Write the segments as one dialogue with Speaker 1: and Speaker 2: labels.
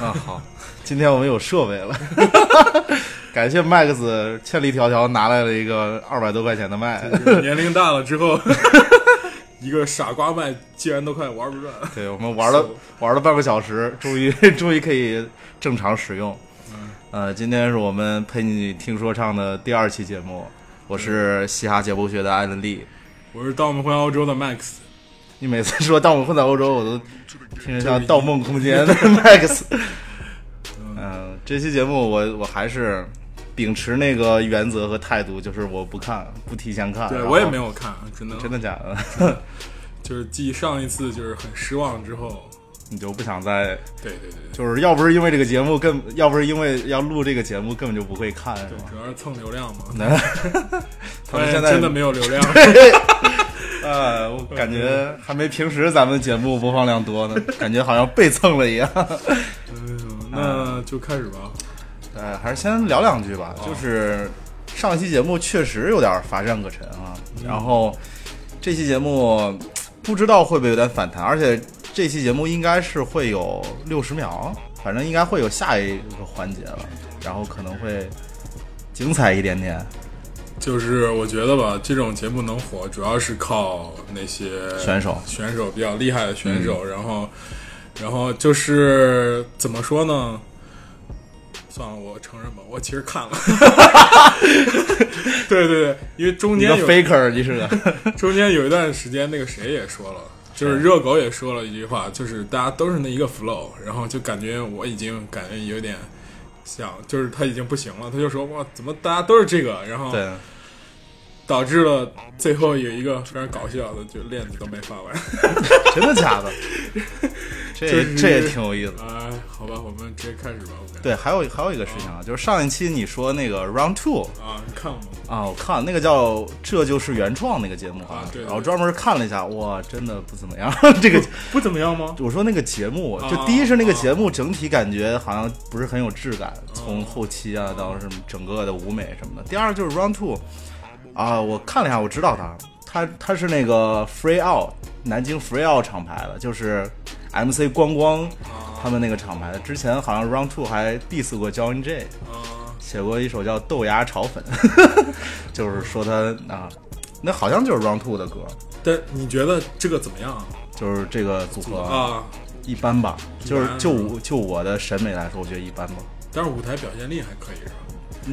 Speaker 1: 啊，好，
Speaker 2: 今天我们有设备了， 感谢 Max 千里迢迢拿来了一个二百多块钱的麦，
Speaker 3: 年龄大了之后， 一个傻瓜麦竟然都快玩不转了。
Speaker 2: 对我们玩了
Speaker 3: So-
Speaker 2: 玩了半个小时，终于 终于可以正常使用。
Speaker 3: 嗯
Speaker 2: 呃，今天是我们陪你听说唱的第二期节目，我是嘻哈解剖学的艾伦利。
Speaker 3: 我是《盗梦回澳洲》的 Max，
Speaker 2: 你每次说《当我混在欧洲》，我都听着像《盗梦空 间》的 Max。嗯、这期节目我我还是秉持那个原则和态度，就是我不看，不提前看。
Speaker 3: 对
Speaker 2: 啊然后
Speaker 3: 我也没有看，真的，
Speaker 2: 真的假的，
Speaker 3: 就是继上一次就是很失望之后，
Speaker 2: 你就不想再
Speaker 3: 对对对
Speaker 2: 就是要不是因为这个节目，根要不是因为要录这个节目，根本就不会看，是
Speaker 3: 对，
Speaker 2: 吗？
Speaker 3: 主要是蹭流量嘛。
Speaker 2: 他
Speaker 3: 发现
Speaker 2: 们现在
Speaker 3: 真的没有流 量，哎
Speaker 2: 呃，我感觉还没平时咱们节目播放量多呢，感觉好像被蹭了一样。
Speaker 3: 嗯
Speaker 2: 啊
Speaker 3: 那就开始吧。
Speaker 2: 呃，还是先聊两句吧。就是上期节目确实有点乏善可陈啊，然后这期节目不知道会不会有点反弹，而且这期节目应该是会有六十秒，反正应该会有下一个环节了，然后可能会精彩一点点。
Speaker 3: 就是我觉得吧，这种节目能火，主要是靠那些
Speaker 2: 选手嗯
Speaker 3: 选手比较厉害的选手，然后，然后就是怎么说呢？算了，我承认吧，我其实看了。 对对对，因为中
Speaker 2: 你
Speaker 3: 间
Speaker 2: 个
Speaker 3: 有
Speaker 2: faker，你是个
Speaker 3: 中间有一段时间，那个谁也说了，就是热狗也说了一句话，就是大家都是那一个 flow，然后就感觉我已经感觉有点想，就是他已经不行了，他就说哇，怎么大家都是这个，然后
Speaker 2: 对。
Speaker 3: 导致了最后有一个非常搞笑的，就链子都没发完。
Speaker 2: 真的假的？
Speaker 3: 就
Speaker 2: 这
Speaker 3: 是
Speaker 2: 这也挺有意思的。
Speaker 3: 啊、好吧，我们直接开始吧，我感觉。
Speaker 2: 对，还有还有一个事情啊，就是上一期你说那个 Round Two
Speaker 3: 啊，你看了吗？
Speaker 2: 啊，我看那个叫《这就是原创》那个节目
Speaker 3: 啊对对
Speaker 2: 然后专门看了一下，哇，真的不怎么样。 这个
Speaker 3: 不怎么样吗？
Speaker 2: 我说那个节目，
Speaker 3: 啊
Speaker 2: 就第一是那个节目整体感觉好像不是很有质感，从后期啊到什么整个的舞美什么的。第二就是 Round Two，啊，我看了一下，我知道他，他他是那个 Free Out 南京 Free Out 厂牌的，就是 MC 光光他们那个厂牌的。之前好像 Round Two 还 diss 过 John J，
Speaker 3: 啊，
Speaker 2: 写过一首叫《豆芽炒粉》， 就是说他啊，那好像就是 Round Two 的歌，
Speaker 3: 但你觉得这个怎么样啊？
Speaker 2: 就是这个组合
Speaker 3: 啊，
Speaker 2: 一般吧，就是
Speaker 3: 一般
Speaker 2: 就我就我的审美来说，我觉得一般吧。
Speaker 3: 但是舞台表现力还可以是吧？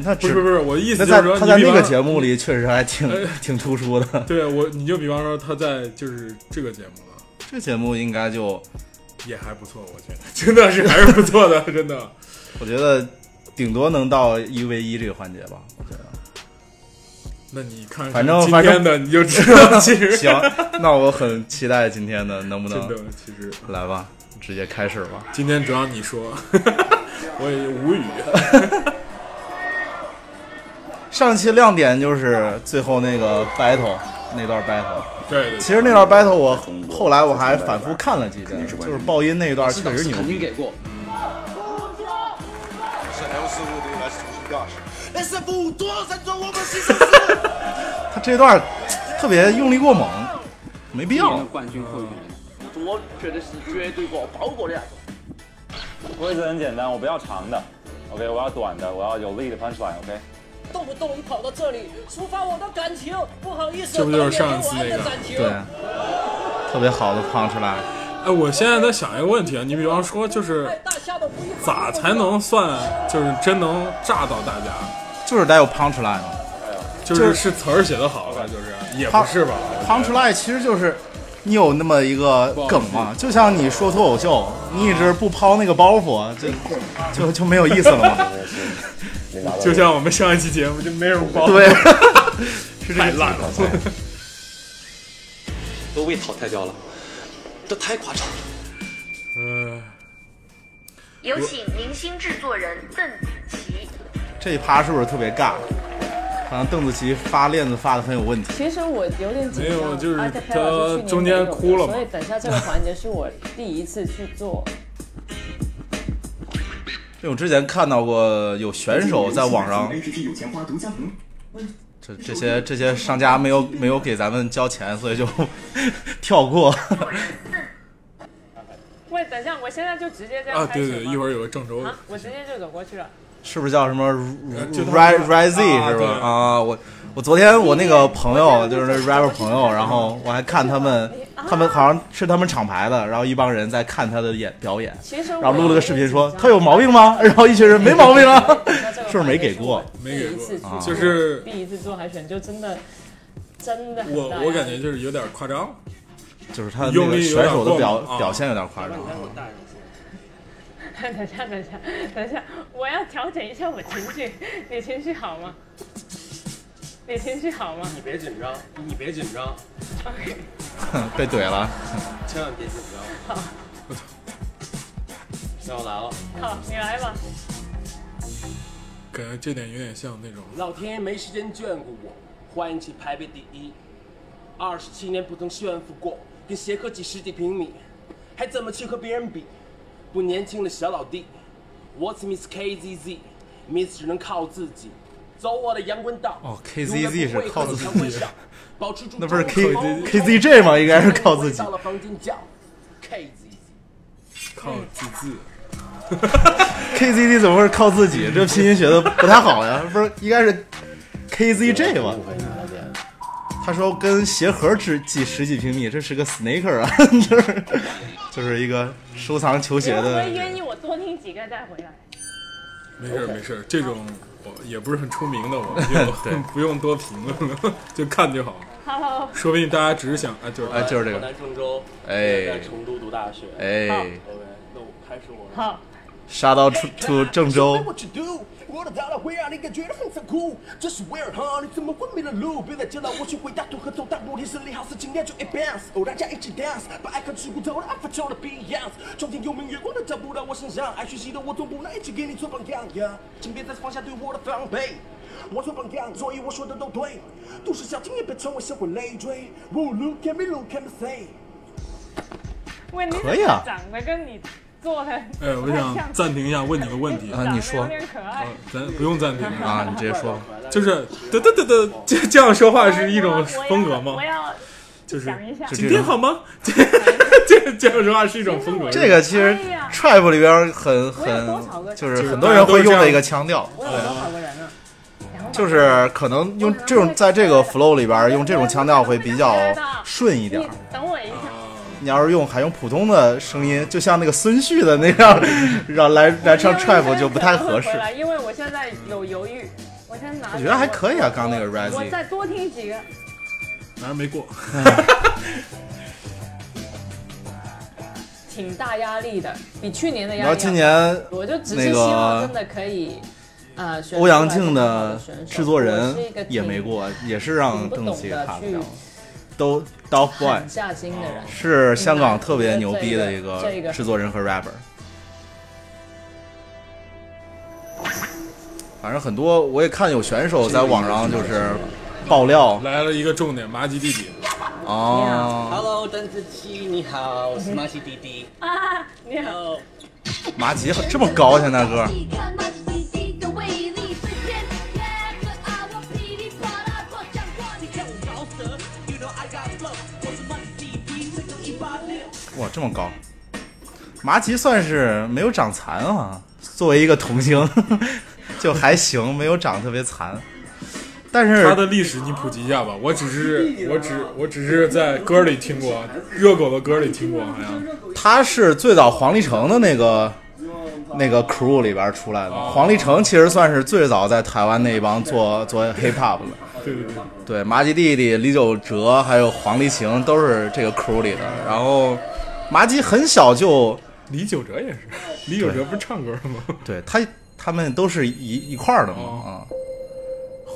Speaker 2: 那
Speaker 3: 不
Speaker 2: 只
Speaker 3: 是不是不是，我的意
Speaker 2: 那
Speaker 3: 思就
Speaker 2: 在
Speaker 3: 是说，
Speaker 2: 他在
Speaker 3: 你比哎
Speaker 2: 那个
Speaker 3: 方
Speaker 2: 节目里确实还挺 挺突出的。
Speaker 3: 对我，你就比方说他在就是这个节目了，
Speaker 2: 这节目应该就
Speaker 3: 也还不错，我觉得 真的是还是不错的，真的。
Speaker 2: 我觉得顶多能到一 v 一这个环节吧，我觉得。
Speaker 3: 那你看看
Speaker 2: 反正
Speaker 3: 今
Speaker 2: 反正
Speaker 3: 天的你就知 道，其实
Speaker 2: 行，那我很期待今天的能不
Speaker 3: 真
Speaker 2: 能
Speaker 3: 的其实
Speaker 2: 来吧，直接开始吧。
Speaker 3: 今天主要你说， 我也无语。
Speaker 2: 上期亮点就是最后那个 battle 那段 battle。
Speaker 3: 对对
Speaker 2: 其实那段 battle 我后来我还反复看了几遍，就是爆音那一段确实牛
Speaker 4: 肯定
Speaker 2: 逼。
Speaker 4: 给过。
Speaker 5: 善良事物对于来是重新大事。
Speaker 6: SF 五多少人种，我们牺牲自我。
Speaker 2: 他这段特别用力过猛，没必
Speaker 4: 今年
Speaker 2: 要
Speaker 4: 的。冠军会员，
Speaker 6: 我觉得是绝对过包过的那种。
Speaker 7: 规则很简单，我不要长的，OK，我要短的，我要有力的 punchline，OK、
Speaker 8: 动不动跑到这里抒发我的感情，不好意思，
Speaker 3: 这不就是上一次
Speaker 8: 导演给我安的
Speaker 3: 那个啊
Speaker 8: 暂停
Speaker 2: 对，特别好的胖出来。
Speaker 3: 哎，我现在在想一个问题啊，你比方说就是
Speaker 8: 爱大虾的不一样
Speaker 3: 咋才能算就是真能炸到大家？
Speaker 2: 就是得有 punchline 嘛
Speaker 3: 就是是词儿写的好吧，就是也不是吧？
Speaker 2: ，punchline 其实就是你有那么一个梗嘛，就像你说脱口秀，你一直不抛那个包袱，啊 就就就没有意思 了嘛。
Speaker 3: 就像我们上一期节目就没人包，
Speaker 2: 对，
Speaker 3: 太烂了。
Speaker 4: 都被淘汰掉了，这太夸张了。
Speaker 3: 呃，
Speaker 9: 有请明星制作人邓紫棋。
Speaker 2: 这一趴是不是特别尬？好像邓紫棋发链子发的很有问题。
Speaker 10: 其实我有点紧
Speaker 3: 没有
Speaker 10: 张，
Speaker 3: 就是
Speaker 10: 而且裴老师去年
Speaker 3: 他中间哭了嘛
Speaker 10: 没有所以等一下这个环节是我第一次去 做。
Speaker 2: 因为我之前看到过有选手在网上，
Speaker 7: APP 有钱花独家服
Speaker 2: 这这些这些商家没有没有给 咱们交钱，所以就跳过。
Speaker 9: 制作人邓
Speaker 10: 为本
Speaker 1: 等一下，我现在就直接这样
Speaker 3: 啊，
Speaker 1: 开始
Speaker 3: 对
Speaker 1: 吗
Speaker 3: 对，一会儿有个郑州的
Speaker 1: 啊，，我直接就走过去了。
Speaker 2: 是不是叫什么
Speaker 3: 呃就
Speaker 2: Ri-
Speaker 3: 他们
Speaker 2: Ri- Rizzy
Speaker 3: 啊
Speaker 2: 是吧？
Speaker 3: 对
Speaker 2: 啊，我我昨天我那个朋友
Speaker 1: 我
Speaker 2: 就是那 rapper 朋友，然后我还看他们，他们好像是他们厂牌的，然后一帮人在看他的演表演，
Speaker 1: 其实我
Speaker 2: 然后录了个视频说他有毛病吗？然后一群人没毛病啊， 是不是没给 过？啊
Speaker 3: 没给
Speaker 10: 第一次去
Speaker 3: 过，就
Speaker 10: 做
Speaker 3: 是
Speaker 1: 第一次做海选就真的真的很
Speaker 3: 我
Speaker 1: 大压力
Speaker 3: 我感觉就是有点夸张，
Speaker 2: 就是他那
Speaker 3: 用
Speaker 2: 个
Speaker 3: 力有
Speaker 2: 选
Speaker 3: 点
Speaker 2: 手的表
Speaker 3: 过猛啊
Speaker 2: 表现有点夸张，
Speaker 1: 等一下，等一下，等一下，我要调整一下我情绪。你情绪 好吗？你情绪好吗？
Speaker 4: 你别紧张，你别紧张，
Speaker 2: 被怼了。
Speaker 4: 千万别紧张。那我来了，
Speaker 1: 好，你来吧。
Speaker 3: 感觉这点有点像那种
Speaker 6: 老天爷没时间眷顾我，欢迎起排位第一。二十七年不曾炫富过，跟鞋客挤十几平米，还怎么去和别人比？不年轻的小老弟，What's Miss KZZ？Miss 只能靠自己，走我的阳关道。
Speaker 2: 哦，KZZ 是靠自己
Speaker 6: 永远不会和你相保持住
Speaker 2: 那不是
Speaker 6: 中
Speaker 2: K
Speaker 6: 国风
Speaker 2: KZJ 吗？应该是靠自己
Speaker 6: 到。了房间叫 KZZ，
Speaker 3: 靠
Speaker 9: 嗯
Speaker 3: 自制，
Speaker 2: KZD 怎么会是靠自己？这拼音学的不太好呀，不是应该是 KZJ 吗？他说跟鞋盒只挤十几平米，这是个 sneaker 啊， 就是就是一个收藏球
Speaker 1: 你
Speaker 2: 鞋
Speaker 1: 会不
Speaker 2: 的
Speaker 1: 会。愿意我多听几个再回来？
Speaker 3: 没事儿没事儿，这种我也不是很出名的，我 们就 不用多评论了，就看就好。
Speaker 1: Hello，
Speaker 3: 说不定大家只是想啊，就是
Speaker 2: 哎，就是这
Speaker 6: 河
Speaker 2: 个，
Speaker 6: 南郑州，
Speaker 2: 哎
Speaker 6: 在成都读大学。
Speaker 2: 哎，
Speaker 6: OK，那我开始我了。
Speaker 1: 好，
Speaker 2: 杀到 to to 郑州，
Speaker 6: 我的到了会让你感觉到很残酷。这是 where 哈，你怎么昏迷的路？别再见到我去回答渡河走大路，你是利好事情，那就 advance。哦，大家一起 dance，把爱看吃骨头的 alpha 抽的 beyond，憧憬有明月光的找不到我身上，爱学习的我总不能一直给你做榜样呀。请别再放下对我的防备。我做榜样，所以我说的都对。都市小青年别成为社会累赘。Oh, look at me, look at me, say。
Speaker 1: 喂，你怎
Speaker 2: 可以啊
Speaker 1: 么长得跟你做的
Speaker 3: 哎，我想暂停一下，问你个问题
Speaker 2: 啊你说
Speaker 1: 有点可爱
Speaker 3: 啊。， 咱不用暂停
Speaker 2: 啊，你直接说吧。
Speaker 3: 就是得得得得，这这样说话是一
Speaker 1: 我
Speaker 3: 种
Speaker 1: 要
Speaker 3: 风格吗
Speaker 1: 我？要
Speaker 3: 就是
Speaker 1: 想一下，
Speaker 2: 就
Speaker 3: 今天好吗？这这这样说话是一种风格。
Speaker 2: 这个其实
Speaker 1: 哎呀
Speaker 2: trap 里边很
Speaker 10: 我有多少
Speaker 2: 很
Speaker 10: 个
Speaker 2: 就是很多人会用的一个腔调，
Speaker 10: 我有多少个人啊？
Speaker 2: 就是可能用这种在这个 flow 里边用这种腔调会比较顺一点
Speaker 1: 你
Speaker 2: 儿。
Speaker 1: 等我一下。
Speaker 2: 你要是用还用普通的声音，就像那个孙旭的那样，让来来唱 trap 就不太合适
Speaker 1: 我。觉得有点可能会回来因为我现在有犹豫，我先拿。
Speaker 2: 我觉得还可以啊，刚刚那个
Speaker 1: 我
Speaker 2: rising，
Speaker 1: 再多听几个。
Speaker 3: 男人没过，
Speaker 2: 嗯
Speaker 10: 挺大压力的，比去年的压力
Speaker 2: 然
Speaker 10: 要
Speaker 2: 后
Speaker 10: 大。
Speaker 2: 今年
Speaker 10: 我就只是
Speaker 2: 那
Speaker 10: 希
Speaker 2: 个
Speaker 10: 望真的可以，呃，选出
Speaker 2: 欧
Speaker 10: 来
Speaker 2: 阳靖
Speaker 10: 更好
Speaker 2: 的
Speaker 10: 的选手
Speaker 2: 制作人
Speaker 10: 我是一个
Speaker 2: 也
Speaker 10: 挺
Speaker 2: 没过，也是让邓紫棋看不上，都 Dolph Boy
Speaker 10: 狠下心的人。
Speaker 2: 哦是香港特别牛逼的一
Speaker 10: 这
Speaker 2: 个
Speaker 10: 个
Speaker 2: 制作人和 rapper。反正很多我也看有选手在网上就是爆料
Speaker 3: 来了一个重点，麻吉弟弟，
Speaker 2: 哦，
Speaker 4: Hello，邓紫棋，你好，我是马西弟弟。
Speaker 1: 啊，你好，
Speaker 4: Hello，
Speaker 2: 麻吉这么高现在歌。哇，这么高！麻吉算是没有长残啊，作为一个童星， 就还行，没有长特别残。但
Speaker 3: 他
Speaker 2: 是
Speaker 3: 的历史你普及一下吧。我只是我只我只是在歌里听过，热狗的歌里听过，好像
Speaker 2: 他是最早黄立成的那个那个 crew 里边出来的。黄立成其实算是最早在台湾那一帮做做 hip hop 的。
Speaker 3: 对对对，
Speaker 2: 对，麻吉弟弟、李玖哲还有黄立行都是这个 crew 里的。然后麻吉很小就
Speaker 3: 李玖哲也是，李玖哲不是唱歌的吗？
Speaker 2: 对他他们都是一一块儿的嘛啊、
Speaker 3: 哦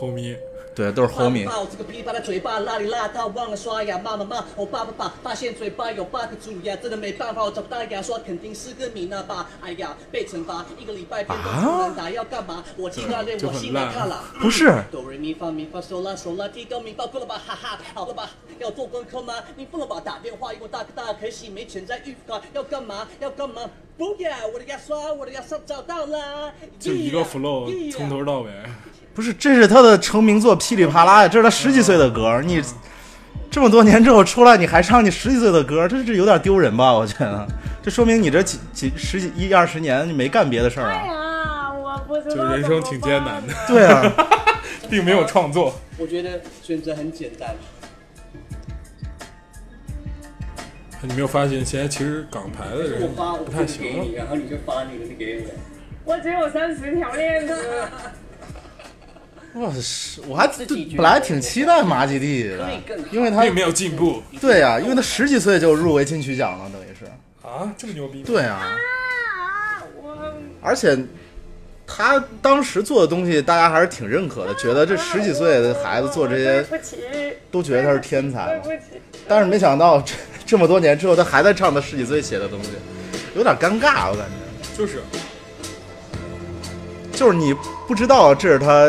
Speaker 3: 后咪，
Speaker 2: 对，都是 homie。
Speaker 8: 我这个皮巴的嘴巴邋里邋遢，忘了刷牙，骂妈妈，我爸爸爸发现嘴巴有 bug 蛀牙，真的没办法，我找不到牙刷，肯定是个米娜吧，哎呀，被惩罚
Speaker 2: 啊
Speaker 8: 一个礼拜变成不能打，要干嘛？我替他练，
Speaker 3: 就
Speaker 8: 我
Speaker 3: 很
Speaker 8: 心
Speaker 3: 烂
Speaker 8: 来看了。
Speaker 2: 不是，
Speaker 8: 哆瑞咪发咪发嗦啦嗦啦，提高明白过了吧？哈哈，好了吧？要做功课吗？你疯了吧？打电话一个大哥大，可惜没钱在浴缸，要干嘛？要干嘛？不要我的牙刷，我的牙刷找到啦！
Speaker 3: 就一个
Speaker 8: 呀
Speaker 3: flow
Speaker 8: 呀
Speaker 3: 从头到尾。
Speaker 2: 不是，这是他的成名作《噼里啪啦》呀，这是他十几岁的歌儿，你这么多年之后出来，你还唱你十几岁的歌，这是有点丢人吧？我觉得，这说明你这几几十几一二十年你没干别的事儿啊。
Speaker 1: 啊，我不知
Speaker 3: 就
Speaker 1: 道。
Speaker 3: 人生挺艰难的。
Speaker 2: 对啊，
Speaker 3: 并没有创作。
Speaker 8: 我觉得选择很简单，
Speaker 3: 你没有发现现在其实港台的
Speaker 8: 我
Speaker 3: 人
Speaker 8: 发我
Speaker 3: 不太
Speaker 8: 这个给
Speaker 3: 行了
Speaker 8: 你，？然后你就发你的那给我。
Speaker 1: 我只有三十条链子，
Speaker 2: 我是我还
Speaker 8: 自己觉得
Speaker 2: 本来挺期待马基地的
Speaker 8: 可以更好，
Speaker 2: 因为他
Speaker 3: 并没有进步
Speaker 2: 对呀、因为他十几岁就入围金曲奖了，等于是。
Speaker 3: 啊，这么牛逼吗？
Speaker 2: 对啊，
Speaker 8: 啊
Speaker 1: 我
Speaker 2: 而且他当时做的东西，大家还是挺认可的，觉得这十几岁的孩子做这
Speaker 1: 对
Speaker 2: 些
Speaker 1: 不起，
Speaker 2: 都觉得他是天
Speaker 1: 对
Speaker 2: 才嘛。
Speaker 1: 不起，
Speaker 2: 但是没想到这这么多年之后，他还在唱他十几岁写的东西，有点尴尬，我感觉。
Speaker 3: 就是
Speaker 2: 就是你不知道这是他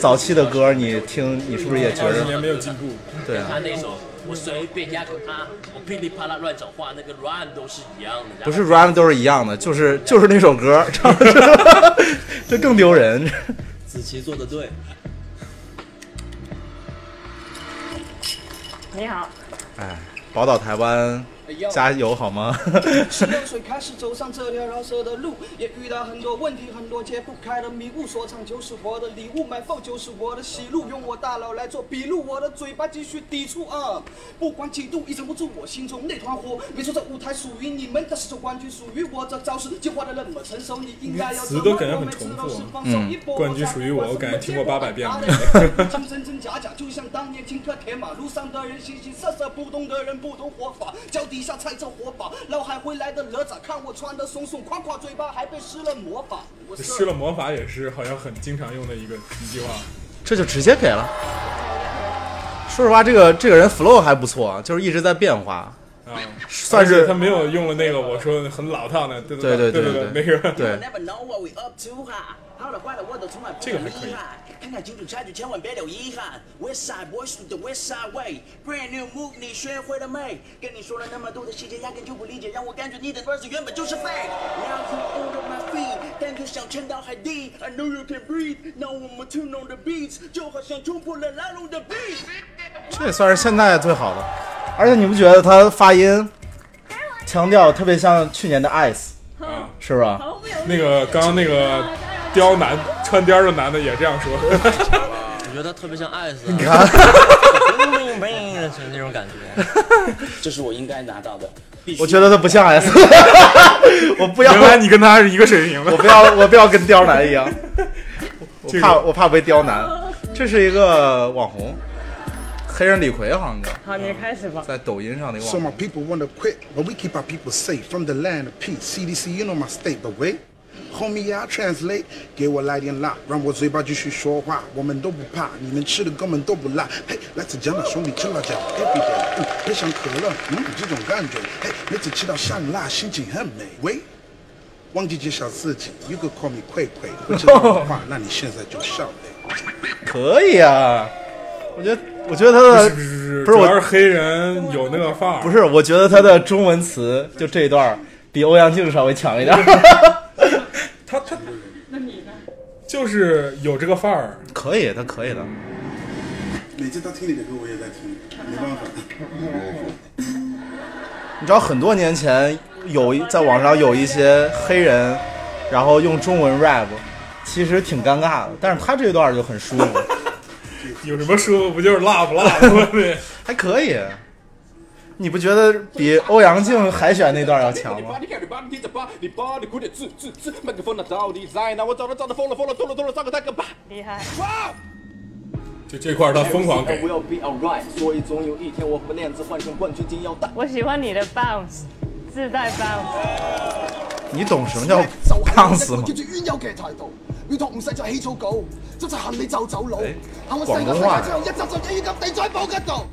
Speaker 2: 早期的歌，你听你是不是也觉
Speaker 3: 二十
Speaker 2: 得
Speaker 3: 年没有进步，
Speaker 2: 对啊？
Speaker 4: 他那首我随便压个他，我噼里啪啦乱讲话，那个 run 都是一样 的。
Speaker 2: 不是 rap 都是一样的，就是就是那首歌，唱 这更丢人。
Speaker 4: 子琪做的对，
Speaker 1: 你好，
Speaker 2: 哎，宝岛台湾，加油好吗？
Speaker 11: 十六岁开始走上这条饶舌
Speaker 10: 啊
Speaker 11: 的路，也遇到很多问题，很多解不开的迷雾。说唱就是我的礼物，买否就是我的喜路，用我大脑来做笔录，我的嘴巴继续抵触啊！不管几度，已撑不住我心中那团火。没错，这舞台属于你们，但是这冠军属于我。这招式进化的那么成熟，你应该要
Speaker 3: 词都感觉很重复啊
Speaker 2: 嗯
Speaker 3: 冠军属于我我感觉听过800遍了
Speaker 11: 听真真假假，就像当年听课铁马路上的人，形形色色，不同的人不同活法，脚底下踩着火把，脑海回来的哪吒，看我穿的松松垮垮，嘴巴还被施了魔法。我是
Speaker 3: 施了魔法也是好像很经常用的一个一句话。
Speaker 2: 这就直接给了。说实话，这个这个人 flow 还不错，啊就是一直在变化，
Speaker 3: 啊，
Speaker 2: 算
Speaker 3: 而且
Speaker 2: 是
Speaker 3: 他没有用了那个我说很老套的，对
Speaker 2: 对
Speaker 3: 对
Speaker 2: 对
Speaker 3: 对
Speaker 2: 对
Speaker 3: 那个
Speaker 2: 对
Speaker 8: Never know what we up to 哈，好的坏的我都从来不
Speaker 3: 这个还可以
Speaker 8: 遗憾，看看九九差距千万别留遗憾。West side boys to the west side way，brand new move 你学会了没？跟你说了那么多的细节，压根就不理解，让我感觉你的 verse 原本就是 fake。Now you under my feet，但就想沉到海底。I know you can breathe，now I'm tune on the beats，就好像冲破了牢笼的 beat。
Speaker 2: 这也算是现在最好的。而且你不觉得他发音强调特别像去年的 Ice
Speaker 3: 啊，
Speaker 2: 是吧？
Speaker 1: 毫不犹豫。
Speaker 3: 那个刚刚那个貂男穿貂的男的也这样 说，
Speaker 4: 我觉得特别像艾斯，你 看，那种感 觉。
Speaker 8: 这是我应该拿到的，必须
Speaker 2: 我觉得他不像 S，我不要
Speaker 3: 原来你跟他是一个水平
Speaker 2: 我
Speaker 3: 的。
Speaker 2: 不要，我不要跟刁难一样，我
Speaker 3: 这
Speaker 2: 怕
Speaker 3: 个
Speaker 2: 我怕被刁难。这是一个网红，黑人李逵好像叫，
Speaker 1: 好，你开始吧。
Speaker 2: 在抖音上的一个网
Speaker 5: So my
Speaker 2: 红。
Speaker 5: people wanna quit, but we keep our people safe from the land of peace. CDC, you know my state, but wait. Homie, yeah, I translate. 给我来点辣，让我嘴巴继续说话。我们都不怕，你们吃的根本都不辣。嘿，来自加拿兄弟吃辣椒，every day，嗯，配上可乐，嗯，这种感觉，嘿，每次吃到香辣，心情很美。喂，忘记介绍自己，You could call me 愧愧，不知道的话，那你现在就笑呗。
Speaker 2: 可以啊，我觉得，我觉得他
Speaker 3: 不
Speaker 2: 的
Speaker 3: 是不是
Speaker 2: 不
Speaker 3: 主
Speaker 2: 是我
Speaker 3: 要是黑人有那个范儿，
Speaker 2: 不是，我觉得他的中文词就这一段儿比欧阳靖稍微强 一点儿，
Speaker 3: 他他，那你呢？就是有这个范儿，
Speaker 2: 可以，他可以的。
Speaker 5: 每次他听你的歌，我也在听， 没办法。
Speaker 2: 你知道很多年前有一在网上有一些黑人，然后用中文 rap，其实挺尴尬的，但是他这一段儿就很舒服，
Speaker 3: 有什么说不就是辣不辣的问题？
Speaker 2: 还可以。你不觉得比欧阳靖海选那段儿要强
Speaker 11: 你
Speaker 2: 吗
Speaker 11: 吧，？你看你吧，你这吧，你吧，你快点自自自，麦克风拿到你在哪？我找了找了，疯了疯了，疯了疯了，上个大个吧。
Speaker 1: 厉害，
Speaker 3: 就这块儿他疯狂
Speaker 11: I
Speaker 3: 给，
Speaker 11: will be alright，所以总有一天我把链子换成冠军金腰带。
Speaker 1: 我喜欢你的 bounce，自带 bounce，
Speaker 2: 你懂什么叫
Speaker 11: 就係
Speaker 2: 胖
Speaker 11: 呢
Speaker 2: 死
Speaker 11: 一個
Speaker 2: 吗
Speaker 11: 叫？做冤有嘅態度，要托唔使再起草稿，執執行李就走佬
Speaker 2: 哎。
Speaker 11: 行我世界
Speaker 2: 廣
Speaker 11: 世
Speaker 2: 東話
Speaker 11: 界最後一集就一於咁地再報嗰度。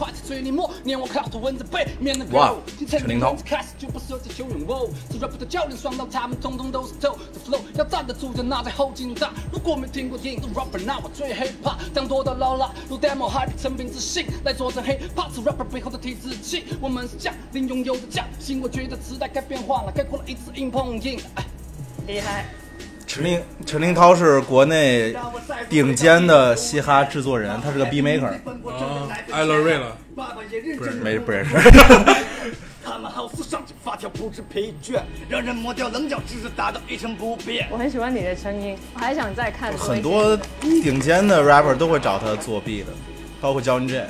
Speaker 11: 快點追你摸，念我靠圖蚊子背，面對
Speaker 2: 哇
Speaker 11: grow，今天
Speaker 2: 陳零頭
Speaker 11: 开始就不奢求拥有。是 rap 的教練，双到他們通通都是 toe the flow，要站得住就拿在后劲大。如果沒聽過電影的 rapper，那我最害怕。更多的捞拉，如 demo hype，成品自信来佐证 hip hop 是 rapper 背後的提字器。我們是降臨擁有的匠心，我覺得時代該變化了，該過了一次硬碰硬。哎
Speaker 1: 厉害，
Speaker 2: 陈林陈林涛是国内顶尖的嘻哈制作人，他是个 B maker，
Speaker 3: 啊，艾乐瑞了，
Speaker 11: 爸爸也认
Speaker 2: 不
Speaker 11: 真
Speaker 2: 认没不认识。
Speaker 11: 他们好似上紧发条，不知疲倦，让人磨掉棱角，直至达到一成不变。
Speaker 1: 我很喜欢你的声音，我还想再看多一些
Speaker 2: 很多顶尖的 rapper 都会找他作弊的，包括 John Jay。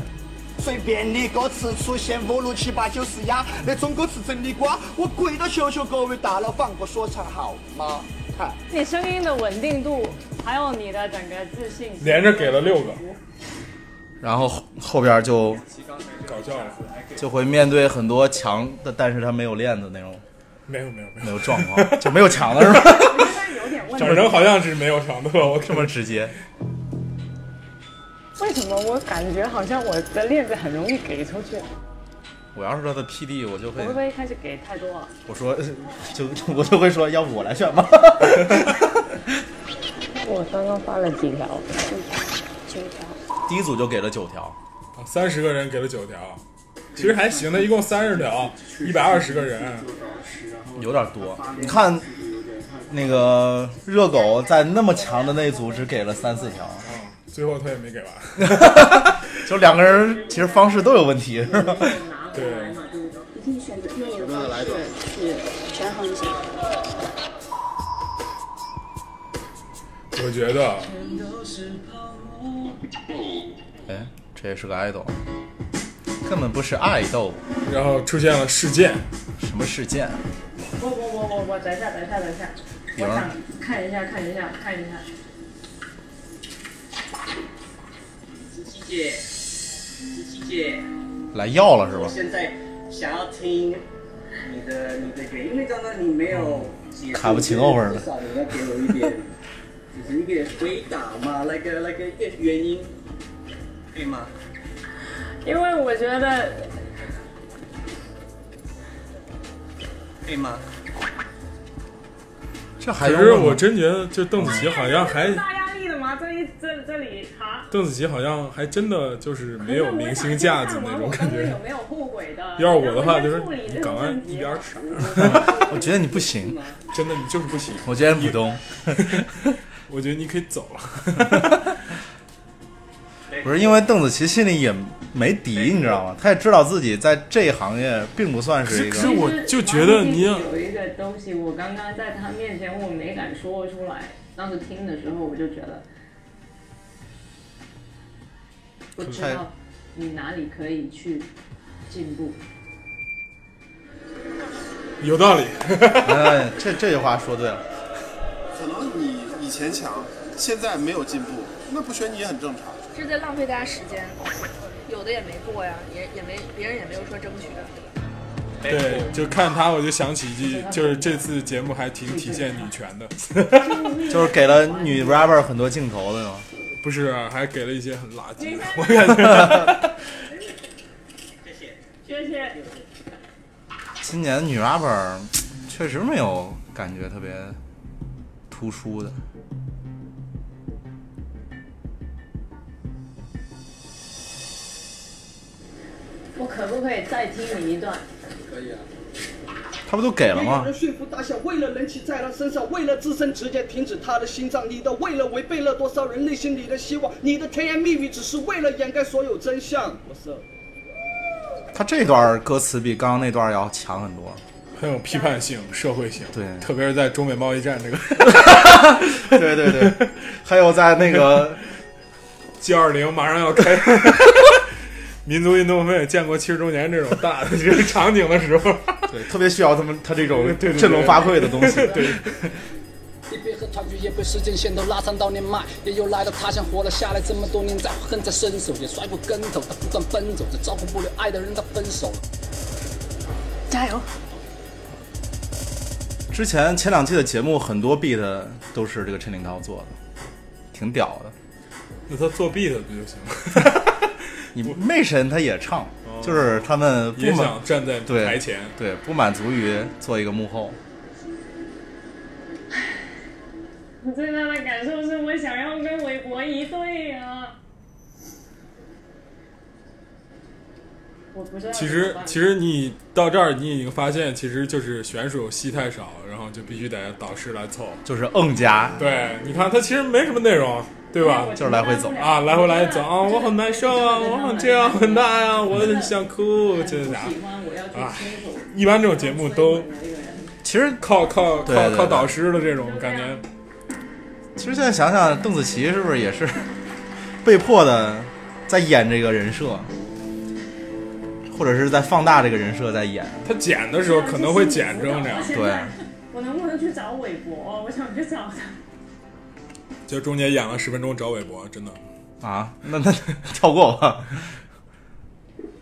Speaker 11: 随便你歌词出现五六七八九十呀，那种歌词真的瓜。我跪着求求各位大佬放过说唱好吗？看，
Speaker 1: 你声音的稳定度，还有你的整个自信，
Speaker 3: 连着给了六个，
Speaker 2: 然后后后边就
Speaker 3: 搞笑了，
Speaker 2: 就会面对很多强的，但是他没有练的那种
Speaker 3: 没有没有没有
Speaker 2: 那种状况，就没有强的是 吧？
Speaker 3: 整人好像是没有强的，我
Speaker 2: 这么直接。
Speaker 1: 为什么我感觉好像我的链子很容易给出去？
Speaker 2: 我要是他的 PD，我就
Speaker 1: 我
Speaker 2: 会
Speaker 1: 会不会一开始给太多了？
Speaker 2: 我说 就我就会说，要不我来选吧。
Speaker 1: 我刚刚发了几条，
Speaker 9: 九条。
Speaker 2: 第一组就给了九条，
Speaker 3: 三十个人给了九条，其实还行的，一共三十条，一百二十个人，
Speaker 2: 有点多。你看那个热狗在那么强的那一组只给了三四条，
Speaker 3: 最后他也没给完。
Speaker 2: 就两个人其实方式都有问题，是吧？
Speaker 3: 对，
Speaker 9: 你可以选择另一个方式去权衡一下。
Speaker 3: 我觉得
Speaker 2: 哎，这也是个爱豆，根本不是爱豆。
Speaker 3: 然后出现了事件，
Speaker 2: 什么事件？
Speaker 1: 我我我我我等一下等一下等一下，
Speaker 2: 有
Speaker 1: 我
Speaker 2: 人
Speaker 1: 想看一下看一下看一下，
Speaker 8: 琪姐，琪姐，
Speaker 2: 来要了是吧？
Speaker 8: 现在想要听你的你的原因，因为刚刚你没有解释
Speaker 2: 卡布奇诺味儿
Speaker 8: 至少你要给我一点，就是一点回答嘛，来个来个一个原因，可以吗？
Speaker 1: 因为我觉得
Speaker 8: 可以吗？
Speaker 2: 这
Speaker 3: 可是我真觉得，就邓紫棋好像还
Speaker 1: 这是大压力的吗？这一这这里啊，
Speaker 3: 邓紫棋好像还真的就是没有明星架子那种感
Speaker 1: 可是
Speaker 3: 觉
Speaker 1: 我想先看完我刚刚有。没有后悔的？
Speaker 3: 要是我的话，就
Speaker 1: 然后再
Speaker 3: 是
Speaker 1: 处理
Speaker 3: 你
Speaker 1: 这
Speaker 3: 赶
Speaker 1: 种
Speaker 3: 快
Speaker 1: 问
Speaker 3: 一
Speaker 1: 题
Speaker 3: 边儿吃，
Speaker 2: 我觉得你不行，
Speaker 3: 真的你就是不行。
Speaker 2: 我觉得普通。
Speaker 3: 我觉得你可以走了。
Speaker 2: 不是因为邓紫棋心里也没底，你知道吗？她也知道自己在这一行业并不算是一个。
Speaker 1: 其实
Speaker 3: 就觉得你
Speaker 1: 王力宏有一个东西，我刚刚在他面前我没敢说出来，当时听的时候我就觉得，不知
Speaker 2: 太
Speaker 1: 道你哪里可以去进步。
Speaker 3: 有道理。
Speaker 2: 哎，这这句话说对了。
Speaker 12: 可能你以前强，现在没有进步，那不选你也很正常。
Speaker 9: 这是在浪费大家时间，有的也没过呀，也也没别人也没有说争取的。
Speaker 3: 对，就看他，我就想起一句，就是这次节目还挺体现女权的，
Speaker 2: 就是给了女 rapper 很多镜头的嘛。
Speaker 3: 不是啊还给了一些很垃圾的，我感 觉。
Speaker 1: 谢谢。
Speaker 2: 今年女 rapper 确实没有感觉特别突出的。
Speaker 1: 我可不可以再听你一段？
Speaker 12: 可以啊。
Speaker 2: 他不都给了
Speaker 11: 有
Speaker 2: 吗
Speaker 11: 人？说服大小，为了人气在他身上，为了自身直接停止他的心脏。你的为了违背了多少人内心里的希望，你的甜言蜜语只是为了掩盖所有真相。我是
Speaker 2: 他这段歌词比刚刚那段要强很多。
Speaker 3: 很有批判性、社会性，
Speaker 2: 对，
Speaker 3: 特别是在中美贸易战这个，
Speaker 2: 对对对，还有在那个
Speaker 3: G 二零马上要 开民族运动会建国七十周年这种大的这个场景的时候，
Speaker 2: 对，特别需要他们他这种
Speaker 3: 对对对
Speaker 2: 振聋发聩的东西。
Speaker 3: 对，
Speaker 13: 一杯和团聚也被时间线都拉长到年迈，也有来到他乡活了下来这么多年，再恨在伸手也摔过跟头，他不断奔走着，照顾不了爱的人，他分手了。
Speaker 9: 加油！
Speaker 2: 之前前两期的节目很多 beat 都是这个陈领涛做的，挺屌的。
Speaker 3: 那他作弊的不就行了？
Speaker 2: 你妹神他也唱，就是他们不
Speaker 3: 哦也
Speaker 2: 满
Speaker 3: 想站在
Speaker 2: 对
Speaker 3: 台前
Speaker 2: 对，不满足于做一个幕后。
Speaker 1: 我最大的感受是我想要跟韦伯一对啊。
Speaker 14: 我不知道
Speaker 3: 其
Speaker 14: 怎
Speaker 3: 实
Speaker 14: 么办
Speaker 3: 其实你到这儿，你已经发现，其实就是选手戏太少，然后就必须得导师来凑。
Speaker 2: 就是硬夹，
Speaker 3: 对，你看他其实没什么内容，对吧？
Speaker 2: 就是来回走
Speaker 3: 啊，来回来走啊，我很难受啊，我很这样很大呀，我想哭，这啥？啊，一般这种节目都
Speaker 2: 其实
Speaker 3: 靠靠
Speaker 2: 对对
Speaker 3: 靠
Speaker 2: 对
Speaker 3: 靠导师的这种感觉。
Speaker 2: 其实现在想想，邓紫棋是不是也是 被迫的在演这个人设，或者是在放大这个人设在演？
Speaker 3: 他剪的时候可能会剪成这样
Speaker 2: 对，
Speaker 1: 我能不能去找韦伯？我想去找他。
Speaker 3: 就中间演了十分钟找韦伯，真的
Speaker 2: 啊，那那跳过吧。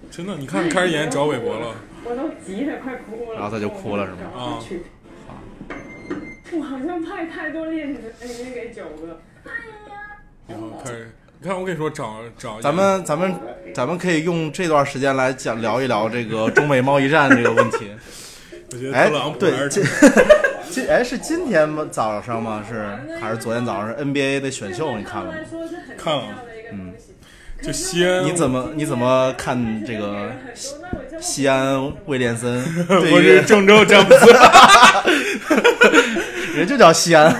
Speaker 3: 真的，你看开始演找韦伯了，
Speaker 1: 我都急得快哭了。
Speaker 2: 然后他就哭了是吗
Speaker 1: 啊！我好像派太多链子哎那个给九哥。
Speaker 3: 然后开始，你看我跟你说找找
Speaker 2: 咱们咱们咱们可以用这段时间来讲聊一聊这个中美贸易战这个 问题。
Speaker 3: 我觉得
Speaker 2: 哎
Speaker 3: 特朗普，还
Speaker 2: 对，
Speaker 3: 是
Speaker 2: 今 今哎是今天吗？早上吗？是还是昨天早上 NBA 的选秀你看了吗？
Speaker 3: 看了，
Speaker 2: 嗯，
Speaker 3: 就西安
Speaker 2: 你怎么你怎么看这个西西安威 廉森对于？
Speaker 3: 我是郑州詹姆斯
Speaker 2: 人就叫 西安。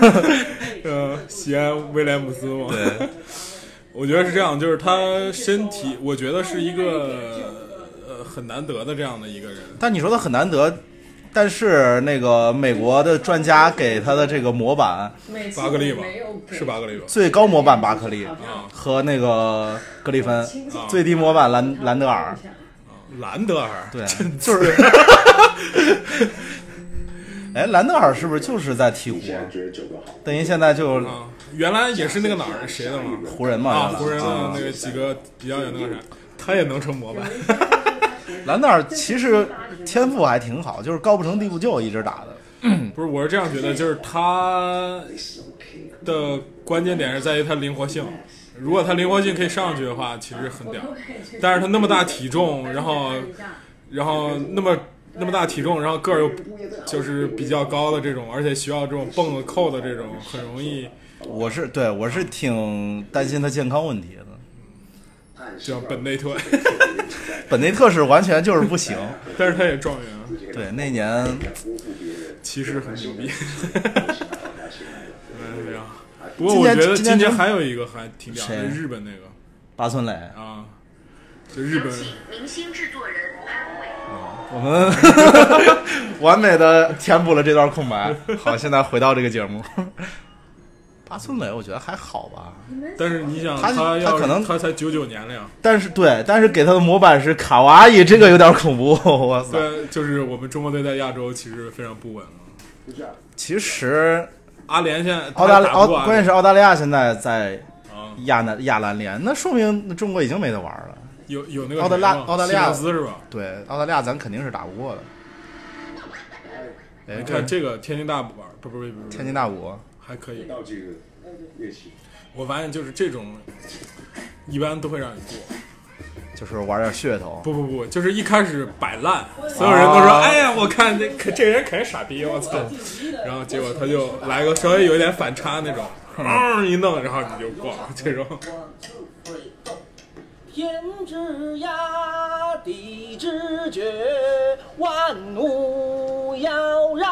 Speaker 3: 嗯，西安威廉姆斯嘛。
Speaker 2: 对，
Speaker 3: 我觉得是这样，就是他身体，我觉得是一个呃很难得的这样的一个人。
Speaker 2: 但你说他很难得，但是那个美国的专家给他的这个模板，
Speaker 3: 巴克利吧，啊是巴克利吧？
Speaker 2: 最高模板巴克利和那个格里芬，最低模板兰兰德尔，
Speaker 3: 兰德尔
Speaker 2: 对，。
Speaker 3: 就是
Speaker 2: 哎，兰德尔是不是就是在鹈鹕？等于现在就
Speaker 3: 嗯原来也是那个哪儿谁的嘛，
Speaker 2: 湖嗯人嘛
Speaker 3: 啊，
Speaker 2: 原来
Speaker 3: 湖人的
Speaker 2: 啊
Speaker 3: 那个几个比较有那个啥，他也能成模板。
Speaker 2: 兰德尔其实天赋还挺好，就是高不成低不就，一直打的。
Speaker 3: 不是，我是这样觉得，就是他的关键点是在于他灵活性。如果他灵活性可以上去的话，其实很屌。但是他那么大体重，然后，然后那么那么大体重，然后个儿又就是比较高的这种，而且需要这种蹦的扣的这种，很容易
Speaker 2: 我是对我是挺担心他健康问题的。
Speaker 3: 叫本内 特。
Speaker 2: 本内特是完全就是不行，
Speaker 3: 但是他也状元，啊
Speaker 2: 对，那年
Speaker 3: 其实很 牛逼。嗯，对呀。不过
Speaker 2: 今
Speaker 3: 我
Speaker 2: 年
Speaker 3: 觉得
Speaker 2: 今年
Speaker 3: 年
Speaker 2: 真
Speaker 3: 还有一个还挺屌的，
Speaker 2: 谁
Speaker 3: 日本那个
Speaker 2: 八村垒
Speaker 3: 啊，就日本。哦
Speaker 15: 明星制作人潘玮
Speaker 2: 我们 完美的填补了这段空白。好，现在回到这个节目。八村垒我觉得还好吧，
Speaker 3: 但是你想，
Speaker 2: 他
Speaker 3: 他要
Speaker 2: 他可能
Speaker 3: 他才九九年了呀。
Speaker 2: 但是对，但是给他的模板是卡哇伊，这个有点恐怖。 哇塞！
Speaker 3: 对，就是我们中国队在亚洲其实非常不稳了。
Speaker 2: 其实
Speaker 3: 阿联现在
Speaker 2: 澳大利
Speaker 3: 他打
Speaker 2: 澳
Speaker 3: 不过，阿联
Speaker 2: 关键是澳大利亚现在在
Speaker 3: 啊
Speaker 2: 亚南亚篮联，那说明中国已经没得玩了。
Speaker 3: 有有那个
Speaker 2: 澳大利亚
Speaker 3: 谁吗
Speaker 2: 澳大利亚
Speaker 3: 西蒙斯是吧？
Speaker 2: 对，澳大利亚咱肯定是打不过的。哎
Speaker 3: 你看这
Speaker 2: 这
Speaker 3: 个天津大五玩，不不不不，
Speaker 2: 天津大五
Speaker 3: 还可以。到这个乐器，我发现就是这种，一般都会让你过。
Speaker 2: 就是玩点噱头，
Speaker 3: 不不不，就是一开始摆烂，所有人都说：“
Speaker 2: 啊
Speaker 3: 哎呀，我看这可这人肯定傻逼，我操！”然后结果他就来个稍微有一点反差那种，嗷一弄，然后你就过了这种。
Speaker 14: 天之涯，地之角，万物妖娆。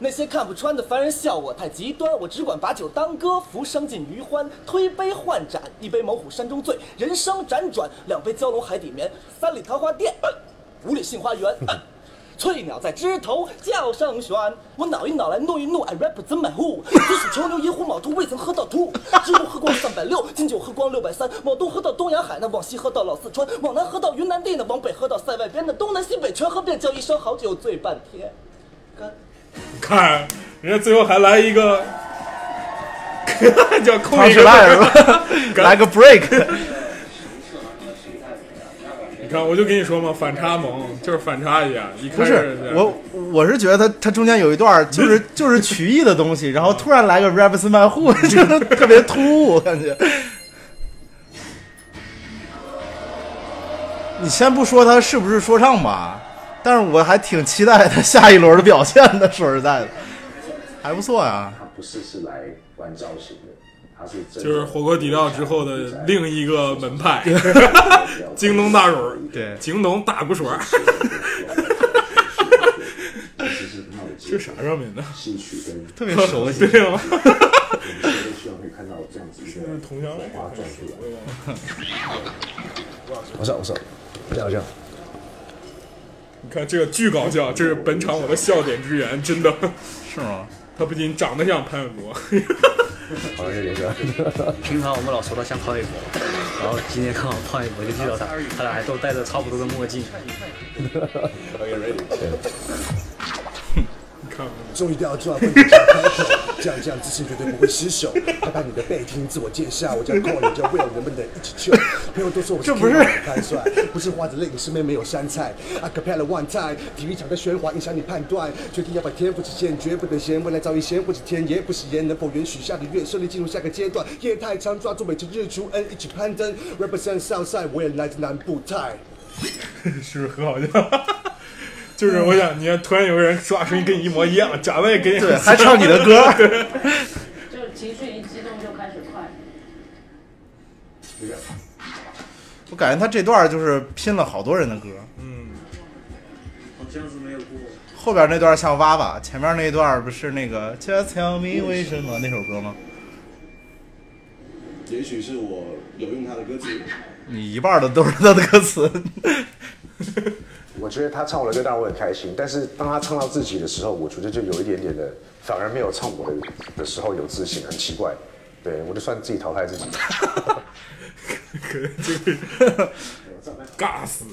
Speaker 11: 那些看不穿的凡人笑我太极端，我只管把酒当歌，浮生尽余欢，推杯换盏，一杯猛虎山中醉，人生辗转，两杯蛟龙海底眠，三里桃花店，呃五里杏花园。呃翠鸟在枝头叫声喧，我恼一恼来怒一怒，I represent my who。紫薯囚牛一壶卯兔，未曾喝到吐。知乎喝光三百六，金酒喝光六百三。往东喝到东洋海，那往西喝到老四川，往南喝到云南地，那往北喝到塞外边，那东南西北全喝遍，叫一声好酒醉半天。干。
Speaker 3: 看，人家最后还来一个， 叫空
Speaker 2: 康
Speaker 3: 一
Speaker 2: 士
Speaker 3: 个
Speaker 2: 赖是吧？来个 break，
Speaker 3: 你看，我就跟你说嘛，反差萌就是反差一下。一
Speaker 2: 不
Speaker 3: 开
Speaker 2: 是
Speaker 3: 始
Speaker 2: 我，我是觉得他他中间有一段就是就是曲艺的东西，然后突然来个 rap s man who，真 的特别突兀，我感觉。你先不说他是不是说唱吧，但是我还挺期待他下一轮的表现的。说实在的，还不错呀、
Speaker 16: 他不是是来玩造型的，
Speaker 3: 就是火锅底料之后的另一个门 派，京东大乳，
Speaker 2: 对，
Speaker 3: 京东大骨 水儿，这啥上面的？
Speaker 2: 特别熟悉
Speaker 3: 对啊 吗？
Speaker 16: 希望可以看到这样子 一个
Speaker 3: 是同乡会
Speaker 16: 花转出来。
Speaker 3: 我上我上，这样。你看这个巨搞笑，这是本场我的笑点之源，真的。
Speaker 2: 是吗？
Speaker 3: 他不仅长得像潘玮柏，
Speaker 16: 好像是这个。平常我们老说他像潘玮 柏，然后今天看到潘玮柏就遇到他，他俩还都戴着差不多的墨镜。
Speaker 17: 终于都要做到问题上开口，这样这样自信绝对不会失手。拍拍你的背，听自我介绍，我叫 Cole，你叫 Will，能不能一起去？朋友都说我是
Speaker 2: 这不是
Speaker 17: King，我太帅，不是花子泪，你身边没有山菜。a cappella one time，体育场的喧哗影响你判断，决定要把天赋实现，绝不能嫌未来早已嫌或者甜言不喜言，能否允许下个月顺利进入下个阶段？夜太长，抓住每天日出恩，一起攀登。Represent Southside，我也来自南部泰。
Speaker 3: 是不是很好笑？ 就是我想，你看，突然有个人说话声音跟你一模一
Speaker 2: 嗯
Speaker 3: 样，长得也跟你很
Speaker 2: 对
Speaker 3: 像
Speaker 2: 还唱你的歌
Speaker 3: 对
Speaker 1: 就情绪一激动就开始快。
Speaker 2: 我感觉他这段就是拼了好多人的歌，
Speaker 3: 嗯，
Speaker 16: 好像是没有过。
Speaker 2: 后边那段像娃娃，前面那一段不是那个 Just Tell Me 为什么那首歌吗？
Speaker 16: 也许是我有用他的歌词。
Speaker 2: 你一半的都是他的歌词，
Speaker 18: 我觉得他唱我的歌，当然我很开心。但是当他唱到自己的时候，我觉得就有一点点的，反而没有唱我的的时候有自信，很奇怪。对我就算自己淘汰自己。
Speaker 3: 尬死。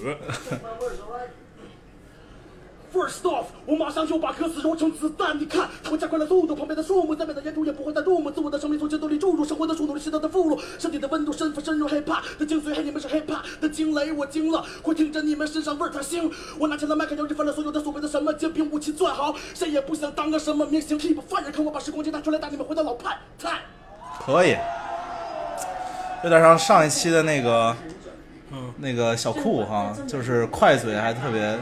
Speaker 6: First off，我马上就把歌词揉成子弹，你看，它会加快了速度，旁边的树木在美的沿途也不会再落寞，自我的生命从节奏里注入，生活的速度里是它的俘虏，身体的温度深深深入 hiphop 的精髓，嘿，你们是 hiphop 的惊雷，我惊了，会听着你们身上味儿它腥，我拿起了麦克，摇着翻了所有的所谓的什么精品武器攥好，谁也不想当个什么明星，keep 犯人，看我把时光机拿出来，带你们回到老派派。
Speaker 2: 可以，有点像上一期的那个，
Speaker 3: 嗯
Speaker 2: 那个小酷哈，就是快嘴还特别，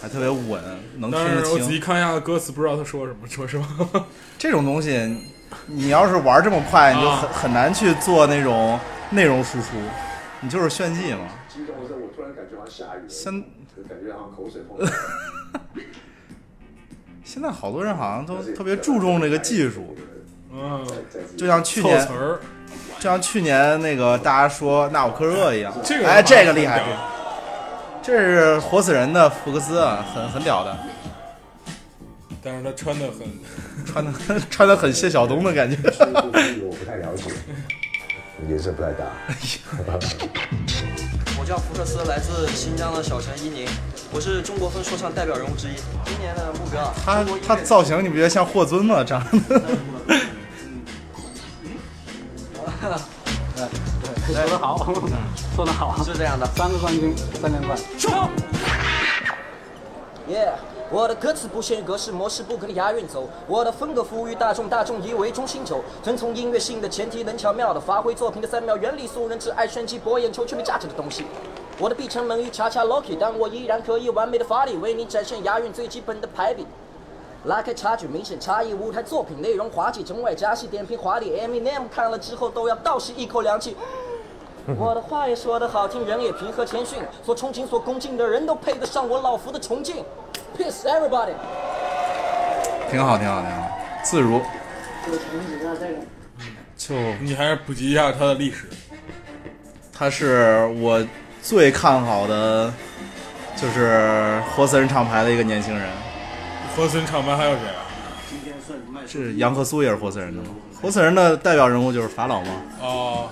Speaker 2: 还特别稳，能听
Speaker 3: 但
Speaker 2: 得
Speaker 3: 是我仔细
Speaker 2: 清。
Speaker 3: 看一下歌词，不知道他说什么，说什么。
Speaker 2: 这种东西，你要是玩这么快，
Speaker 3: 啊
Speaker 2: 你就很、很难去做那种内容输出，你就是炫技嘛。
Speaker 18: 激动的时候，我突然感觉好像下雨了，
Speaker 2: 先
Speaker 18: 感觉好像口水 碰到了。
Speaker 2: 现在好多人好像都特别注重这个技术，
Speaker 3: 嗯，
Speaker 2: 就像去年
Speaker 3: 凑词儿，
Speaker 2: 就像去年那个大家说纳瓦克热一样，
Speaker 3: 这个
Speaker 2: 哎，这个厉
Speaker 3: 很
Speaker 2: 害，
Speaker 3: 屌
Speaker 2: 这个这是活死人的福克斯啊，很很屌的，
Speaker 3: 但是他穿的很，
Speaker 2: 穿的穿的很谢晓东的感觉。
Speaker 18: 我不太了解，颜色不太 搭。
Speaker 19: 我叫福克斯，来自新疆的小城伊宁，我是中国风说唱代表人物之一。今年的目标啊，
Speaker 2: 他他造型你不觉得像霍尊吗？长得
Speaker 19: 说得好，说得好，哎是这样的，三个冠军，三连冠。
Speaker 13: 耶！我的歌词不限于格式，模式不跟押韵走。我的风格服务于大众，大众以为中心轴。遵从音乐性的前提，能巧妙的发挥作品的三秒原理。素人只爱炫技、博眼球，却没价值的东西。我的必成门与恰恰 Loki，但我依然可以完美的发力，为你展现押韵最基本的排比。拉开差距，明显差异。舞台作品内容滑稽，整外加戏，点评华丽。Eminem 看了之后都要倒吸一口凉气。我的话也说得好听，人也平和谦逊，所憧憬、所恭敬的人都配得上我老福的崇敬。Peace everybody。
Speaker 2: 挺好，挺好，挺好，哎自如。就
Speaker 3: 你还是普及一下他的历史。
Speaker 2: 他是我最看好的，就是活死人厂牌的一个年轻人。
Speaker 3: 活森厂牌还有谁啊？
Speaker 16: 今天算卖出
Speaker 2: 是杨和苏也是活死人的吗？活死人的代表人物就是法老嘛。
Speaker 3: 哦，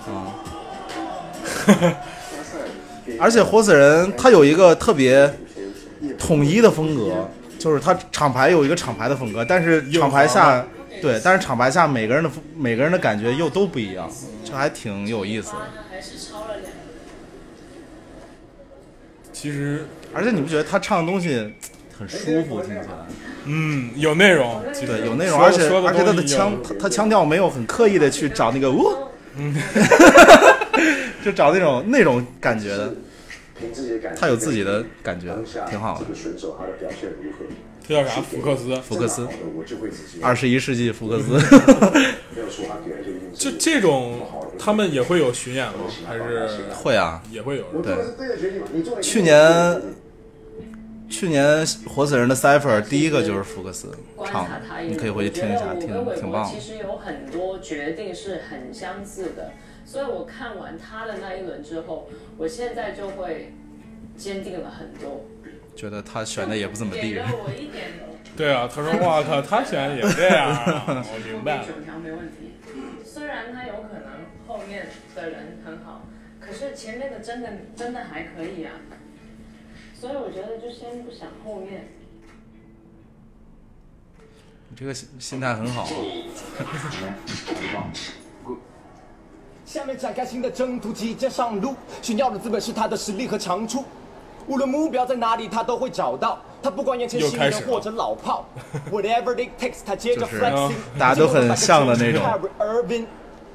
Speaker 2: 嗯而且活死人他有一个特别统一的风格，就是他厂牌有一个厂牌的风格，但是厂牌下对，但是厂牌下每个人的风每个人的感觉又都不一样，这还挺有意思的。
Speaker 15: 还是超了两个。
Speaker 3: 其实，
Speaker 2: 而且你不觉得他唱的东西很舒服，听起来？
Speaker 3: 嗯，有内容，其实
Speaker 2: 对，有内容，
Speaker 3: 说
Speaker 2: 而且
Speaker 3: 说的
Speaker 2: 而且他的
Speaker 3: 东西有
Speaker 2: 腔他他腔调没有很刻意的去
Speaker 3: 嗯
Speaker 2: 找那个呜，就找那种那种感觉的。
Speaker 16: 凭自己的感觉，
Speaker 2: 他有自己的感觉，挺好的
Speaker 16: 这。个选手他的表现如何？
Speaker 3: 这叫啥？福克斯，
Speaker 2: 福克斯
Speaker 16: 我就会直接，
Speaker 2: 二十一世纪福克斯，
Speaker 16: 没有说他给人就一定
Speaker 3: 就这种，他们也会有巡演吗？还是
Speaker 2: 会啊，
Speaker 3: 也会有。
Speaker 2: 对，
Speaker 16: 对的决定嘛。你做了一个
Speaker 2: 去年去年活死人的 Cipher 第一个就是福克斯唱的，你可以回去听一下，挺挺棒
Speaker 1: 其
Speaker 2: 的。
Speaker 1: 实有很多决定是很相似的，所以我看完他的那一轮之后，我现在就会坚定了很多。
Speaker 2: 觉得他选的也不怎么地
Speaker 1: 给。了我一点
Speaker 3: 对啊， 他说哇靠，他选的也这样啊，我明白了。
Speaker 1: 准条没问题。虽然他有可能后面的人很好，可是前面的真的真的还可以啊。所以我觉得就先不想后面。
Speaker 2: 你 这个心心态很好。
Speaker 11: 下面展开新的征途，即将上路。炫耀的资本是他的实力和长处，无论目标在哪里，他都会找到。他不管眼前
Speaker 2: 又
Speaker 11: 新
Speaker 2: 开
Speaker 11: 人
Speaker 2: 始了
Speaker 11: 或者老 炮，whatever it takes，他接着
Speaker 2: 就是嗯
Speaker 11: flexing，
Speaker 2: 大家都很像的那种
Speaker 11: Irvin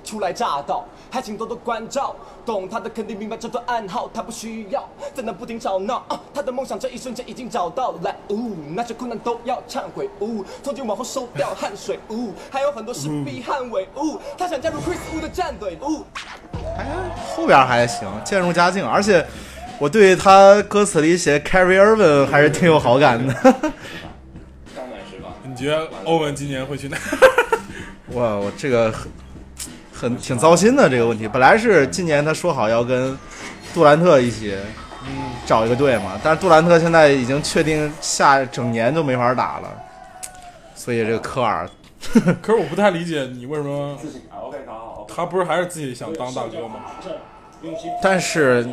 Speaker 11: 初来乍到，还请多多关照。懂他的肯定明白这段暗号，他不需要在那不停吵闹、啊他的梦想这一瞬间已经找到了。来，呜，那些困难都要忏悔。呜，从今往后收掉汗水。呜，还有很多事必捍卫。呜，他想加入 Chris Wu 的战队。呜。
Speaker 2: 后边还行，渐入佳境，而且我对他歌词里写 Carrie Irvin 还是挺有好感的。
Speaker 3: 你觉得欧文今年会 去哪？
Speaker 2: 哇，我这个很很挺糟心的这个问题。本来是今年他说好要跟杜兰特一起嗯找一个队嘛，但是杜兰特现在已经确定下整年都没法打了，所以这个科尔
Speaker 3: 可是我不太理解你为什么他不是还是自己想当大哥吗？
Speaker 2: 但是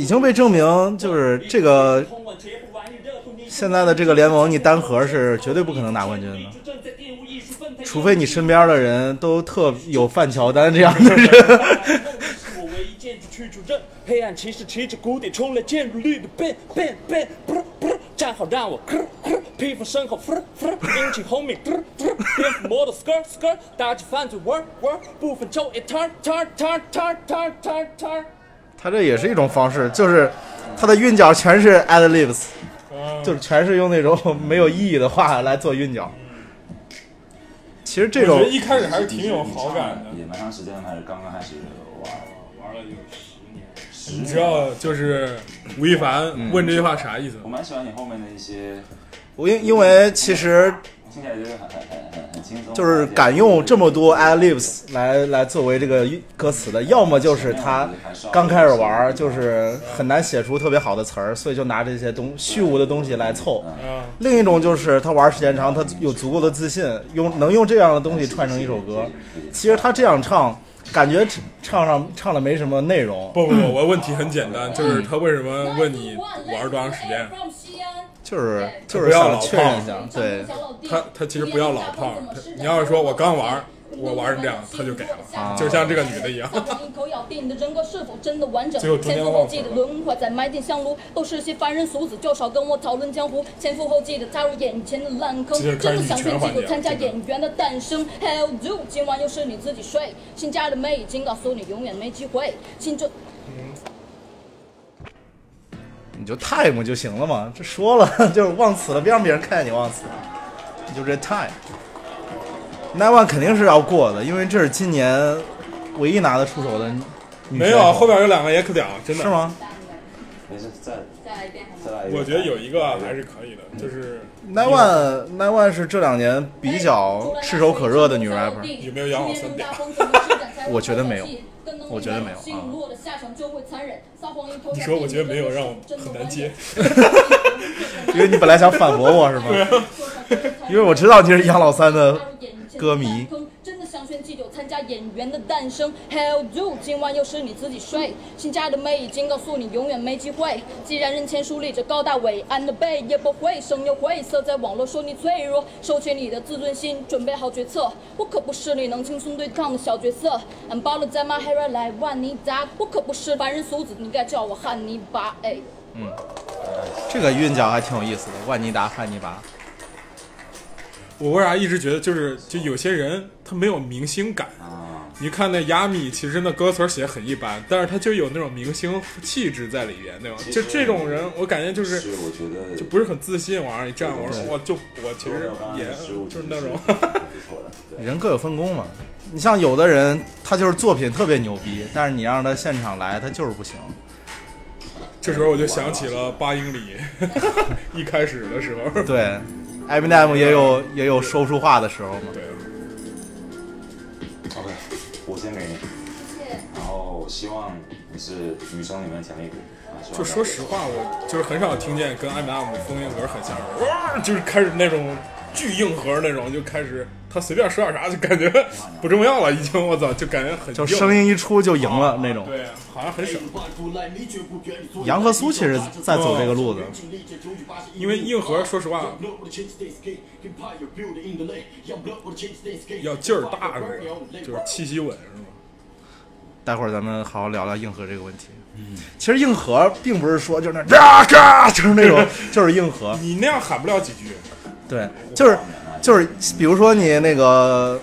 Speaker 2: 已经被证明，就是这个现在的这个联盟，你单核是绝对不可能拿冠军的，除非你身边的人都特有范乔丹这样的人。
Speaker 11: 我唯一建筑驱逐阵，黑暗骑士骑着古典冲来建筑绿的 b 变变，噗噗，站好让我噗噗，披风身后噗噗，英气轰鸣噗噗，蝙蝠魔的 skr skr，打起犯罪 word word，不分昼夜 turn turn turn turn turn turn turn。
Speaker 2: 他这也是一种方式，就是他的韵脚全是 ad libs，就是
Speaker 3: 嗯
Speaker 2: 全是用那种没有意义的话来做韵脚。其实这种
Speaker 3: 我觉得一开始还是挺有好感的
Speaker 7: 也蛮长时间了，还是刚刚开始玩
Speaker 3: 玩了有十
Speaker 7: 年。
Speaker 3: 你知道就是吴亦
Speaker 2: 嗯
Speaker 3: 凡问这句话啥意思？
Speaker 7: 我蛮喜欢你后面的一些，
Speaker 2: 我因因为其实
Speaker 7: 听起来就是很很很很很轻松，
Speaker 2: 就是敢用这么多 ad libs 来来作为这个歌词的，要么就是他刚开始玩儿就是很难写出特别好的词儿，所以就拿这些东虚无的东西来凑；另一种就是他玩儿时间长，他有足够的自信，用能用这样的东西串成一首歌。其实他这样唱，感觉唱上唱的没什么内容。
Speaker 3: 不不不，我问题很简单，就是他为什么问你玩多长时间？
Speaker 2: 就是
Speaker 3: 他
Speaker 2: 就
Speaker 3: 不
Speaker 2: 是
Speaker 3: 要
Speaker 2: 想
Speaker 3: 老
Speaker 2: 确认
Speaker 3: 炮
Speaker 2: 一下，，对，
Speaker 3: 他他其实不要老炮，他你要是说我刚玩，我玩成这样，他就给
Speaker 2: 啊嗯
Speaker 3: 了，就像这个女的一样。
Speaker 20: 一口咬定你的人格是否真的完整
Speaker 3: 最后？中
Speaker 20: 前
Speaker 3: 间
Speaker 20: 赴
Speaker 3: 忘
Speaker 20: 后
Speaker 3: 了
Speaker 20: 继的轮回，在埋进香炉，都是些凡人俗子，就少跟我讨论江湖。前赴后继的踏入眼前的烂坑，
Speaker 18: 这就
Speaker 20: 真
Speaker 18: 开
Speaker 20: 的
Speaker 18: 始
Speaker 20: 想
Speaker 18: 女权
Speaker 20: 骗
Speaker 18: 环
Speaker 20: 机
Speaker 18: 节
Speaker 20: 构
Speaker 18: 了
Speaker 20: 参加
Speaker 18: 真的
Speaker 20: 演员的诞生。Hell do，今晚又是你自己睡。新加的妹已经告诉你，永远没机会。青春。
Speaker 2: 你就 time 就行了嘛，这说了 就是忘词了，别让别人看见你忘词，你就这 time。那万肯定是要过的，因为这是今年唯一拿得出手的女
Speaker 3: 没有啊，
Speaker 2: 选手
Speaker 3: 后边有两个也可屌，真的
Speaker 2: 是吗？
Speaker 7: 没事，再
Speaker 20: 再一遍好吗？
Speaker 7: 再来一遍
Speaker 3: 我觉得有一个啊还是可以的，就是
Speaker 2: 奈万奈万是这两年比较炙手可热的女 rapper，
Speaker 3: 有没有养老三点？
Speaker 2: 我觉得没有，我觉得没有啊。
Speaker 3: 你说我觉得没有，让我很难接。
Speaker 2: 因为你本来想反驳我是
Speaker 3: 啊
Speaker 2: 吗？因为我知道你是杨老三的歌迷，
Speaker 20: 真的想选祭酒参加演员的诞生。Hell do，今晚又是你自己睡。新嫁的妹已经告诉你永远没机会。既然人前树立着高大伟岸的背，也不会省油晦涩，在网络说你脆弱，收起你的自尊心，准备好决策。我可不是你能轻松对抗的小角色。俺包了在马 h e r a 来万尼达，我可不是凡人俗子，你该叫我汉尼拔。哎，
Speaker 2: 嗯，这个韵脚还挺有意思的，万妮达汉尼拔。
Speaker 7: 啊
Speaker 3: 我为啥一直觉得就是就有些人他没有明星感，你看那亚米，其实那歌词儿写得很一般，但是他就有那种明星气质在里边，对吧？就这种人，我感觉就是，
Speaker 7: 我觉得
Speaker 3: 就不是很自信，往那儿一站，我说
Speaker 7: 对
Speaker 3: 我就我其实也就是那种，
Speaker 2: 人各有分工嘛。你像有的人，他就是作品特别牛逼，但是你让他现场来，他就是不行。
Speaker 3: 这时候我就想起了八英里， 一开始的时候，
Speaker 2: 对，Eminem 也有也有说不出话的时候嘛。
Speaker 3: 对，
Speaker 7: OK，我先给你，然后希望你是女生里面的潜力股啊。希望
Speaker 3: 就说实话，我就是很少听见跟艾米纳姆风格很像的，哇，就是开始那种巨硬核那种，就开始他随便说点啥就感觉不重要了，已经我操，就感觉很
Speaker 2: 就
Speaker 3: 硬
Speaker 2: 声音一出就赢了那种。
Speaker 3: 啊对，好像很少。
Speaker 2: 杨和苏其实在走这个路子，
Speaker 3: 因为硬核，说实话，要劲儿大是吧？就是气息稳是吧？
Speaker 2: 待会儿咱们好好聊聊硬核这个问题。其实硬核并不是说就是那啊嘎，就是那 种就是硬核。
Speaker 3: 你那样喊不了几句，
Speaker 2: 对，就是就是，比如说你那个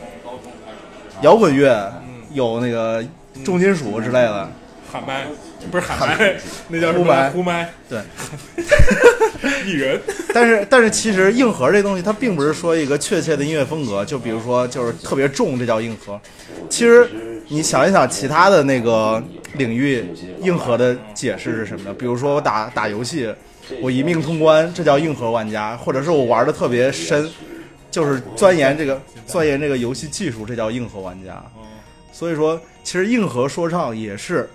Speaker 2: 摇滚乐有那个重金属之类的，
Speaker 3: 喊麦不是喊麦，那叫什
Speaker 2: 呼麦
Speaker 3: 么？呼麦，
Speaker 2: 对，
Speaker 3: 艺人。
Speaker 2: 但是但是其实硬核这东西它并不是说一个确切的音乐风格，就比如说就是特别重，这叫硬核。其实你想一想其他的那个领域硬核的解释是什么呢？比如说我打打游戏，我一命通关，这叫硬核玩家，或者是我玩的特别深，就是钻研这个钻研这个游戏技术，这叫硬核玩家。所以说，其实硬核说唱也是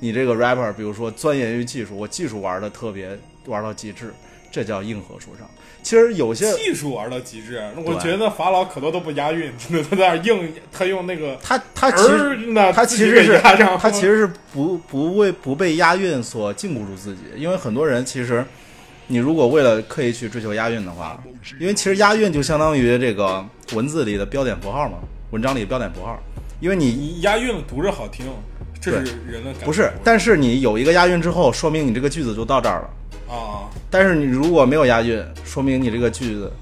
Speaker 2: 你这个 rapper，比如说钻研于技术，我技术玩的特别玩到极致，这叫硬核说唱。其实有些
Speaker 3: 技术玩到极致，那我
Speaker 2: 对
Speaker 3: 觉得法老可多都不押韵， 真的他在那儿硬，他用那个
Speaker 2: 他他其实
Speaker 3: 那
Speaker 2: 他其实是
Speaker 3: 押上，
Speaker 2: 他其实是不不为不被押韵所禁锢住自己，因为很多人其实你如果为了刻意去追求押韵的话，因为其实押韵就相当于这个文字里的标点符号嘛，文章里的标点符号，因为你
Speaker 3: 押韵了读着好听，这
Speaker 2: 对
Speaker 3: 是人的感觉
Speaker 2: 不是，但是你有一个押韵之后，说明你这个句子就到这儿了。
Speaker 3: 啊，
Speaker 2: 但是你如果没有押韵，说明你这个句子，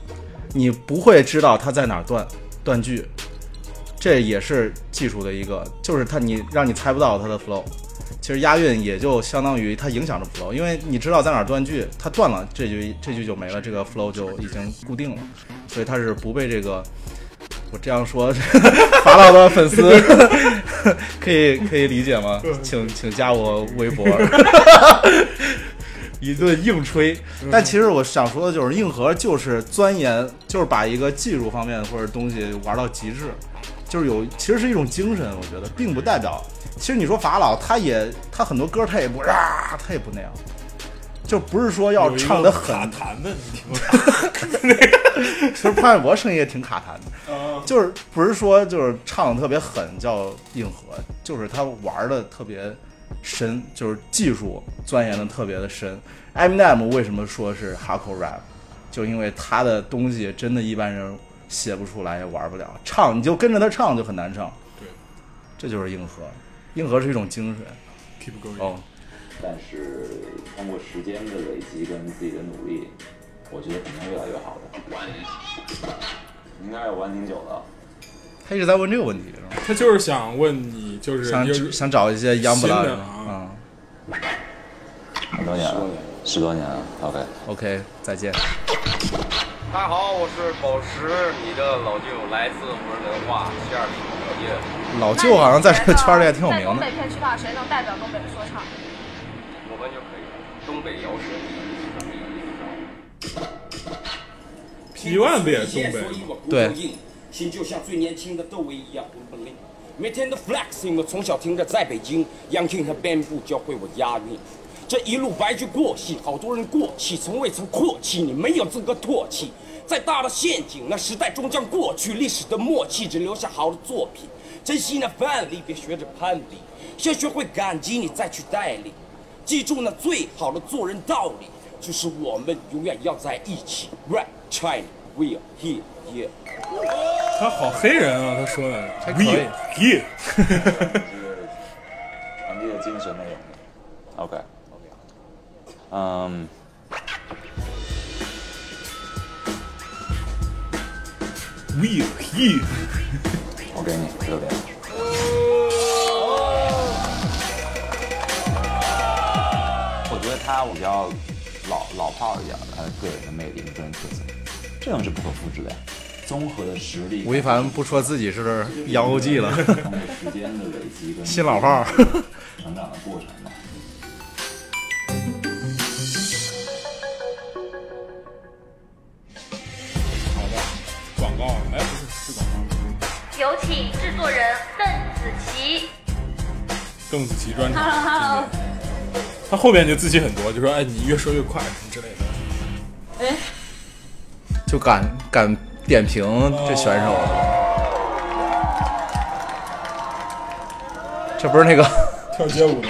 Speaker 2: 你不会知道它在哪儿断断句，这也是技术的一个，就是它你让你猜不到它的 flow。其实押韵也就相当于它影响着 flow，因为你知道在哪儿断句，它断了这句这句就没了，这个 flow 就已经固定了，所以它是不被这个我这样说 法老的粉丝 可以可以理解吗？请请加我微博。 一顿硬吹。
Speaker 3: 嗯
Speaker 2: 但其实我想说的就是，硬核就是钻研，就是把一个技术方面或者东西玩到极致，就是有其实是一种精神，我觉得并不代表。其实你说法老，他也他很多歌他也不啊，他也不那样，就不是说要哦唱的很
Speaker 3: 有一个卡痰的，你听过？
Speaker 2: 其实潘玮柏声音也挺卡痰
Speaker 3: 嗯
Speaker 2: 的，就是不是说就是唱的特别狠叫硬核，就是他玩的特别深，就是技术钻研的特别的深。Eminem 为什么说是哈口 rap，就因为他的东西真的一般人写不出来也玩不了，唱你就跟着他唱就很难唱。
Speaker 3: 对，
Speaker 2: 这就是硬核，硬核是一种精神。
Speaker 3: Keep going
Speaker 2: 哦，
Speaker 7: 但是通过时间的累积跟自己的努力，我觉得肯定越来越好的。应该也玩挺久了。
Speaker 2: 他一直在问这个问题，是吧
Speaker 3: 他就是想问你，就是
Speaker 2: 想想找一些 Young
Speaker 3: 新
Speaker 2: Blood
Speaker 3: 的
Speaker 2: 啊。
Speaker 7: 很多年了，十多年了。OK
Speaker 2: OK，再见。
Speaker 10: 大家好，我是宝石，你的老舅，来自湖人文化西二里老街。
Speaker 2: 老舅好像在哎这个圈儿里也挺有
Speaker 21: 在
Speaker 2: 名
Speaker 21: 东
Speaker 2: 的
Speaker 21: 北。片区的话，谁能代表东北的说唱？
Speaker 10: 我们就可以东北摇舌第一第一
Speaker 3: 一万不也是东北
Speaker 11: 所以我
Speaker 3: 吗？
Speaker 11: 不够硬，心就像最年轻的窦唯一样温不灵。每天的 flexing，我从小听着在北京，Young King 和 Bamboo 教会我押韵。这一路白驹过隙，好多人过气，从未曾阔气，你没有资格唾弃。再大的陷阱，那时代终将过去，历史的默契只留下好的作品。珍惜那范例，别学着攀比，先学会感激，你再去带领。记住那最好的做人道理，就是我们永远要在一起。Right China, we are here, yeah.
Speaker 3: 他好黑人啊，他说的
Speaker 11: 还可以
Speaker 3: We- we-
Speaker 7: 传递的精神内容。OK OK，嗯，
Speaker 3: We here，
Speaker 7: 我给你六点。他我比较老老炮儿一点，他的个人的魅力跟个人特色，这种是不可复制的呀。综合的实力，
Speaker 2: 吴亦凡不说自己是 《洋游记》了，
Speaker 7: 通过 时间的累积跟
Speaker 2: 新老炮儿
Speaker 7: 成长的过程吧。
Speaker 3: 好吧，广告，哎，不是是广告，
Speaker 18: 有请制作人邓紫棋。
Speaker 3: 邓紫棋专
Speaker 18: h e
Speaker 3: 场
Speaker 18: l l o h e l l o
Speaker 3: 他后面就自信很多，就说哎，你越说越快什么之类的。
Speaker 22: 哎，
Speaker 2: 就敢敢点评这选手，这不是那个
Speaker 3: 跳街舞的，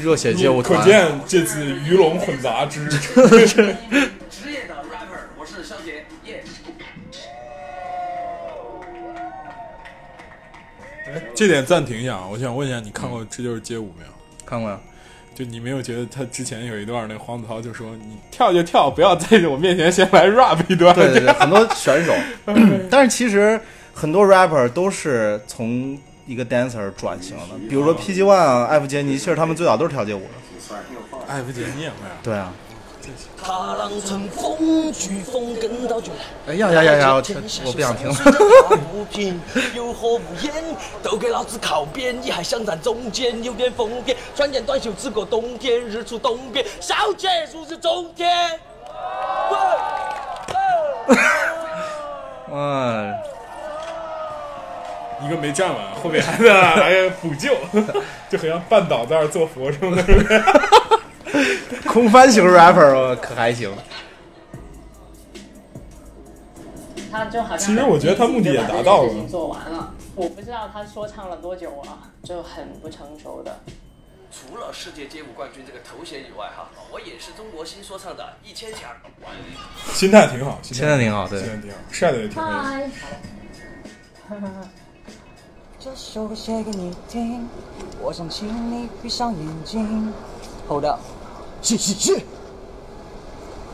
Speaker 2: 热血街舞团
Speaker 3: 可？见这次鱼龙混杂 之。
Speaker 10: 职业的 rapper，我是肖杰，耶、
Speaker 3: 这点暂停一下，啊！我想问一下，你看过《这就是街舞》没有？
Speaker 2: 看过呀。
Speaker 3: 就你没有觉得他之前有一段那个黄子韬就说你跳就跳，不要在我面前先来 rap 一段。
Speaker 2: 对对对，很多选手，但是其实很多 rapper 都是从一个 dancer 转型的，比如说 PG One 啊、艾弗杰尼，其实他们最早都是跳街舞的。
Speaker 3: 艾弗杰尼也会啊？
Speaker 2: 对啊，
Speaker 11: 踏浪乘风，飓风跟到卷。
Speaker 2: 哎呀呀呀呀！我听我不想听了。
Speaker 11: 不骗，又何无言？都给老子靠边！你还想站中间？有点疯癫。穿件短袖只过冬天，日出东边，小姐如日中天。
Speaker 2: 嗯，
Speaker 3: 一个没站稳，后面还在还要补救， 就好像半倒在那儿做俯卧撑的。
Speaker 2: 空翻型 rapper 哦我可还行。
Speaker 1: 他就好像
Speaker 3: 其实我觉得他目的也达到了
Speaker 1: 已经做完了。我不知道他说唱了多久啊，就很不成熟的。
Speaker 23: 除了世界街舞冠军这个头衔以外，哈，我也是中国新说唱的一千强。
Speaker 3: 心态挺好，心
Speaker 2: 态挺好对
Speaker 3: 心态挺好，晒的也挺开心。
Speaker 18: 嗨，
Speaker 11: 这首歌写给你听，我想请你闭上眼睛。Hold up，是是是。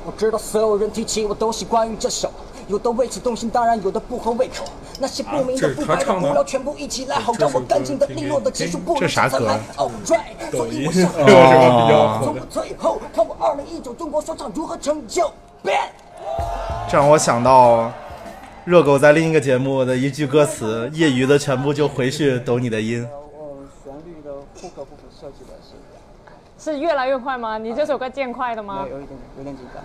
Speaker 11: 我知道所有人提起我都是关于这首，有的为此动心，当然有的不合胃口。那些不明
Speaker 2: 这
Speaker 11: 的、
Speaker 2: 啊是
Speaker 11: 不
Speaker 2: 他
Speaker 11: 白的、
Speaker 2: 唱的
Speaker 11: 无聊，全部一起来吼，让我干净的、利落的结束不
Speaker 2: 这
Speaker 11: 能
Speaker 2: 啥歌啊
Speaker 11: 哦，right，所以我想
Speaker 2: 抖音这有什么比较火的
Speaker 11: 从我最后看我二零一九中国说唱如何成就。变。
Speaker 2: 这让我想到热狗在另一个节目的一句歌词：“业余的全部就回去抖你的音。
Speaker 24: 旋律的不可不可设计的是，
Speaker 22: 是越来越快吗？你这首歌渐快的吗？
Speaker 24: 有一点有点紧张。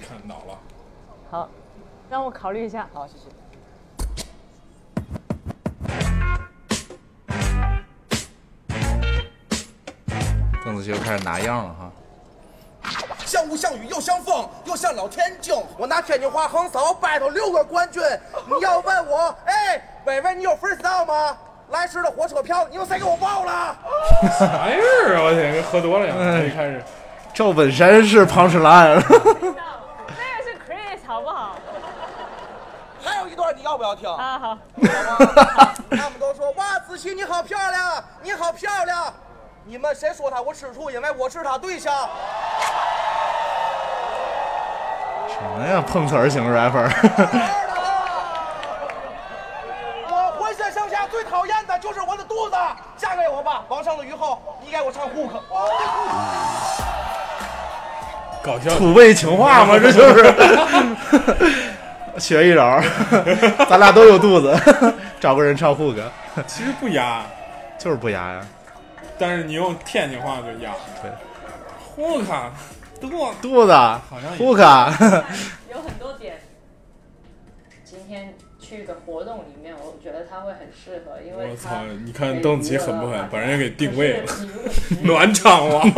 Speaker 3: 看到了，
Speaker 22: 好，让我考虑一下。
Speaker 24: 好，谢谢。
Speaker 2: 邓紫棋又开始拿样了哈。
Speaker 6: 像雾像雨又相逢，又像老天境。我拿铁牛花横扫，拜头六个冠军。你要问我，哎，伟伟，你有 freestyle 吗？来时的火车票，你们谁给我报了？
Speaker 3: 啥玩意儿啊！我天，喝多了呀！
Speaker 2: 哎
Speaker 3: 一开始
Speaker 2: 赵本山是庞士 兰，
Speaker 22: 那个是 Chris 好不好？
Speaker 6: 还有一段你要不要听？
Speaker 22: 啊好，
Speaker 6: 他们都说哇，子琪你好漂亮，你好漂亮。你们谁说她？我吃醋，因为我是她对象。
Speaker 2: 什么哎呀，碰瓷儿型 rapper。
Speaker 6: 我浑身上下最讨厌的就是我的肚子。嫁给我吧，王上的雨后，你给我唱 hook。
Speaker 3: 搞笑
Speaker 2: 土味情 话吗？这就是学一招，咱俩都有肚子， 找个人唱 hook，
Speaker 3: 其实不压，
Speaker 2: 就是不压呀。
Speaker 3: 但是你用天津话就压。
Speaker 2: 对，
Speaker 3: 呼卡，多
Speaker 2: 肚子
Speaker 3: 好像也
Speaker 2: hook，
Speaker 1: 有很多点。今天去一个活动里面，我觉得他会很适合，因 为
Speaker 3: 我操
Speaker 1: 他！
Speaker 3: 你看邓紫棋狠不狠，把人家给定位了
Speaker 1: 可是你如，
Speaker 3: 暖场王，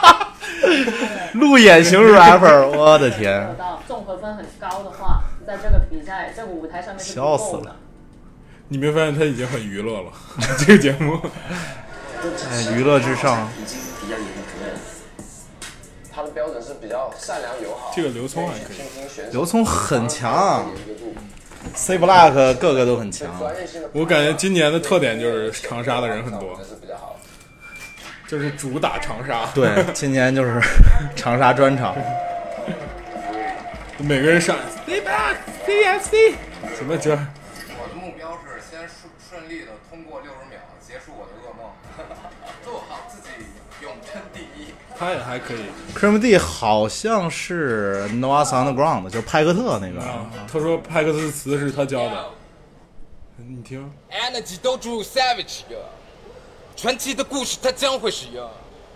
Speaker 2: 路演型 rapper，我的天
Speaker 1: 得，到综合分很高的话，在这个比赛这个舞台上面是不
Speaker 2: 笑死
Speaker 1: 够的
Speaker 2: 了。！
Speaker 3: 你没发现他已经很娱乐了？ 这个节目，
Speaker 2: 哎，娱乐至上，
Speaker 10: 比较严格。他的标准是比较善良友好。
Speaker 3: 这个刘聪还可以，
Speaker 2: 刘聪很强，C Block 个个都很强。
Speaker 3: 我感觉今年的特点就是长沙的人很多，就是主打长沙，
Speaker 2: 对，今年就是 长沙专场，
Speaker 3: 每个人上 Stay back, CFC。什么这？
Speaker 10: 我的目 标是先顺顺利的通过六十秒，结束我的噩梦，做好自己。
Speaker 3: 他也还可以。
Speaker 2: Cream D 好像是 Noah's Underground，就是派克特那边。
Speaker 3: 啊，他说派克斯词是他教的，你听，
Speaker 11: Energy 都注入 Savage 呀，传奇的故事它将会是呀，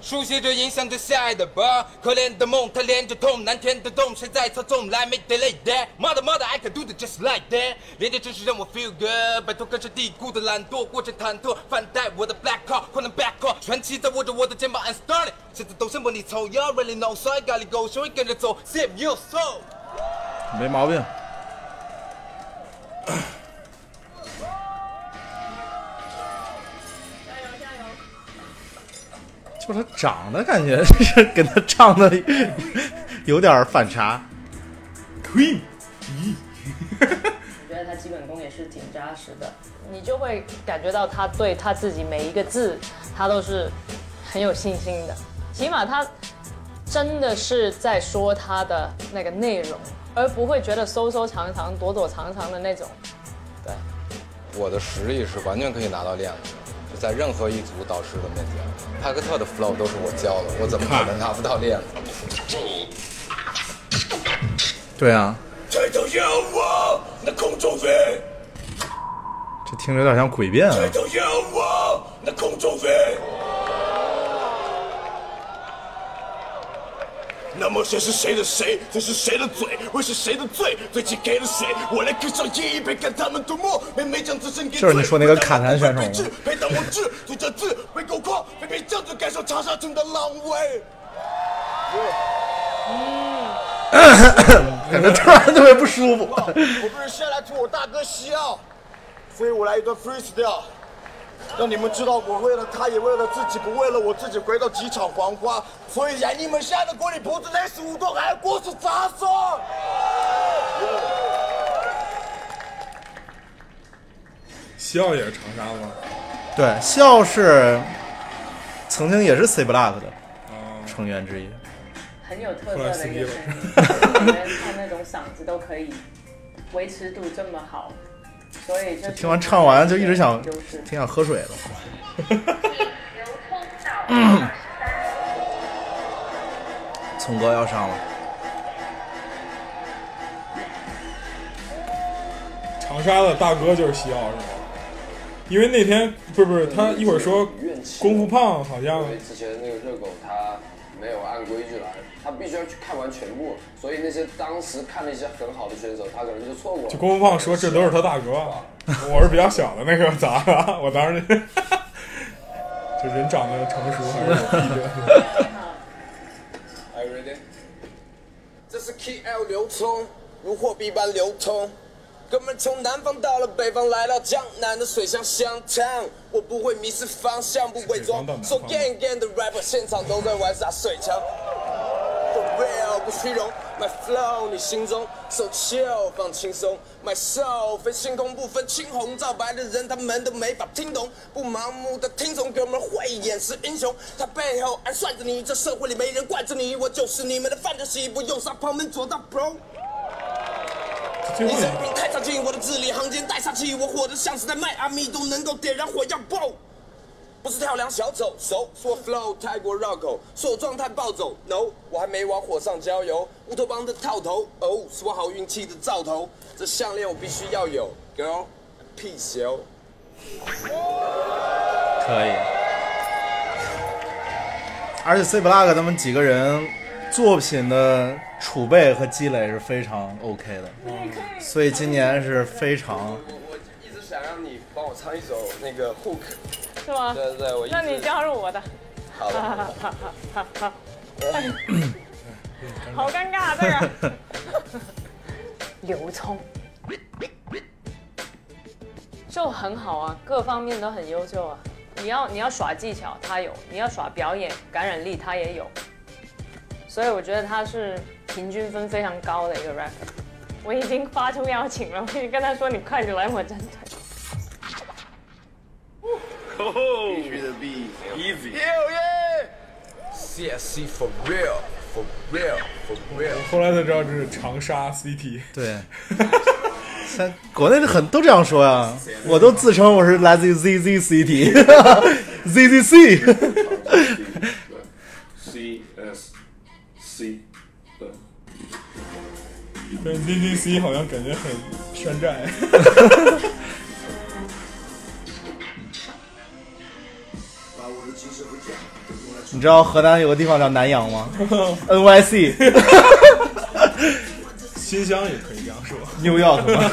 Speaker 11: 书写着影响着下爱的吧，可怜的梦它连着痛，难填的洞谁在操纵来 make the late that mother mother I can do it just like that，连接知识让我 feel good，摆脱根深蒂固的懒惰，过程忐忑，反带我的 black car，困难 back car，传奇在握着我的肩膀 and started，现在都想把你抽，You really know so I gotta go，所以跟着走，Save your soul。
Speaker 2: 没 毛病。就是他长得感觉是跟他唱的 有点反差。Queen，
Speaker 12: 觉得他基本功也是挺扎实的，你就会感觉到他对他自己每一个字，他都是很有信心的。起码他真的是在说他的那个内容，而不会觉得收收藏藏、躲躲藏藏的那种。
Speaker 11: 我的实力是完全可以拿到链子的，就在任何一组导师的面前，派克特的 flow 都是我教的，我怎么可能拿不到链子？
Speaker 2: 对啊，
Speaker 11: 抬头仰望那空中飞，
Speaker 2: 这听着有点像诡辩啊。
Speaker 11: 抬头仰望那空中飞。那么谁是谁的谁？谁是谁的罪？为是谁的罪？罪己给了谁？我来刻上一一杯，看他们涂抹，每每将自身给
Speaker 2: 就是你说那个卡弹选手吗？
Speaker 11: 陪当我治，随着字被狗框，被被将子感受长沙城的浪味。
Speaker 2: 感觉突然特别不舒服。
Speaker 11: 我不是先来吐我大哥西奥，所以我来一个 freestyle，让你们知道我为了他，也为了自己，不为了我自己回到几场黄花。所以演你们下的锅里脖子来十五度，还锅是杂送。
Speaker 3: 笑也是长沙吗？
Speaker 2: 对，笑是曾经也是 C Block 的成员之一。
Speaker 25: 很有特色的一个声音，
Speaker 2: 后来 CD 了
Speaker 25: 我觉得他那种嗓子都可以维持度这么好，所以就
Speaker 2: 听完唱完就一直想
Speaker 25: 优势，
Speaker 2: 挺想喝水的。聪哥要上了，
Speaker 3: 长沙的大哥就是西奥是吗？因为那天不是不是，他一会儿说功夫胖好像
Speaker 26: 因为呃之前那个热狗他没有按规矩来，他必须要去看完全部，所以那些当时看了一些很好的选手，他可能就错过了。
Speaker 3: 就功夫胖说这都是他大哥，啊我是比较小的那个咋 了？我当时这人长得成熟还是有逼的。
Speaker 11: Are you ready？这是 KL 流通，如货币般流通。哥们从南方到了北方，来到江南的水乡湘潭，我不会迷失方向，不伪装。So gang gang 的 rapper 现场都在玩耍水枪。For real 不虚荣，My flow 你心中，So chill 放轻松，My soul 飞星空不分青红皂白的人，他们都没法听懂，不盲目的听从，哥们慧眼识英雄，他背后暗算着你，这社会里没人惯着你，我就是你们的范特西，不用杀旁门左道 bro。
Speaker 3: 最
Speaker 11: 你
Speaker 3: 后一
Speaker 11: 人品太差劲，我的字里行间带杀气，我火的像是在迈阿密都能够点燃火药爆。不是跳梁小丑，熟说 flow 太过绕口，说我状态暴走，no，我还没往火上浇油。乌托邦的套头，哦，是我好运气的兆头。这项链我必须要有，girl，屁球。
Speaker 2: 可以。而且 C Block 他们几个人作品的储备和积累是非常 OK 的，所以今年是非常
Speaker 26: 一直想让你帮我唱一首那个 hook，
Speaker 1: 是吗？
Speaker 26: 对对对我一直
Speaker 1: 那你加入我的。
Speaker 26: 好的
Speaker 1: 哈哈哈哈哈哈好尴尬这个。刘聪就很好啊，各方面都很优秀啊。你要你要耍技巧，他有；你要耍表演感染力，他也有。所以我觉得他是平均分非常高的一个 rapper。我已经发出邀请了，我已经跟他说你快点来我战队。
Speaker 11: 必须的 B，easy。Hell yeah！CSC for real，for real，for real。
Speaker 3: 后来才知道这是长沙 CT。
Speaker 2: 对。在国内很都这样说呀、我都自称我是来自于 ZZ City，ZZC。
Speaker 10: C
Speaker 3: 对 DDC 好像感觉很山寨。
Speaker 2: 你知道河南有个地方叫南阳吗？NYC
Speaker 3: 新乡也可以这样说。
Speaker 2: New York 吗？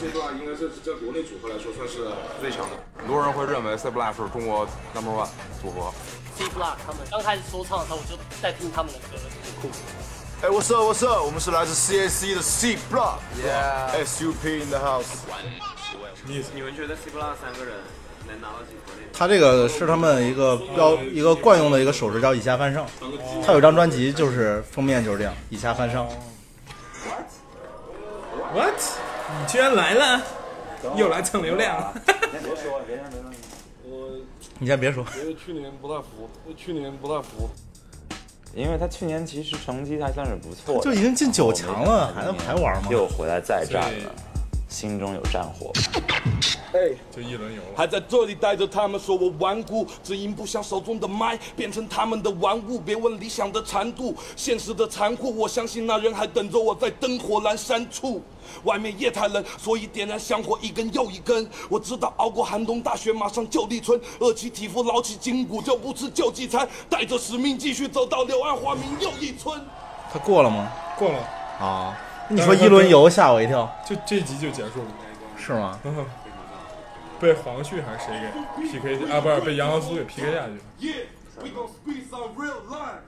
Speaker 6: 这段应该是这国内组合来说算是最强的。很多人会认为 C Block 是中国 number one 组合。
Speaker 13: C Block 他们刚开始说唱的时候，我就在听他们的歌，很酷。
Speaker 6: 哎，What's up？What's up？我们是来自 CAC 的 C Block，Yeah，SUP in the house。
Speaker 3: 你
Speaker 6: 你们觉得 C Block 三个人能拿到几分？
Speaker 2: 他这个是他们一个标一个惯用的一个手势，叫以下犯上。他有张专辑就是封面就是这样，以下犯上。
Speaker 3: What？你居然来了， 又来蹭流量。
Speaker 6: 别说了，别让别让。
Speaker 17: 我
Speaker 2: 你先别说，
Speaker 17: 觉得去年不太服，去年不太服。
Speaker 7: 因为他去年其实成绩还算是不错的，
Speaker 2: 就已经进九强了，还能还玩吗？
Speaker 7: 又回来再战了，心中有战火吧。
Speaker 17: 哎，
Speaker 3: 就一轮游啊了。
Speaker 17: 还在这里待着，他们说我顽固，只因不想手中的麦变成他们的玩物。别问理想的长度，现实的残酷，我相信那人还等着我在灯火阑珊处。外面夜太冷，所以点燃香火一根又一根。我知道熬过寒冬，大雪马上就立春。饿起体肤，劳起筋骨，就不吃救济餐，带着使命继续走到柳暗花明又一村。
Speaker 2: 他过了吗？
Speaker 3: 过了
Speaker 2: 啊！你说一轮游吓我一跳，
Speaker 3: 就这集就结束了，
Speaker 2: 是吗？
Speaker 3: 嗯被黄旭还是谁给 PK 啊？不是被杨和苏给 PK 下去了。
Speaker 17: Yeah, we gon' squeeze on real line.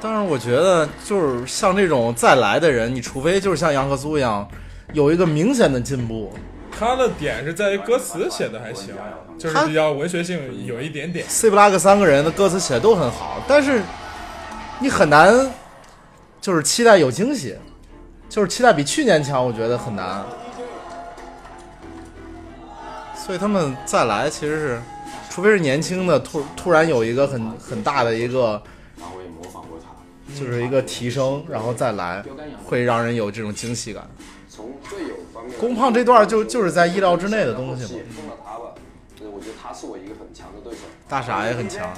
Speaker 2: 但是我觉得，就是像这种再来的人，你除非就是像杨和苏一样，有一个明显的进步。
Speaker 3: 他的点是在于歌词写的还行，就是比较文学性有一点点。
Speaker 2: C Block 三个人的歌词写的都很好，但是你很难就是期待有惊喜，就是期待比去年强，我觉得很难。所以他们再来其实是，除非是年轻的突突然有一个很很大的一个，
Speaker 6: 然后我也模仿过他。
Speaker 2: 就是一个提升，然后再来，会让人有这种惊喜感。
Speaker 6: 从队友方面，
Speaker 2: 宫胖这段就就是在意料之内的东西嘛。
Speaker 6: 碰到他了，就是我觉得他是我一个很强的对手。
Speaker 2: 大傻也很强，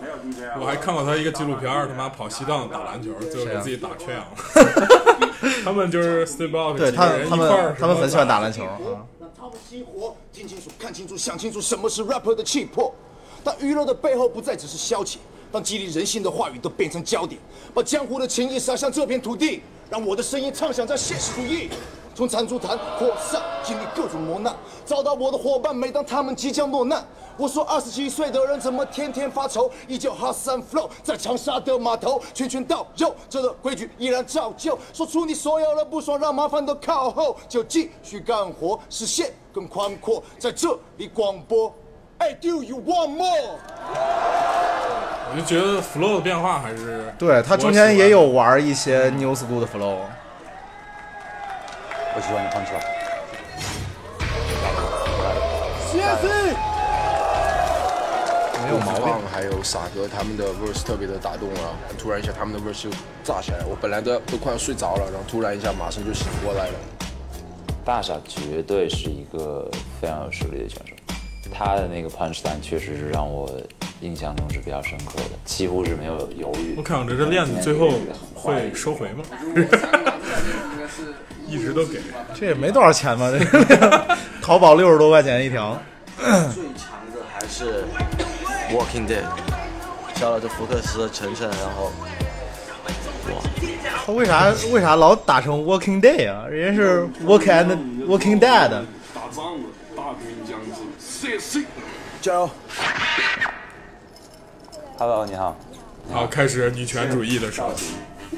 Speaker 6: 没有 DJ 啊
Speaker 3: 我还看过他一个纪录片儿，他妈跑西藏打篮球，最后
Speaker 2: 啊
Speaker 3: 给自己打缺氧 了。他们就是 Stay Block
Speaker 2: 对
Speaker 3: 几
Speaker 2: 他
Speaker 3: 个人一
Speaker 2: 他
Speaker 3: 块儿
Speaker 2: 们，他们很喜欢打篮球。啊
Speaker 17: 让他们激活，听清楚，看清楚，想清楚，什么是 rapper 的气魄。当娱乐的背后不再只是消遣，当激励人心的话语都变成焦点，把江湖的情谊洒向这片土地，让我的声音唱响在现实主义。从残烛坛火上经历各种磨难，找到我的伙伴。每当他们即将落难，我说二十七岁的人怎么天天发愁？依旧哈三 flow，在长沙的码头拳拳到肉，这的规矩依然照旧。说出你所有的不爽，让麻烦都靠后，就继续干活，视线更宽阔。在这里广播，Hey do you want more？
Speaker 3: 我就觉得 flow 的变化还是
Speaker 2: 对他中间也有玩一些 New School 的 flow，
Speaker 7: 我喜欢你胖起来。
Speaker 17: CSC
Speaker 2: 没有毛病。
Speaker 6: 还有傻哥他们的 verse 特别的打动了，突然一下他们的 verse 就炸起来了，我本来都都快要睡着了，然后突然一下马上就醒过来了。
Speaker 7: 大傻绝对是一个非常有实力的选手，他的那个 punchline 确实是让我印象中是比较深刻的，几乎是没有犹豫。
Speaker 3: 我看着这链子最后会收回吗？ 一直都给。
Speaker 2: 这也没多少钱吧？这个 淘宝六十多块钱一条。
Speaker 19: 最强的还是 Walking Dead，小老这福克斯的晨晨，然后
Speaker 2: 他为啥为啥老打成 Working Day 啊？人家是 Work and Working Dead。
Speaker 17: 打仗了，大兵将至，CSC 加油！
Speaker 7: Hello，你好。
Speaker 3: 好，开始女权主义的时候，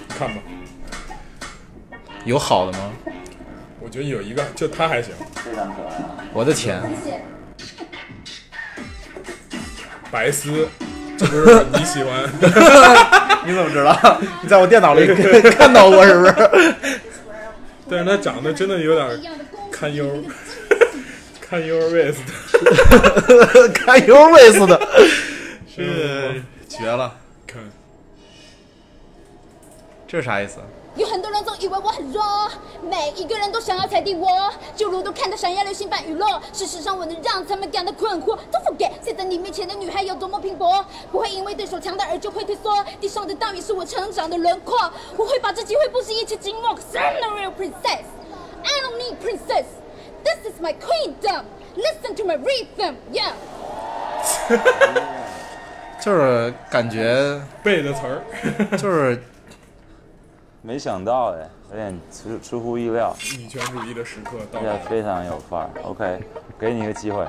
Speaker 3: 看吧。
Speaker 2: 有好的吗？
Speaker 3: 我觉得有一个，就他还行，
Speaker 7: 非常可爱、
Speaker 2: 我的天！
Speaker 3: 白丝，这不是你喜欢？
Speaker 2: 你怎么知道？你在我电脑里看到过是不是？
Speaker 3: 但是他长得真的有点堪忧， 堪忧 waste，
Speaker 2: 堪忧 waste
Speaker 3: 是
Speaker 2: 嗯绝了！
Speaker 3: 看
Speaker 2: 这是啥意思？
Speaker 20: 有很多人从一
Speaker 27: 以为我很弱，每一个人都想要踩低我，就如同看到闪耀流星般陨落。事实上，我能让他们感到困惑，都付给站在你面前的女孩有多么拼搏，不会因为对手强大而就会退缩。地上的大雨是我成长的轮廓，我会把这机会不惜一切经过。Cause I'm not real princess, I don't need princess. This is my queendom. Listen to my rhythm, yeah.
Speaker 2: 就是 感觉
Speaker 3: 背的词儿，
Speaker 2: 就是
Speaker 7: 没想到哎，有点出出乎意料，
Speaker 3: 女权主义的时刻到
Speaker 7: 而
Speaker 3: 来
Speaker 7: 且
Speaker 3: 了。
Speaker 7: 非常有范儿。OK，给你一个机会，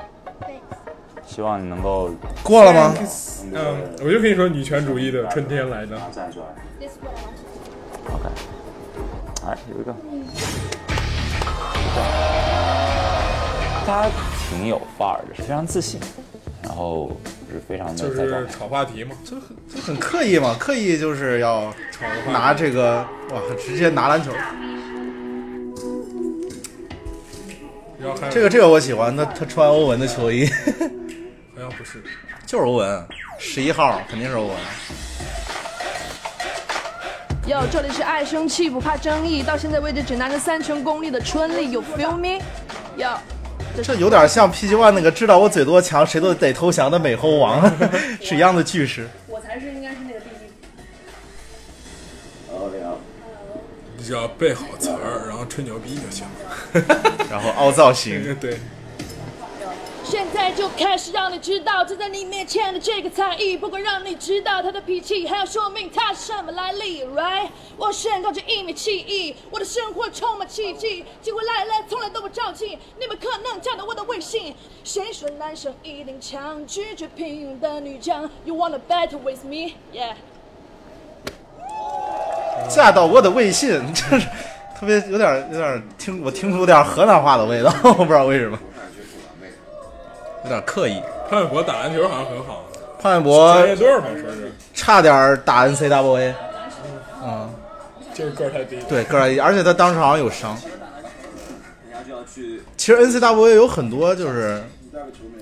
Speaker 7: 希望你能够
Speaker 2: 过了吗？
Speaker 3: 嗯，我就跟你说，女权主义的春天来了。
Speaker 7: 哎，有一个，他挺有范儿的，非常自信，然后是非常的
Speaker 3: 就
Speaker 7: 在
Speaker 3: 是炒话题嘛，
Speaker 2: 就就很刻意嘛，刻意就是要拿这个哇，直接拿篮球。
Speaker 3: 然后还有
Speaker 2: 这个这个我喜欢，他他穿欧文的球衣，
Speaker 3: 好像不是，
Speaker 2: 就是欧文，十一号肯定是欧文。
Speaker 9: 哟，这里是爱生气不怕争议，到现在为止只拿着三成功力的春丽，有 feel me？哟，
Speaker 2: 这有点像 PG One 那个知道我嘴多强，谁都得投降的美猴王 是一样的句式。
Speaker 1: 我才是应该是那个弟弟。
Speaker 3: 你只要背好词儿，然后吹牛逼就行了。
Speaker 2: 然后凹造型，
Speaker 3: 对，
Speaker 27: 现在就开始让你知道站在你面前的这个才艺，不光让你知道他的脾气，还要说明他是什么来历，right？我身高就一米七一，我的生活充满奇迹，机会来了从来都不着急，你们可能加到我的微信。谁说男生一定强？拒绝平庸的女将，You wanna battle with me？Yeah。
Speaker 2: 嫁到我的微信，这是特别有点有点听我听出点河南话的味道， 我不知道为什么，有点刻意。
Speaker 3: 潘玮柏打篮球好像很好，
Speaker 2: 潘玮柏
Speaker 3: 专业队儿吧，说是，
Speaker 2: 差点打 NCAA，嗯，
Speaker 3: 就是个儿太低。
Speaker 2: 对，个儿矮，而且他当时好像有伤。
Speaker 28: 人家就要去
Speaker 2: 其实 NCAA 有很多就是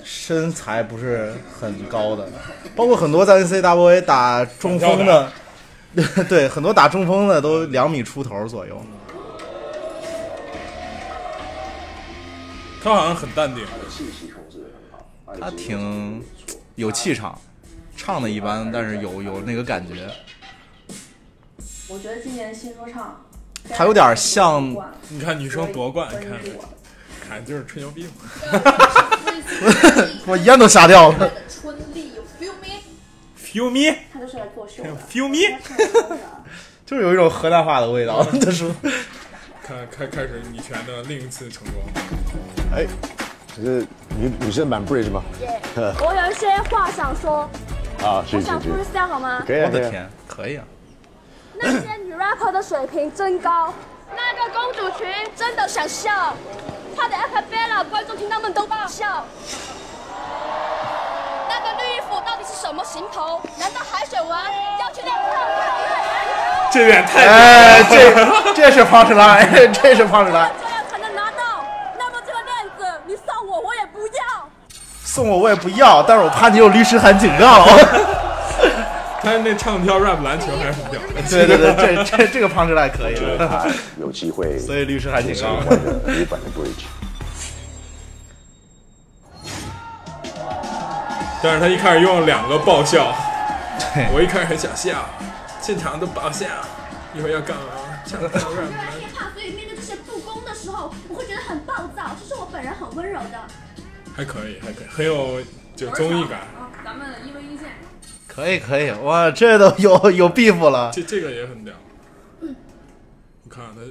Speaker 2: 身材不是很高的，包括很多在 NCAA 打中锋的， 对，很多打中锋的都两米出头左右。
Speaker 3: 他好像很淡定，
Speaker 2: 他挺有气场，唱的一般，但是有有那个感觉，
Speaker 1: 我觉得今年新说唱，
Speaker 2: 他有点像
Speaker 3: 你看女生夺冠，你看，看就是吹牛逼嘛。
Speaker 2: 我烟都吓掉了。
Speaker 1: 春丽有 feel me，
Speaker 3: Feel me，
Speaker 1: 他就是来作秀的。
Speaker 3: Feel me， 嗯
Speaker 2: 就是有一种河南话的味道。他说，
Speaker 3: 看开开始女权的另一次成功。
Speaker 16: 哎，这是你你是满 bridge 吗？呃
Speaker 18: 我有一些话想说，
Speaker 16: 啊，
Speaker 18: 我
Speaker 16: 是是
Speaker 18: 想
Speaker 16: 是
Speaker 18: freestyle 好吗？
Speaker 16: 可以啊，可以啊，
Speaker 2: 可以啊。
Speaker 18: 那些女 rapper 的水平真高，那个公主裙真的想笑，她的 a c a p e l l a 观众听他们都爆笑。
Speaker 27: 那个绿衣服到底是什么行头？难道海水王要去练跳？
Speaker 3: 这有点
Speaker 2: 太哎，这这是胖十来，哎这是胖十来，
Speaker 18: 才能拿到，那么这个链子你送我我也不要。
Speaker 2: 送我我也不要，但是我怕你有律师函警告。
Speaker 3: 他那唱跳 rap 篮球还是很屌的。
Speaker 2: 对对对，这这这个胖十来可以
Speaker 16: 觉得他
Speaker 2: 了。
Speaker 16: 有机会，
Speaker 2: 所以律师函警告
Speaker 16: 我的日本的 bridge。
Speaker 3: 但是他一开始用了两个爆笑，我一开始很想笑，现场都爆笑，一会儿要干嘛？唱跳 rap。
Speaker 29: 害怕，所以面对这些不公的时候，我会觉得很暴躁。其实我本人很温柔的。
Speaker 3: 还可以，还可以，很有 就综艺感。
Speaker 29: 啊，咱们一 v 一见。
Speaker 2: 可以可以，哇，这都有有 beef 了。
Speaker 3: 这这个也很屌。我看看他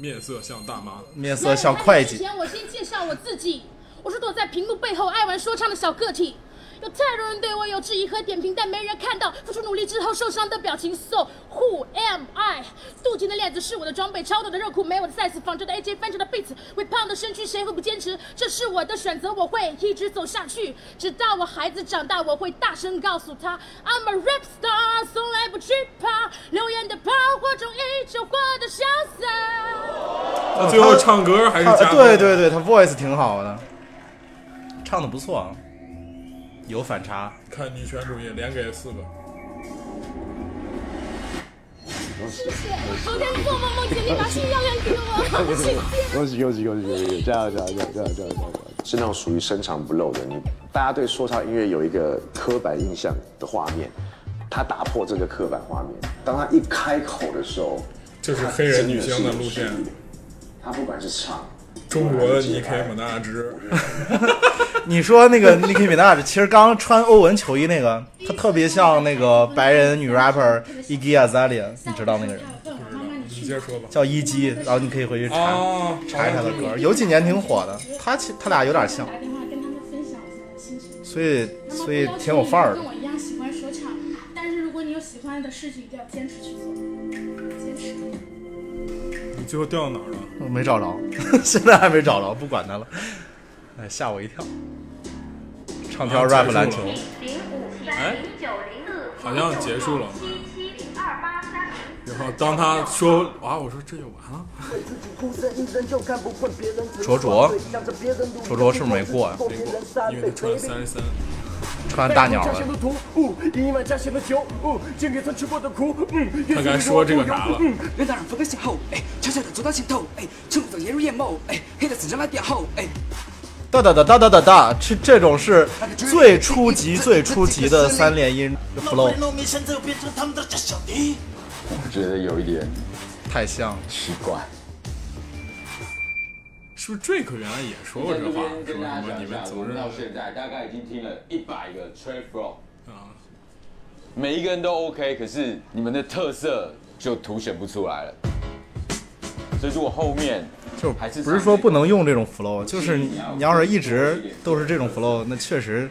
Speaker 3: 面色像大妈，
Speaker 2: 面色像会
Speaker 27: 之
Speaker 2: 计，
Speaker 27: 前我先介绍我自己，我是躲在屏幕背后爱玩说唱的小个体。有太多人对我有质疑和点评，但没人看到付出努力之后受伤的表情。So who am I？镀金的链子是我的装备，超短的热裤没我的 size，仿制的 AJ 翻车的 beats，微胖的身躯谁会不坚持？这是我的选择，我会一直走下去，直到我孩子长大，我会大声告诉他，I'm a rap star，从来不惧怕流言的炮火中依旧活得潇洒。
Speaker 3: 他最后唱歌还是
Speaker 2: 哦他
Speaker 3: 加分
Speaker 2: 对对对，他 voice 挺好的，唱的不错，啊，有反差。
Speaker 3: 看女权主义连给四个，
Speaker 18: 谢谢。昨天做梦梦见你把新药量 给我，好谢谢。
Speaker 30: 恭喜恭喜恭喜恭喜！这样这样这样这样这样这样。
Speaker 16: 是那种属于深藏不露的。你大家对说唱音乐有一个刻板印象的画面，他打破这个刻板画面。当他一开口的时候，
Speaker 3: 就是黑人女星的路线。
Speaker 16: 他不管是唱，
Speaker 3: 中国的尼 K 莫纳之，
Speaker 2: 你说那个 Nicki Minaj，其实刚刚穿欧文球衣那个，她特别像那个白人女 rapper Iggy Azalea，你知道那个人吗
Speaker 3: 你接着说吧。
Speaker 2: 叫一基，然后你可以回去查、
Speaker 3: 哦
Speaker 2: 查一下她的歌，有几年挺火的，她其她俩有点像，
Speaker 27: 打电话跟他们分享我的心情。
Speaker 2: 所以所以
Speaker 27: 妈妈不要求
Speaker 2: 挺有范儿
Speaker 27: 你
Speaker 2: 的
Speaker 27: 跟。我一样喜欢说唱，但是如果你有喜欢的事情，一定要坚持去做，坚持。
Speaker 3: 你最后掉到哪儿了？
Speaker 2: 我没找着， 现在还没找着，不管他了。哎，吓我一跳！唱跳
Speaker 3: 啊
Speaker 2: rap 篮球
Speaker 3: 结束，了哎，好像结束了。然后当他说啊，我说这就完了。
Speaker 2: 卓卓，卓卓是不是没过呀、啊
Speaker 3: 没过，因为他穿了三十三。
Speaker 2: 穿大鸟的。
Speaker 3: 他刚才说这个啥了
Speaker 11: 嗯，人让人分个先后，哎，悄悄的走到前头，哎，全部都掩入眼眸，哎，黑的身上来点好，哎，
Speaker 2: 哒哒哒哒哒哒哒，这这种是最初级、最初 级的三连音 flow，
Speaker 6: 农民现在又变成他们的假想敌。
Speaker 16: 我觉得有一点
Speaker 2: 太像了，
Speaker 16: 奇怪。
Speaker 3: 是不是 Drake 原来也说过这话？说什么你们
Speaker 10: 我
Speaker 3: 总
Speaker 10: 们
Speaker 3: 是
Speaker 10: 到现在大概已经听了一百个 t r a f r o 啊，每一个人都 OK，可是你们的特色就凸显不出来了。所以如果后面
Speaker 2: 就
Speaker 10: 还是
Speaker 2: 不是说不能用这种 flow，就是你要是一直都是这种 flow，那确实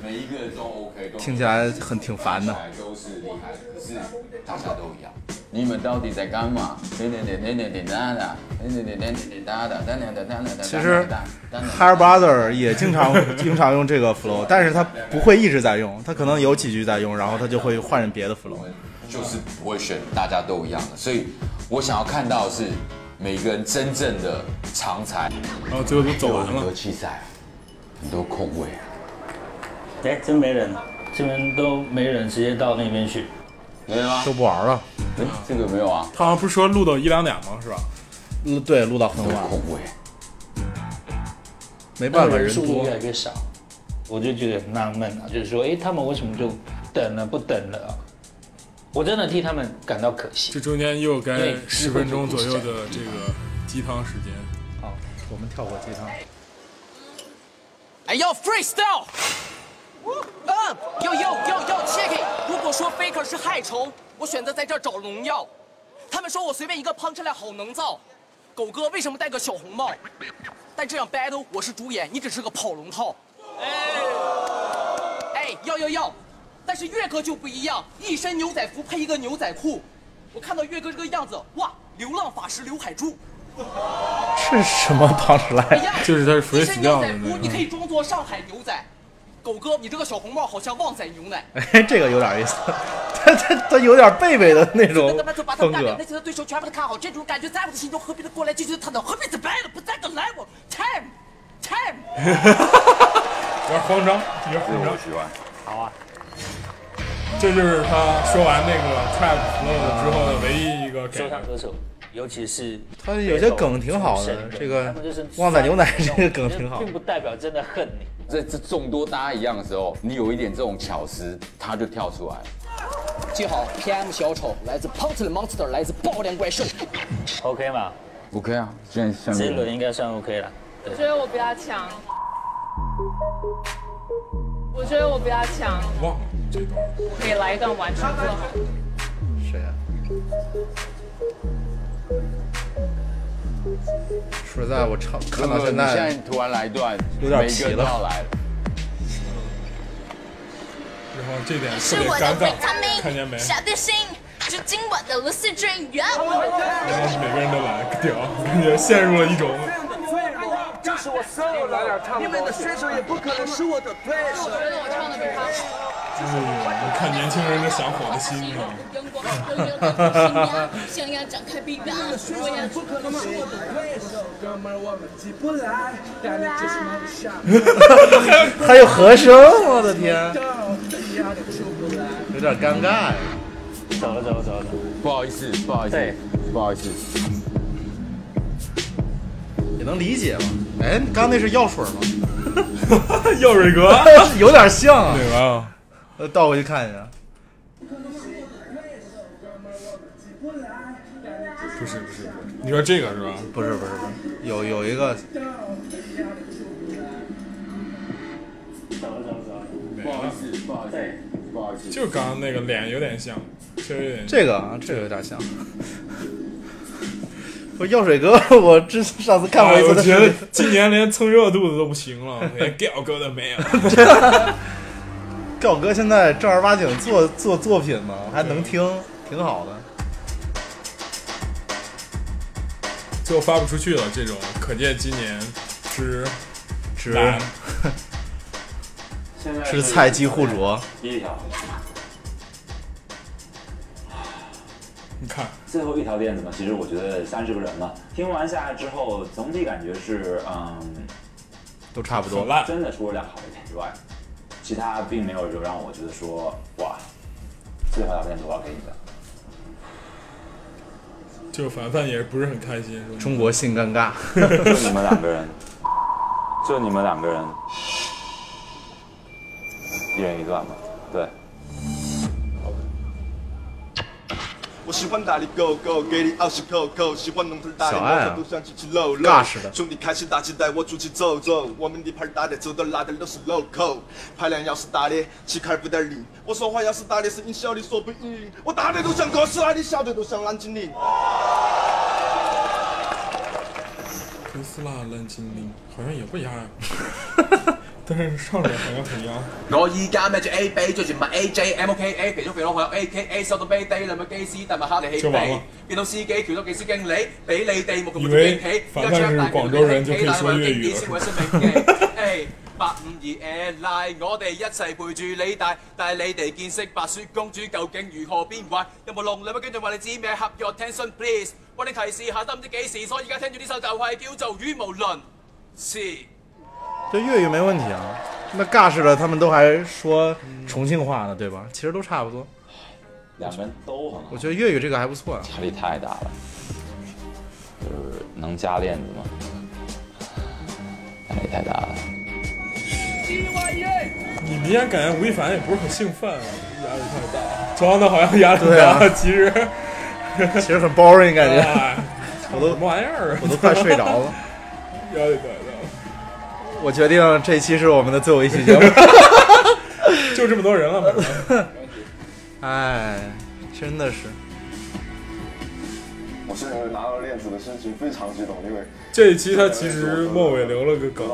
Speaker 10: 每
Speaker 11: 哎
Speaker 10: 一个都 OK，都
Speaker 2: 听起来很挺烦的。
Speaker 10: 都是厉害，可是大家都一样。你们到底在干嘛？点点点点点点哒哒，点点点点点点哒哒，哒哒哒哒哒哒。
Speaker 2: 其实 Hair Brother 也 经常经常用这个 flow，但是他不会一直在用，他可能有几句在用，然后他就会换别的 flow。
Speaker 10: 就是不会选大家都一样的，所以我想要看到的是每个人真正的长才。
Speaker 3: 然后最后都走完了
Speaker 10: 很多器材，很多空位。
Speaker 7: 哎，真没人，这边都没人，直接到那边去。
Speaker 10: 没人吗？
Speaker 2: 都不玩了。
Speaker 10: 这个没有啊。
Speaker 3: 他好像不是说录到一两点吗？是吧？
Speaker 2: 嗯，对，录到很晚。没办法，
Speaker 7: 人
Speaker 2: 人
Speaker 7: 数
Speaker 2: 多
Speaker 7: 越。来越少，我就觉得很纳闷啊，就是说，哎，他们为什么就等了不等了啊？我真的替他们感到可惜。
Speaker 3: 这中间又该
Speaker 7: 对
Speaker 3: 十分钟左右的这个鸡汤时间。
Speaker 2: 好，啊我们跳过鸡 汤。
Speaker 7: 哎呦，freestyle。
Speaker 11: 嗯，呦呦呦呦，check it。如果说 faker 是害虫，我选择在这儿找农药。他们说我随便一个 punch line 好能造，狗哥为什么戴个小红帽？但这场 battle 我是主演，你只是个跑龙套。哎，哎，要要要！但是岳哥就不一样，一身牛仔服配一个牛仔裤。我看到岳哥这个样子，哇，流浪法师刘海柱。
Speaker 2: 是什么胖出来？
Speaker 3: 就是他是
Speaker 11: 一身牛
Speaker 3: freestyle
Speaker 11: 仔
Speaker 3: 的嗯
Speaker 11: 服，
Speaker 3: 那
Speaker 11: 你可
Speaker 3: 个。
Speaker 11: 以装作上海牛仔。狗哥，你这个小红帽好像旺仔牛奶。
Speaker 2: 哎， 这个有点意思，他他他有点贝贝的那种
Speaker 11: 那他妈就把他
Speaker 2: 风
Speaker 11: 们大
Speaker 2: 格
Speaker 11: 表那。些的对手全部都看好，这种感觉在我的心中何必的过来继续探讨，何必再败了，不再敢来我 time time。
Speaker 3: 有点慌张，有点慌张。
Speaker 16: 喜欢。
Speaker 3: 好啊。这就是他说完那个 trap
Speaker 16: 啊
Speaker 3: flow 之后的唯一一个
Speaker 7: 说
Speaker 3: 给。
Speaker 7: 唱歌手，尤其是
Speaker 2: 他有些梗挺好的，这个旺仔牛奶这个梗挺好
Speaker 7: 并。不代表真的恨你。
Speaker 10: 在这众多大家一样的时候，你有一点这种巧思，他就跳出来了。
Speaker 11: 记好，PM 小丑来自 Pound Monster，来自爆量怪兽。
Speaker 7: OK 嘛，
Speaker 10: OK 啊，现在下
Speaker 7: 这一
Speaker 10: 面
Speaker 7: 轮应该算 OK 了。
Speaker 1: 我觉得我比他强，我觉得我比他强。
Speaker 3: 忘了这段。
Speaker 1: 可以来一段完全做好。
Speaker 2: 谁啊？说实在，我唱看到
Speaker 10: 如果
Speaker 2: 现
Speaker 10: 你
Speaker 2: 在
Speaker 10: 现在突然来一段，
Speaker 2: 有点
Speaker 10: 每
Speaker 2: 皮
Speaker 10: 个人都要
Speaker 2: 了。
Speaker 10: 来了。
Speaker 3: 然后这点
Speaker 18: 是
Speaker 3: 特别
Speaker 18: 我
Speaker 3: 尴
Speaker 18: 的维他
Speaker 3: 尬，看见没
Speaker 18: 命，？小地心，是今晚的卢氏之源。
Speaker 3: 然后每个人都来，屌，感觉陷入了一种
Speaker 31: 这是我所有来点唱你们的选手也不可能是我的对手。我觉得我唱的比他
Speaker 3: 就是你看年轻人的想火的心，你知道吗？
Speaker 7: 阳光
Speaker 27: 想要展开臂
Speaker 31: 你们的选手也不可能是我的对手。哥们儿，我们急不来，但你就是拿不下。
Speaker 2: 还有和声，我的天，
Speaker 31: 一样的出不来。
Speaker 2: 有点尴尬呀。
Speaker 32: 走了走了走了走了。
Speaker 10: 不好意思，不好意思，不好意思。
Speaker 2: 也能理解吧？哎，刚那是药水吗？
Speaker 3: 药水哥
Speaker 2: 有点像啊。
Speaker 3: 对吧？
Speaker 2: 呃，倒过去看一下。
Speaker 3: 不是不是不是，你说这个是吧？
Speaker 2: 不是不是不是，有有一个
Speaker 10: 不好意思，不好意思，不好意思。
Speaker 3: 就刚刚那个脸有点像，确实有点像
Speaker 2: 这个啊，这个有点像。我药水哥，我之上次看过
Speaker 3: 哎
Speaker 2: 一次
Speaker 3: 我
Speaker 2: 他
Speaker 3: 觉
Speaker 2: 视
Speaker 3: 得
Speaker 2: 频，
Speaker 3: 今年连蹭热度的都不行了，连 get 嗯哥啊都没有。
Speaker 2: 告哥现在正儿八经做做作品呢，还能听，挺好的。
Speaker 3: 最后发不出去了，这种可见今年之
Speaker 2: 之
Speaker 3: 难
Speaker 2: 是菜鸡互啄，
Speaker 10: 第一条，
Speaker 3: 你看
Speaker 1: 最后一条链子嘛，其实我觉得三十个人嘛，听完下来之后，总体感觉是嗯，
Speaker 2: 都差不多。
Speaker 1: 真的除了俩好一点之外，其他并没有就让我觉得说哇，最后一条链子我要给你的。
Speaker 3: 就凡凡也不是很开心，是吧？
Speaker 2: 中国性尴尬，
Speaker 1: 就你们两 个人，就你们两个人，一人一段嘛，对。
Speaker 17: 我喜欢打理 Go Go，给你二十扣扣，喜欢农村打理
Speaker 2: 小爱啊
Speaker 17: 农村都想起去露露。
Speaker 2: 尬似的
Speaker 17: 兄弟开心打起带我出去走走，我们的牌打的走的拉的都是 local，排量要是大的，气开不得力。我说话要是大的，声音小的说不赢。我大的都像哥斯拉，你小的都像蓝精灵。
Speaker 3: 哥斯拉蓝精灵好像也不压呀， 但是上脸好像很压。
Speaker 11: 我依家咩住 A B 最全物 A J M O K E, A，其中肥佬我有 A K A 收到 B 低兩個機師，但係蝦你起
Speaker 3: 就完
Speaker 11: 飛
Speaker 3: 了，
Speaker 11: 見到司機調到技師經理，俾你地目佢
Speaker 3: 以
Speaker 11: 會
Speaker 3: 為
Speaker 11: 驚喜，
Speaker 3: 凡凡是廣州人就可以說粵語了
Speaker 11: 先會生命嘅。 誒八五二 Airline，我哋一齊陪住你大，但係你哋見識白雪公主究竟如何變壞，有冇龍女嘅跟住話你知咩？合約 attention please，幫你提示下得唔知幾時，所以而家聽住呢首就係叫做語無倫次。
Speaker 2: 这粤语没问题啊。那尬似的，他们都还说重庆话呢，对吧？其实都差不多。
Speaker 7: 两个人都很好。
Speaker 2: 我觉得粤语这个还不错啊。
Speaker 7: 压力太大了，就是能加链子吗？压力太大了。
Speaker 3: 你明显感觉吴亦凡也不是很兴奋啊，压力太大，装的好像压力很
Speaker 2: 对
Speaker 3: 大，
Speaker 2: 啊
Speaker 3: 其实
Speaker 2: 其实很 boring 感觉
Speaker 3: 哎，
Speaker 2: 我都
Speaker 3: 什么玩意儿啊
Speaker 2: 我都快睡着 了。
Speaker 3: 压力太
Speaker 2: 我决定这期是我们的最后一期 节目。
Speaker 3: 大，就这么多人了，反正
Speaker 2: 哎，真的是，
Speaker 4: 我现在拿到链子的心情非常激动，因为
Speaker 3: 这一期他其实末尾留了个梗，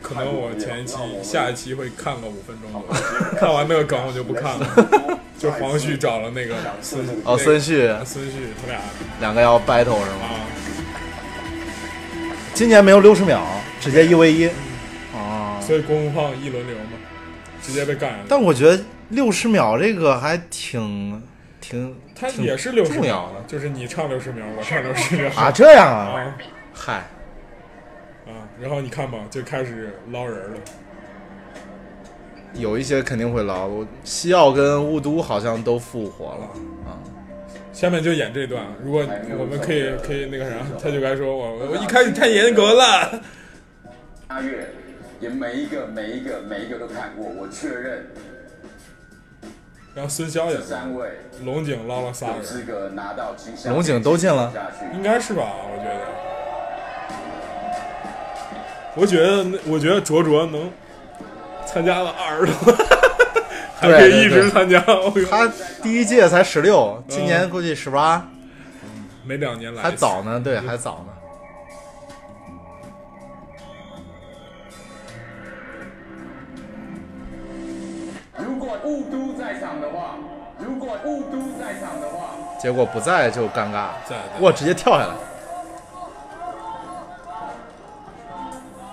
Speaker 3: 可能我前一期、
Speaker 4: 们
Speaker 3: 下一期会看个五分钟 左右，看完那个梗我就不看了。就黄旭找了 那个孙
Speaker 2: 哦孙旭
Speaker 3: 孙旭他俩
Speaker 2: 两个要 battle 是
Speaker 3: 啊
Speaker 2: 吗？今年没有六十秒，直接一 v 一。
Speaker 3: 嗯
Speaker 2: 哦，
Speaker 3: 所以功夫胖一轮流嘛，直接被干下
Speaker 2: 但我觉得六十秒这个还挺挺，
Speaker 3: 他
Speaker 2: 挺
Speaker 3: 也是六十
Speaker 2: 重要
Speaker 3: 秒的，就是你唱六十秒，我唱六十秒
Speaker 2: 啊这样啊嗨
Speaker 3: 啊，然后你看吧，就开始捞人了。
Speaker 2: 有一些肯定会捞。我西奥跟雾都好像都复活了啊。
Speaker 3: 下面就演这段，如果
Speaker 10: 哎
Speaker 3: 我们可以可以那个啥，他就该说我我一开始太严格了，
Speaker 10: 阿月也每一个每一个每一个都看过，我确认
Speaker 3: 然后孙骁也
Speaker 10: 这三位
Speaker 3: 龙井捞了仨
Speaker 10: 有
Speaker 3: 人，
Speaker 10: 资格拿到金像。
Speaker 2: 龙井都进了，
Speaker 3: 应该是吧？我觉得，我觉得那我觉得卓卓能参加了二十多， 还可以一直参加。哎嗯
Speaker 2: 他第一届才十六，今年估计十八，
Speaker 3: 没两年来
Speaker 2: 还早呢。对，还早呢。
Speaker 10: 如果雾都在场的话，如果雾都在场的话，
Speaker 2: 结果不在就尴尬
Speaker 3: 在，
Speaker 2: 哇，直接跳下来。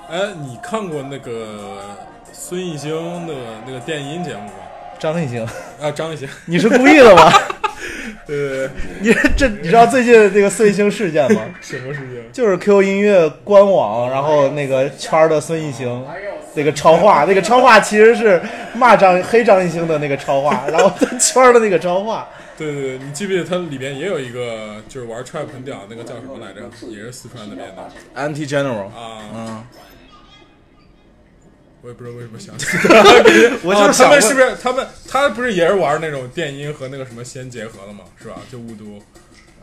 Speaker 3: 哎，你看过那个孙艺兴的那个电音节目吗？
Speaker 2: 张艺兴，
Speaker 3: 啊，张艺兴，
Speaker 2: 你是故意的吗？
Speaker 3: 对，
Speaker 2: 你这你知道最近那个孙艺兴事件吗？
Speaker 3: 什么事情？
Speaker 2: 就是 QQ 音乐官网，然后那个圈儿的孙艺兴那个超话， 那个超话其实是骂张黑张艺兴的那个超话，然后他圈儿的那个超话，
Speaker 3: 对对对，你记不记得它里边也有一个就是玩 trap 很屌的那个叫什么来着？也是四川那边的。
Speaker 2: Anti General
Speaker 3: 啊，
Speaker 2: 嗯，
Speaker 3: 我也不知道为什么想起来
Speaker 2: 我
Speaker 3: 啊
Speaker 2: 就是
Speaker 3: 他
Speaker 2: 想
Speaker 3: 们
Speaker 2: 问
Speaker 3: 是不是他们他不是也是玩那种电音和那个什么先结合的嘛，是吧？就雾都，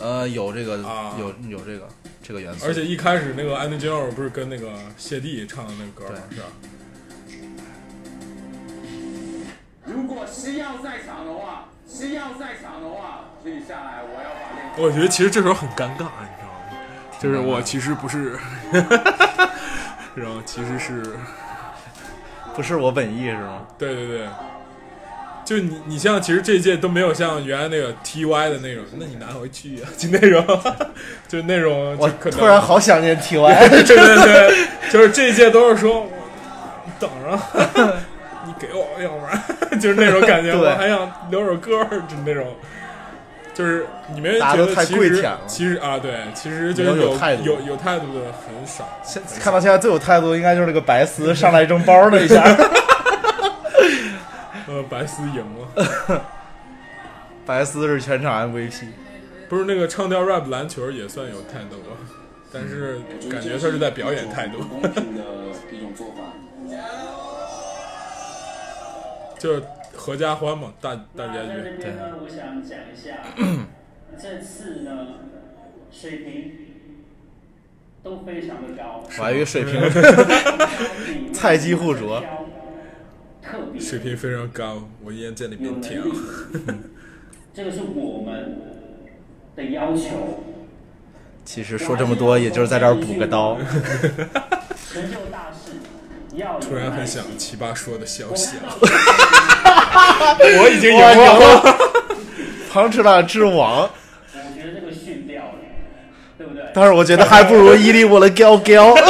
Speaker 2: 呃，有这个
Speaker 3: 啊，
Speaker 2: 有有这个这个元素，
Speaker 3: 而且一开始那个 Andy j e r 不是跟那个谢帝唱的那个歌嘛，是吧？
Speaker 10: 如果西药在场的话，西药在场的话，请你下来，我要把那
Speaker 3: 我觉得其实这时候很尴尬，你知道吗？就是我其实不是， 然后其实是，
Speaker 2: 不是我本意是 吗？
Speaker 3: 对对对，就你你像其实这届都没有像原来那个 T Y 的那种，那你拿回去啊，就那种，就那种，我
Speaker 2: 突然好想念 TY
Speaker 3: 对对对，就是这一届都是说，我你等 着，你给我，要不然就是那种感觉，
Speaker 2: 对
Speaker 3: 我还想留首歌儿，就那种。就是你们
Speaker 2: 大
Speaker 3: 觉
Speaker 2: 家都
Speaker 3: 得
Speaker 2: 太
Speaker 3: 其
Speaker 2: 跪
Speaker 3: 实
Speaker 2: 舔了
Speaker 3: 其实啊，对，其实就
Speaker 2: 没有
Speaker 3: 是
Speaker 2: 有
Speaker 3: 有
Speaker 2: 态度
Speaker 3: 有有态度的很少。
Speaker 2: 看到现在最有态度的应该就是那个白丝上来扔包的一下，
Speaker 3: 呃，白丝赢了，
Speaker 2: 白丝是全场 MVP。
Speaker 3: 不是那个唱跳 rap 篮球也算有态度吧，但是感觉他是在表演态度。
Speaker 10: 公平的一种做法。
Speaker 3: 就是合家欢嘛，大大家
Speaker 6: 那在
Speaker 3: 聚
Speaker 6: 这。边呢，我想讲一 下，这次呢，水平都非常的高，
Speaker 2: 我还以为 水平菜鸡互啄，
Speaker 3: 水平非常高，我一人在里面听。
Speaker 6: 这个是我们的要求，
Speaker 2: 其实说这么多，也就是在这儿补个刀。
Speaker 6: 成就大事要有
Speaker 3: 突然 很想
Speaker 6: 耐心
Speaker 3: 奇葩说的消息了，
Speaker 2: 我
Speaker 3: 已经赢
Speaker 2: 赢
Speaker 3: 了。
Speaker 2: 庞赤大之王，
Speaker 6: 我觉得这个训掉了，对不对？
Speaker 2: 但是我觉得还不如伊利我的娇娇。
Speaker 3: 完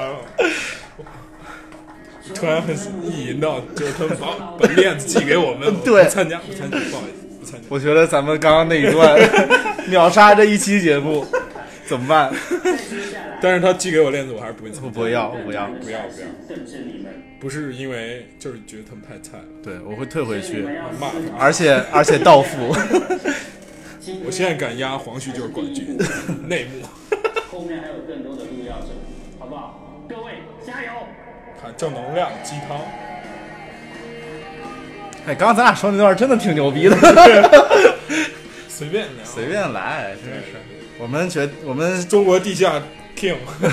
Speaker 3: 了，突然很一引到，就是他们把把链子寄给我们，我
Speaker 2: 对
Speaker 3: 不参加不参加，不好意思不参加。
Speaker 2: 我觉得咱们刚刚那一段秒杀这一期节目，怎么办？
Speaker 3: 但是他寄给我链子，我还是不会参加。
Speaker 2: 不要不要
Speaker 3: 不要不要，不是因为就是觉得他们太菜了，
Speaker 2: 对我会退回去
Speaker 3: 骂他，
Speaker 2: 而且而且到付。
Speaker 3: 我现在敢压黄旭就是冠 军，内幕。
Speaker 6: 后面还有更多的路要走，好不好？各位加油！
Speaker 3: 看正能量鸡汤，
Speaker 2: 哎，刚刚咱俩说那段真的挺牛逼的，
Speaker 3: 随便聊，
Speaker 2: 随便来，真是。我们觉我们
Speaker 3: 中国地下 king， 呃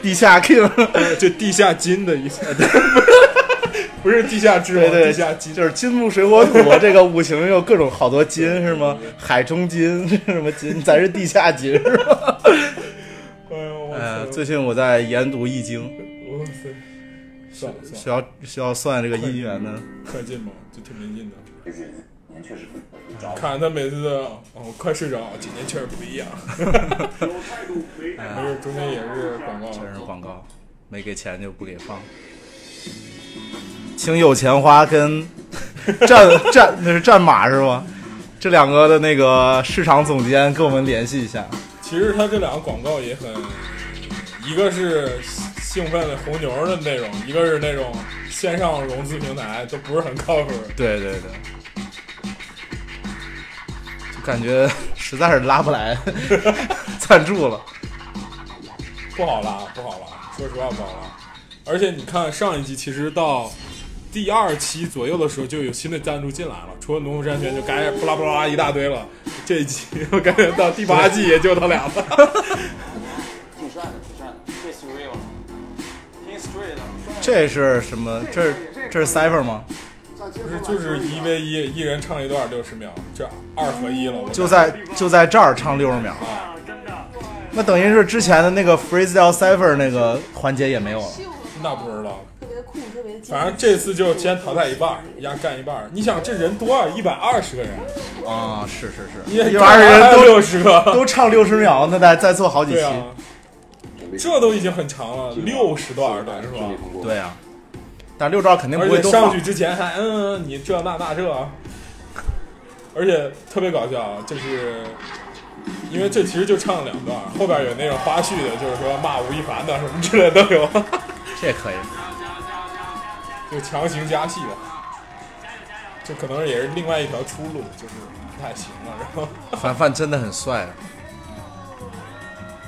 Speaker 2: 地下 king，
Speaker 3: 就地下金的意思， 不是地下之王，
Speaker 2: 对对
Speaker 3: 地下金
Speaker 2: 就是金木水火土 这个五行有各种好多金是吗？海中金 是什么金？咱是地下金是吗？
Speaker 3: 哎
Speaker 2: 呃，最近我在研读易经，
Speaker 3: 哇塞，算了
Speaker 2: 需
Speaker 3: 算了，
Speaker 2: 要需要算这个姻缘呢。
Speaker 3: 快进吧，就挺没劲的。
Speaker 1: 年确实不不着
Speaker 3: 看他每次的哦，我快睡着，今天确实不一样。没事，中间也是广告，
Speaker 2: 全是广告，没给钱就不给放。请有钱花 跟战战那是战马是吗？这两个的那个市场总监跟我们联系一下。
Speaker 3: 其实他这两个广告也很，一个是兴奋的红牛的那种，一个是那种线上融资平台，都不是很靠谱。
Speaker 2: 对对对，就感觉实在是拉不 来赞助了。
Speaker 3: 不好拉，不好拉，说实话不好拉。而且你看上一季，其实到第二期左右的时候就有新的赞助进来了，除了农夫山泉就该布拉布拉一大堆了。这一季 我感觉到第八季也就他俩了。
Speaker 6: 挺帅的，挺帅的，最 surreal 了，挺 straight 的。
Speaker 2: 这是什么？这是这是 Cipher 吗？
Speaker 3: 不是，就是一 v 一，一人唱一段六十秒，这二合一了。我
Speaker 2: 就在就在这儿唱六十秒，那等于是之前的那个 freestyle cipher 那个环节也没有了。
Speaker 3: 那不知道，
Speaker 13: 特别的酷，特别的
Speaker 3: 反正这次就先淘汰一半儿，压干一半儿。你想这人多啊，一百二十个人，
Speaker 2: 啊、是是是，
Speaker 3: 一
Speaker 2: 一百二十人都
Speaker 3: 六十个，
Speaker 2: 都唱六十秒，那得再做好几期
Speaker 3: 对。啊，这都已经很长了，六十段儿了是吧？
Speaker 2: 对啊，但六招肯定不
Speaker 3: 而
Speaker 2: 会
Speaker 3: 且
Speaker 2: 都
Speaker 3: 上
Speaker 2: 放
Speaker 3: 去。之前还嗯，你这那那这，而且特别搞笑啊，就是因为这其实就唱了两段，后边有那种花絮的，就是说骂吴亦凡的什么之类的都有，
Speaker 2: 这可以，
Speaker 3: 就强行加戏吧。这可能也是另外一条出路，就是不太行了。然后
Speaker 2: 凡凡真的很帅，啊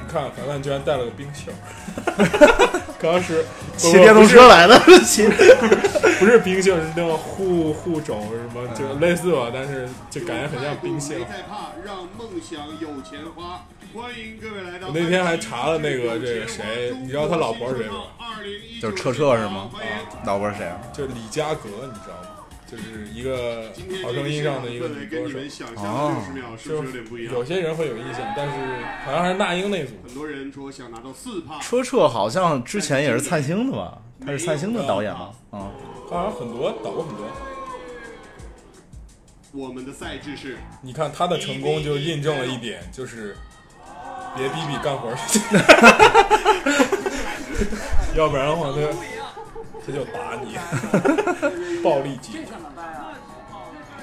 Speaker 3: 你看，凡凡居然带了个冰 袖，刚刚是
Speaker 2: 骑电动车来的
Speaker 3: 不是 骑不是冰袖，是那种护护肘什么，就类似吧，但是就感觉很像冰袖。
Speaker 13: 害怕让梦想有钱花，欢迎各位来到
Speaker 3: 我那天还查了那个这个谁，你知道他老婆是谁吗？
Speaker 2: 就是车车是吗？老婆是谁啊？
Speaker 3: 就李佳格，你知道吗？就是一个《好声音》上的一个女歌手。哦
Speaker 2: 哦，
Speaker 3: 就有些人会有印象，但是好像还是那英那组。
Speaker 13: 很多人说想拿到四帕，
Speaker 2: 车澈好像之前也是灿星的吧？他是灿星的导演吗？啊，
Speaker 3: 好像很多导过很多。
Speaker 13: 我们的赛制是，
Speaker 3: 你看他的成功就印证了一点，就是别逼逼干 活儿，要不然的话他他就打你， 暴力击
Speaker 13: 怎么办啊？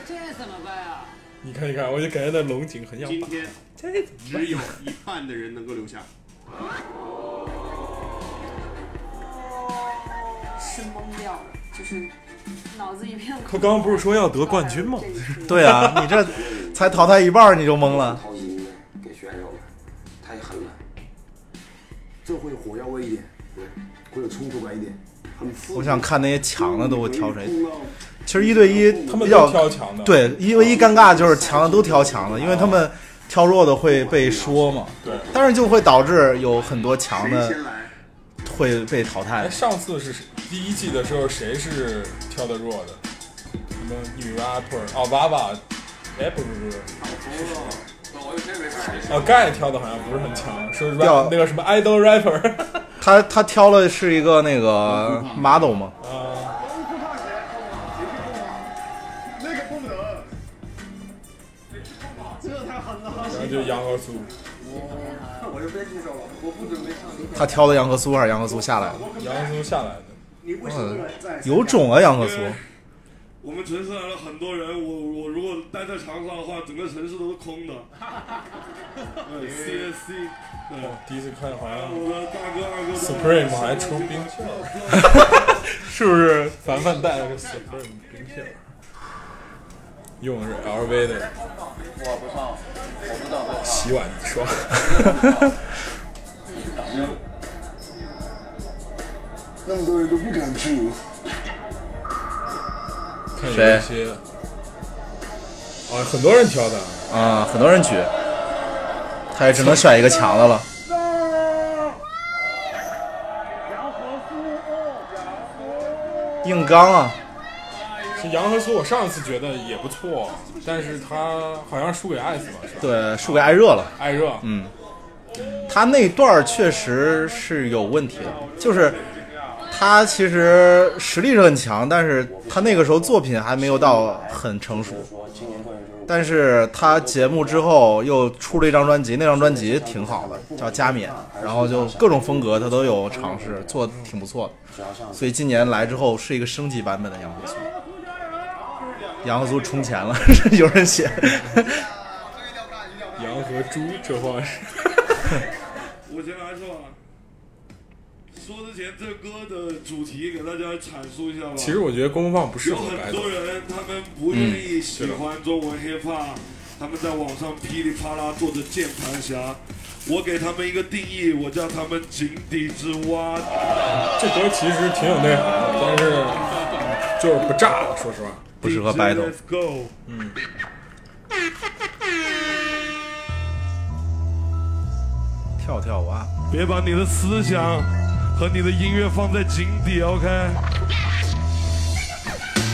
Speaker 13: 这怎么办啊？
Speaker 3: 你看，你看，我就感觉那龙井很像
Speaker 13: 今
Speaker 3: 打。
Speaker 13: 天只有一半的人能够留下。
Speaker 19: 是懵掉了，就是脑子一片
Speaker 3: 他刚刚不是说要得冠军吗？
Speaker 2: 对啊，你这才淘哎汰一哎半儿你就懵了。
Speaker 25: 掏心的给选手们，太狠了，这会火药味一点，对，会有冲突感一点，很刺激
Speaker 2: 我想看那些强的都挑谁。其实一对一
Speaker 3: 他们
Speaker 2: 比较
Speaker 3: 都挑强的
Speaker 2: 对一对一尴尬就是强的都挑强的，因为他们挑弱的会被说嘛。
Speaker 3: 对
Speaker 2: 但是就会导致有很多强的会被淘汰
Speaker 3: 哎，。上次是谁第一季的时候，谁是跳的弱的？什么女 rapper 哦，娃娃，哎，不是不是，啊，盖跳的好像不是很强，说是
Speaker 2: 掉
Speaker 3: rap 那个什么 idol rapper，
Speaker 2: 他他挑了是一个那个 model 嘛，
Speaker 3: 啊
Speaker 13: 那个不能，这太狠了。
Speaker 3: 然后就杨和苏，
Speaker 13: 我是被举手了，我不准备上你
Speaker 2: 他挑的杨和苏还是杨和苏下来的。
Speaker 3: 杨和苏下来的。
Speaker 13: 你为什么
Speaker 2: 嗯
Speaker 13: 在？
Speaker 2: 有种啊，杨和苏！
Speaker 26: 我们城市来了很多人，我我如果待在场上的话，整个城市都是空的。对，CSC，对，
Speaker 3: 第一次看好像
Speaker 26: 我的大哥二哥都
Speaker 3: Supreme 还出冰球， 是不是？凡凡带了个 Supreme 冰球，用的是 LV 的
Speaker 13: 我不上，我不等
Speaker 3: 洗碗 霜。
Speaker 19: 那么多人都不敢去。
Speaker 3: 看有
Speaker 2: 谁
Speaker 3: 一些，啊，很多人挑的，
Speaker 2: 啊，很多人举，他也只能选一个强的了。硬刚啊，
Speaker 3: 是杨和苏，我上一次觉得也不错，但是他好像输给艾斯吧，是吧？
Speaker 2: 对，输给艾热了。
Speaker 3: 艾热，
Speaker 2: 嗯，他那段儿确实是有问题的，就是他其实实力是很强，但是他那个时候作品还没有到很成熟。但是他节目之后又出了一张专辑，那张专辑挺好的，叫《加冕》，然后就各种风格他都有尝试，做得挺不错的。所以今年来之后是一个升级版本的杨和苏，杨和苏充钱了， 有人写。
Speaker 3: 羊和猪，这话是。
Speaker 26: 我先来说啊，说之前这歌的主题给大家阐述一下吧。
Speaker 3: 其实我觉得功放不适合
Speaker 26: 有
Speaker 3: 白
Speaker 26: 很
Speaker 3: 总
Speaker 26: 多人他们不愿意喜欢中文 hiphop，、他们在网上噼里啪啦做着键盘侠。我给他们一个定义，我叫他们井底之蛙。
Speaker 3: 这歌其实挺有内涵的，但是就是不炸了，说实话，
Speaker 2: 不适合 battle
Speaker 26: Let's go。
Speaker 3: 嗯，
Speaker 2: 跳跳舞啊！
Speaker 26: 别把你的思想和你的音乐放在井底，OK？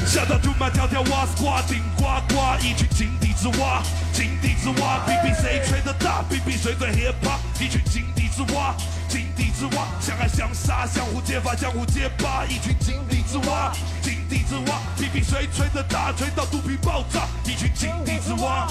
Speaker 26: 下到竹马跳跳蛙，挂顶呱呱，一群井底之蛙，井底之蛙，比比谁吹得大，比比谁最 hip hop，一群井底之蛙，井底之蛙，相爱相杀，相互揭发，相互揭发，一群井底之蛙，井底之蛙，比比谁吹得大，吹到肚皮爆炸，一群井底之蛙。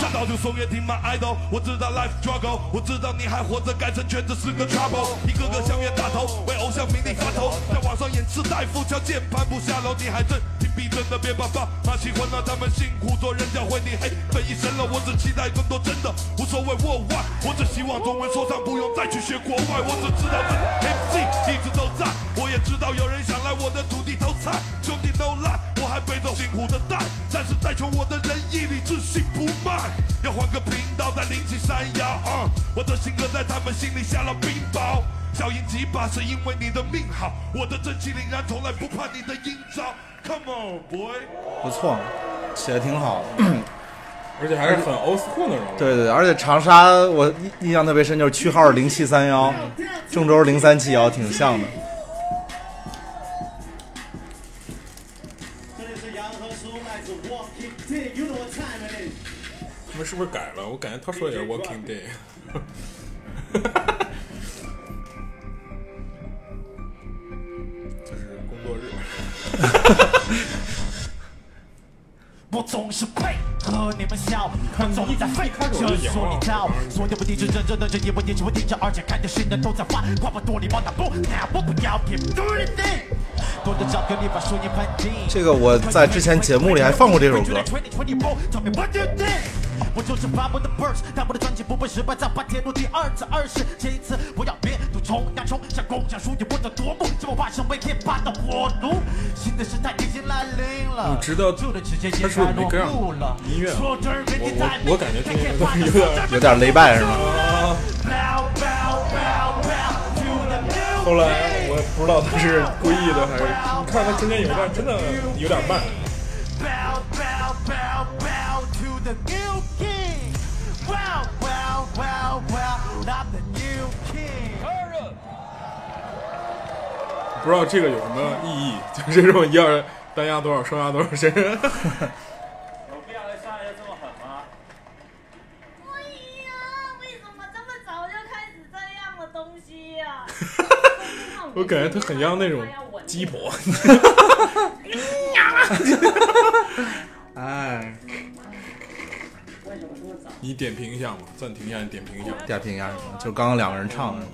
Speaker 26: 下到就松原听满 idol，我知道 life struggle，我知道你还活着，该成全这是个 trouble，一个个相约大头，为偶像名利发愁，在网上掩饰大夫，敲键盘不下楼，你还真听不逼，真的别把爸妈喜欢，让他们辛苦做人家会你嘿，本一生了，我只期待更多，真的无所谓 worldwide，我只希望中文说唱不用再去学国外，我只知道这 MC 一直都在，我也知道有人想来我的土地偷菜，兄弟 no lie，我还背着辛苦的担，但是再穷我的仁义理智信不卖，要换个频道再另起山摇啊，我的性格在他们心里下了冰雹。小赢几把是因为你的命好，我的正气凛然从来不怕你的阴招。Come on boy，
Speaker 2: 不错，写的挺好的，
Speaker 3: 而且还是很 old school 那种。
Speaker 2: 对对对，而且长沙我印印象特别深，就是区号零七三幺，郑州零三七幺，挺像的。
Speaker 3: 他们是不是改了？我感觉他说也是 Walking Day。就是工作日。
Speaker 15: 我总是配合你们笑，我总在废，这是你道。所有不敌是真正的正义，我也是我敌人，而且看见谁人都在犯，夸我多礼貌，但不打我不要也不认定。多的找个你把输赢判定。
Speaker 2: 这个我在之前节目里还放过这首歌。
Speaker 15: 我就是发我的 verse，但我的专辑不会失败，在八铁路第二次二十，这一次我要别赌冲呀冲，想攻想输，也不能夺目，这么化身为天霸的火奴，新的时代已经来临
Speaker 6: 嗯
Speaker 15: 了。
Speaker 3: 你知道他是不是没跟上音乐啊？我我我感觉这个东西有点
Speaker 2: 有点雷败是吗？
Speaker 3: 后来我也不知道他是故意的还是，你看他中间有一段真的有点慢。
Speaker 15: Bow, bow, bow, bow to the new king. Wow, wow, wow, wow, I'm the new king.
Speaker 3: 不知道这个有什么意义？ 就是这种一二单压多少，双压多少，谁？
Speaker 6: 有必要来杀人这么狠吗？
Speaker 9: 对呀，为什么这么早就开始这样的东西呀、
Speaker 3: 我感觉他很像那种鸡 婆。哎，
Speaker 6: 为什么这么早？
Speaker 3: 你点评一下嘛，暂停一下，你点评一下。
Speaker 2: 点评一下什么？就刚刚两个人唱的。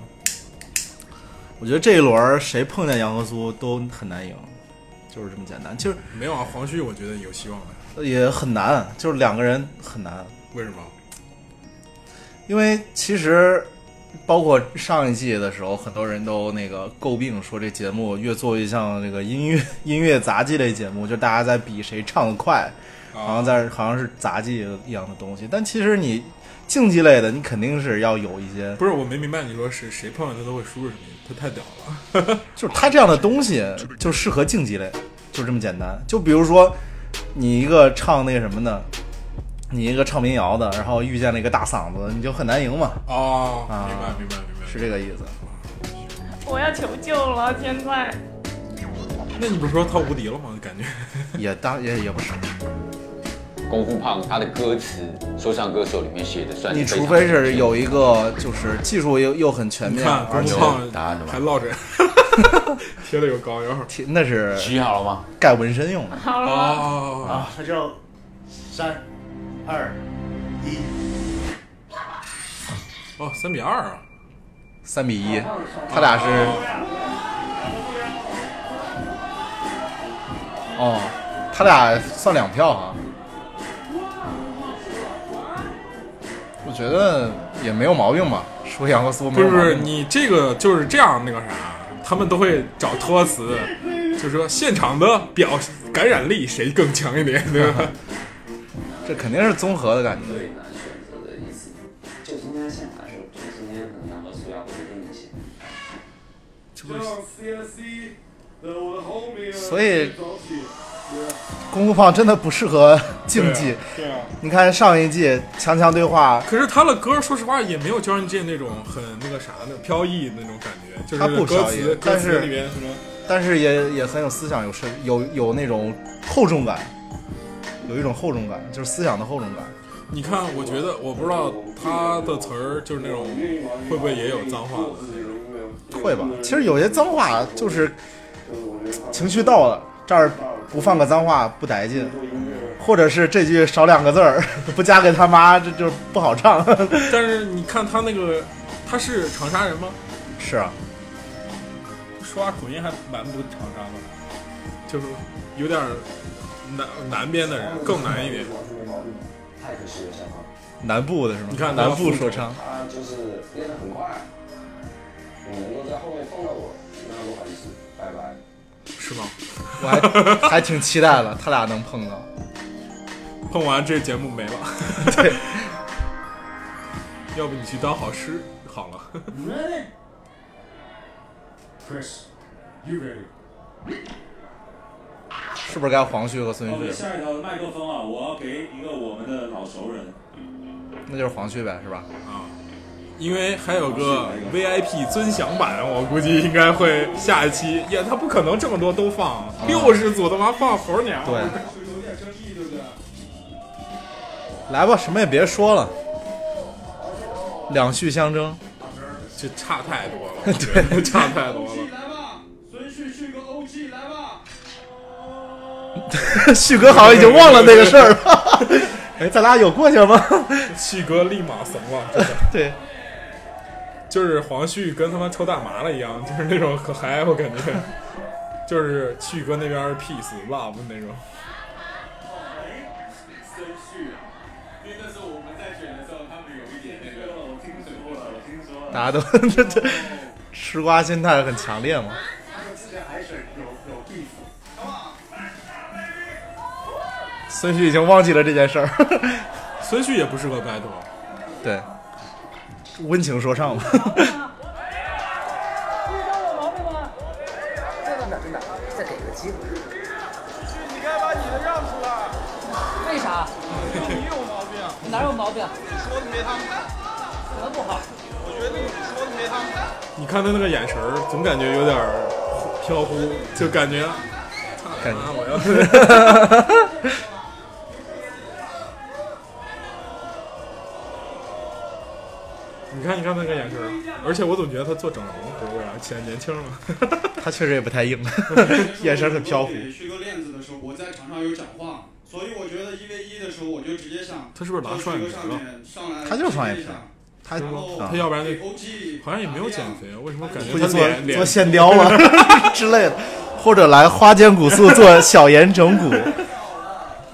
Speaker 2: 我觉得这一轮儿谁碰见杨和苏都很难赢，就是这么简单。就是
Speaker 3: 没有啊，黄旭我觉得有希望的。
Speaker 2: 也很难，就是两个人很难。
Speaker 3: 为什么？
Speaker 2: 因为其实包括上一季的时候，很多人都那个诟病说这节目越做越像那个音乐音乐杂技类节目，就大家在比谁唱的快，好像在好像是杂技一样的东西。但其实你竞技类的，你肯定是要有一些，
Speaker 3: 不是，我没明白你说是谁碰见他都会输是什么意思？他太屌了。
Speaker 2: 就是它这样的东西就适合竞技类，就这么简单。就比如说你一个唱那个什么的，你一个唱民谣的，然后遇见了一个大嗓子，你就很难赢嘛。
Speaker 3: 哦，
Speaker 2: 啊，
Speaker 3: 明白明白明白，
Speaker 2: 是这个意思。
Speaker 9: 我要求救了，现在。
Speaker 3: 那你不是说他无敌了吗？感觉
Speaker 2: 也当也也不是，
Speaker 10: 功夫胖他的歌词，说唱歌手里面写的算是
Speaker 2: 你
Speaker 10: 非
Speaker 2: 除
Speaker 10: 常
Speaker 2: 非是有一个就是技术又又很全
Speaker 3: 你
Speaker 2: 面，
Speaker 3: 看
Speaker 2: 而
Speaker 3: 功
Speaker 2: 且
Speaker 3: 夫胖还落着，贴了有膏药。
Speaker 2: 贴那是
Speaker 7: 取好了吗？
Speaker 2: 盖纹身用的。
Speaker 9: 好了
Speaker 3: 吗？
Speaker 15: 啊，那就三二一。
Speaker 3: 哦，三比二啊！
Speaker 2: 三比一，他俩是哦，他俩算两票啊。我觉得也没有毛病吧，说杨和苏没
Speaker 3: 不
Speaker 2: 有
Speaker 3: 是
Speaker 2: 毛
Speaker 3: 不
Speaker 2: 病
Speaker 3: 是，你这个就是这样那个啥，他们都会找托词，就说现场的表感染力谁更强一点，对吧？
Speaker 2: 这肯定是综合的感觉。
Speaker 14: 最难选择的一次，就今天现场是，我觉得今天可能和苏要决定一些。
Speaker 26: 就 CSC 的我的 homie，
Speaker 2: 所以
Speaker 26: 早起
Speaker 2: 功夫胖真的不适合 竞技。
Speaker 3: 对啊对啊
Speaker 2: 你看上一季强强对话，
Speaker 3: 可是他的歌，说实话也没有 j o h n j 那种很那个啥的飘逸那种感觉，就
Speaker 2: 他
Speaker 3: 是
Speaker 2: 不
Speaker 3: 歌
Speaker 2: 少也
Speaker 3: 词，歌
Speaker 2: 但
Speaker 3: 词
Speaker 2: 是
Speaker 3: 里面什么。
Speaker 2: 但是也也很有思想，有深有有那种厚重感，有一种厚重感，就是思想的厚重感。
Speaker 3: 你看，我觉得我不知道他的词儿就是那种会不会也有脏话的那种，
Speaker 2: 会吧？其实有些脏话就是情绪到了这儿不放个脏话不得劲，或者是这句少两个字儿， 不加给他妈这就是不好唱。
Speaker 3: 但是你看他那个，他是长沙人吗？
Speaker 2: 是啊，
Speaker 3: 说话口音还蛮不长沙的，就是有点南南边的人更难一点。
Speaker 14: 太可惜了，小猫。
Speaker 2: 南部的是吗？
Speaker 3: 你看
Speaker 2: 南
Speaker 3: 南
Speaker 2: 部
Speaker 3: 部
Speaker 2: 说唱，
Speaker 14: 他就是练得很快，你能够在后面碰到我，那我还是拜拜。
Speaker 3: 是吗？
Speaker 2: 我还 还挺期待了，他俩能碰到。
Speaker 3: 碰完这节目没了。
Speaker 2: 对，
Speaker 3: 要不你去当好师好了。
Speaker 5: Ready? Chris, you ready?
Speaker 2: 是不是该黄旭和孙
Speaker 5: OK，
Speaker 2: 旭？
Speaker 5: 下一条的麦克风啊，我要给一个我们的老熟人。
Speaker 2: 那就是黄旭呗，是吧？
Speaker 3: 啊，
Speaker 14: 嗯
Speaker 3: 因为还有个 VIP 尊享版，我估计应该会下一期。也他不可能这么多都放，啊六十组他妈放猴鸟。
Speaker 2: 啊对
Speaker 5: 是有点争议，对不对？
Speaker 2: 来吧，什么也别说了，两续相争。
Speaker 3: 这差太多 了，我觉得 差太多了。
Speaker 13: 孙旭旭个 OG 来吧，
Speaker 2: 旭哥好像已经忘了那个事儿了。 哎，咱俩有过节吗？
Speaker 3: 旭哥立马怂了，真的。
Speaker 2: 对，
Speaker 3: 就是黄旭跟他妈抽大麻了一样，就是那种可嗨，我 感觉，就是旭哥那边儿 peace love 那种。
Speaker 13: 孙旭啊，因为那时候我们在选的时候，他们有一点那个，我听说了，我听说了
Speaker 2: 大家都这这 吃瓜心态很强烈嘛。
Speaker 13: 他们之前海选有有 beef，
Speaker 2: 孙旭已经忘记了这件事儿。
Speaker 3: 孙旭也不是个 battle，
Speaker 2: 对，温情说 唱嘛。
Speaker 8: 真的真的，再给个机会。
Speaker 13: 你该把你的让出来。
Speaker 8: 为啥？
Speaker 13: 你有毛病。
Speaker 8: 哪有毛病？
Speaker 13: 你说的没他们大。
Speaker 8: 么不好？
Speaker 13: 我觉得你说的没他们大。
Speaker 3: 你看他那个眼神儿，总感觉有点儿飘忽，就感觉，
Speaker 2: 感
Speaker 3: 啊，我
Speaker 2: 觉
Speaker 3: 要。你看，你看那个眼神儿，而且我总觉得他做整容，不是啊，显年轻了。
Speaker 2: 他确实也不太 硬，眼神很飘忽。
Speaker 13: 去个链子的时候，我在场上有讲话，所以我觉得一 v 一的时候，我就直接想。
Speaker 3: 他是不是拿双眼皮了？
Speaker 2: 他就是双眼皮，他
Speaker 3: 他要不然就好像也没有减肥，为什么感觉
Speaker 2: 估
Speaker 3: 他
Speaker 2: 计做
Speaker 3: 脸脸
Speaker 2: 做线 雕了 之类的，或者来花间骨素做小眼整骨，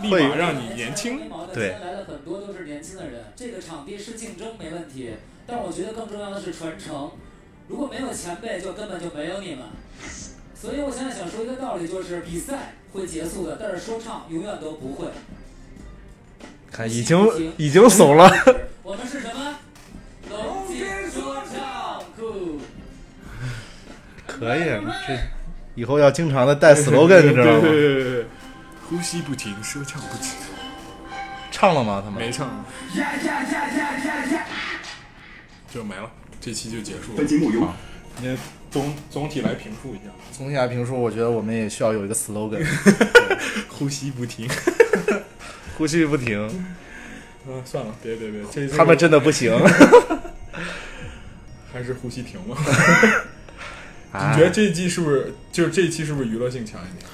Speaker 3: 立
Speaker 2: 会
Speaker 3: 马让你年轻。
Speaker 2: 对，
Speaker 12: 来了很多都是年轻的人，这个场地是竞争没问题，但我觉得更重要的是传承。如果没有前辈，就根本就没有你们。所以我现在想说一个道理，就是比赛会结束的，但是说唱永远都不会。
Speaker 2: 看已经已经怂了。
Speaker 12: 我们是什么？龙金说唱酷。
Speaker 2: 可以，这以后要经常的带 slogan，你知道吗？
Speaker 3: 对对对对对，呼吸不停，说唱不止。
Speaker 2: 唱了吗？他们
Speaker 3: 没唱，
Speaker 13: 呀呀呀呀呀 呀！
Speaker 3: 就没了，这期就结束了。
Speaker 2: 本节目由
Speaker 3: 啊您总总体来评述一下，
Speaker 2: 总体来评述，我觉得我们也需要有一个 slogan，
Speaker 3: 呼吸不停，
Speaker 2: 呼吸不停，
Speaker 3: 啊，算了，别别别，这
Speaker 2: 他们真的不行，
Speaker 3: 还是呼吸停 吧。
Speaker 2: 啊
Speaker 3: 你觉得这一季是不是就是这一期是不是娱乐性强一点？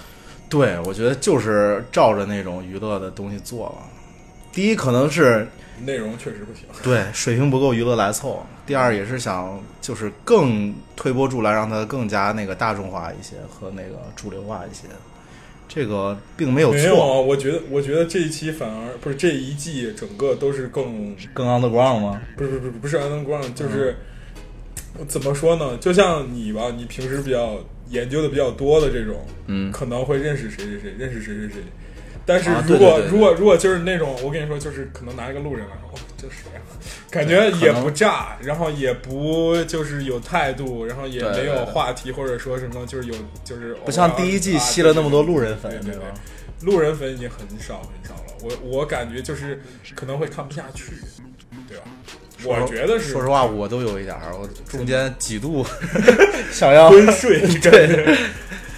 Speaker 2: 对，我觉得就是照着那种娱乐的东西做了。第一可能是
Speaker 3: 内容确实不行。
Speaker 2: 对水平不够娱乐来凑，第二也是想就是更推波助澜，让它更加那个大众化一些和那个主流化一些。这个并没有
Speaker 3: 没有
Speaker 2: 错，
Speaker 3: 啊，我觉得我觉得这一期反而不是这一季整个都是更
Speaker 2: 更 underground 吗？
Speaker 3: 不是不是不是 underground，就是、怎么说呢？就像你吧，你平时比较研究的比较多的这种，
Speaker 2: 嗯
Speaker 3: 可能会认识谁谁谁，认识谁谁谁。但是
Speaker 2: 啊
Speaker 3: 如
Speaker 2: 对
Speaker 3: 果、
Speaker 2: 对对对
Speaker 3: 如果如果就是那种，我跟你说，就是可能拿一个路人来说，哦，这谁啊？感觉
Speaker 2: 对可
Speaker 3: 也
Speaker 2: 能
Speaker 3: 不炸，然后也不就是有态度，然后也
Speaker 2: 对对
Speaker 3: 没有
Speaker 2: 对
Speaker 3: 话题，或者说什么就是有就是啊
Speaker 2: 不像第一季吸了那么多路人粉
Speaker 3: 对对对
Speaker 2: 对吧
Speaker 3: 路人粉已经很少很少了。我我感觉就是可能会看不下去，对吧？我觉得是，
Speaker 2: 说实话，我都有一点儿，我中间 几度想要
Speaker 3: 昏 睡
Speaker 2: 对，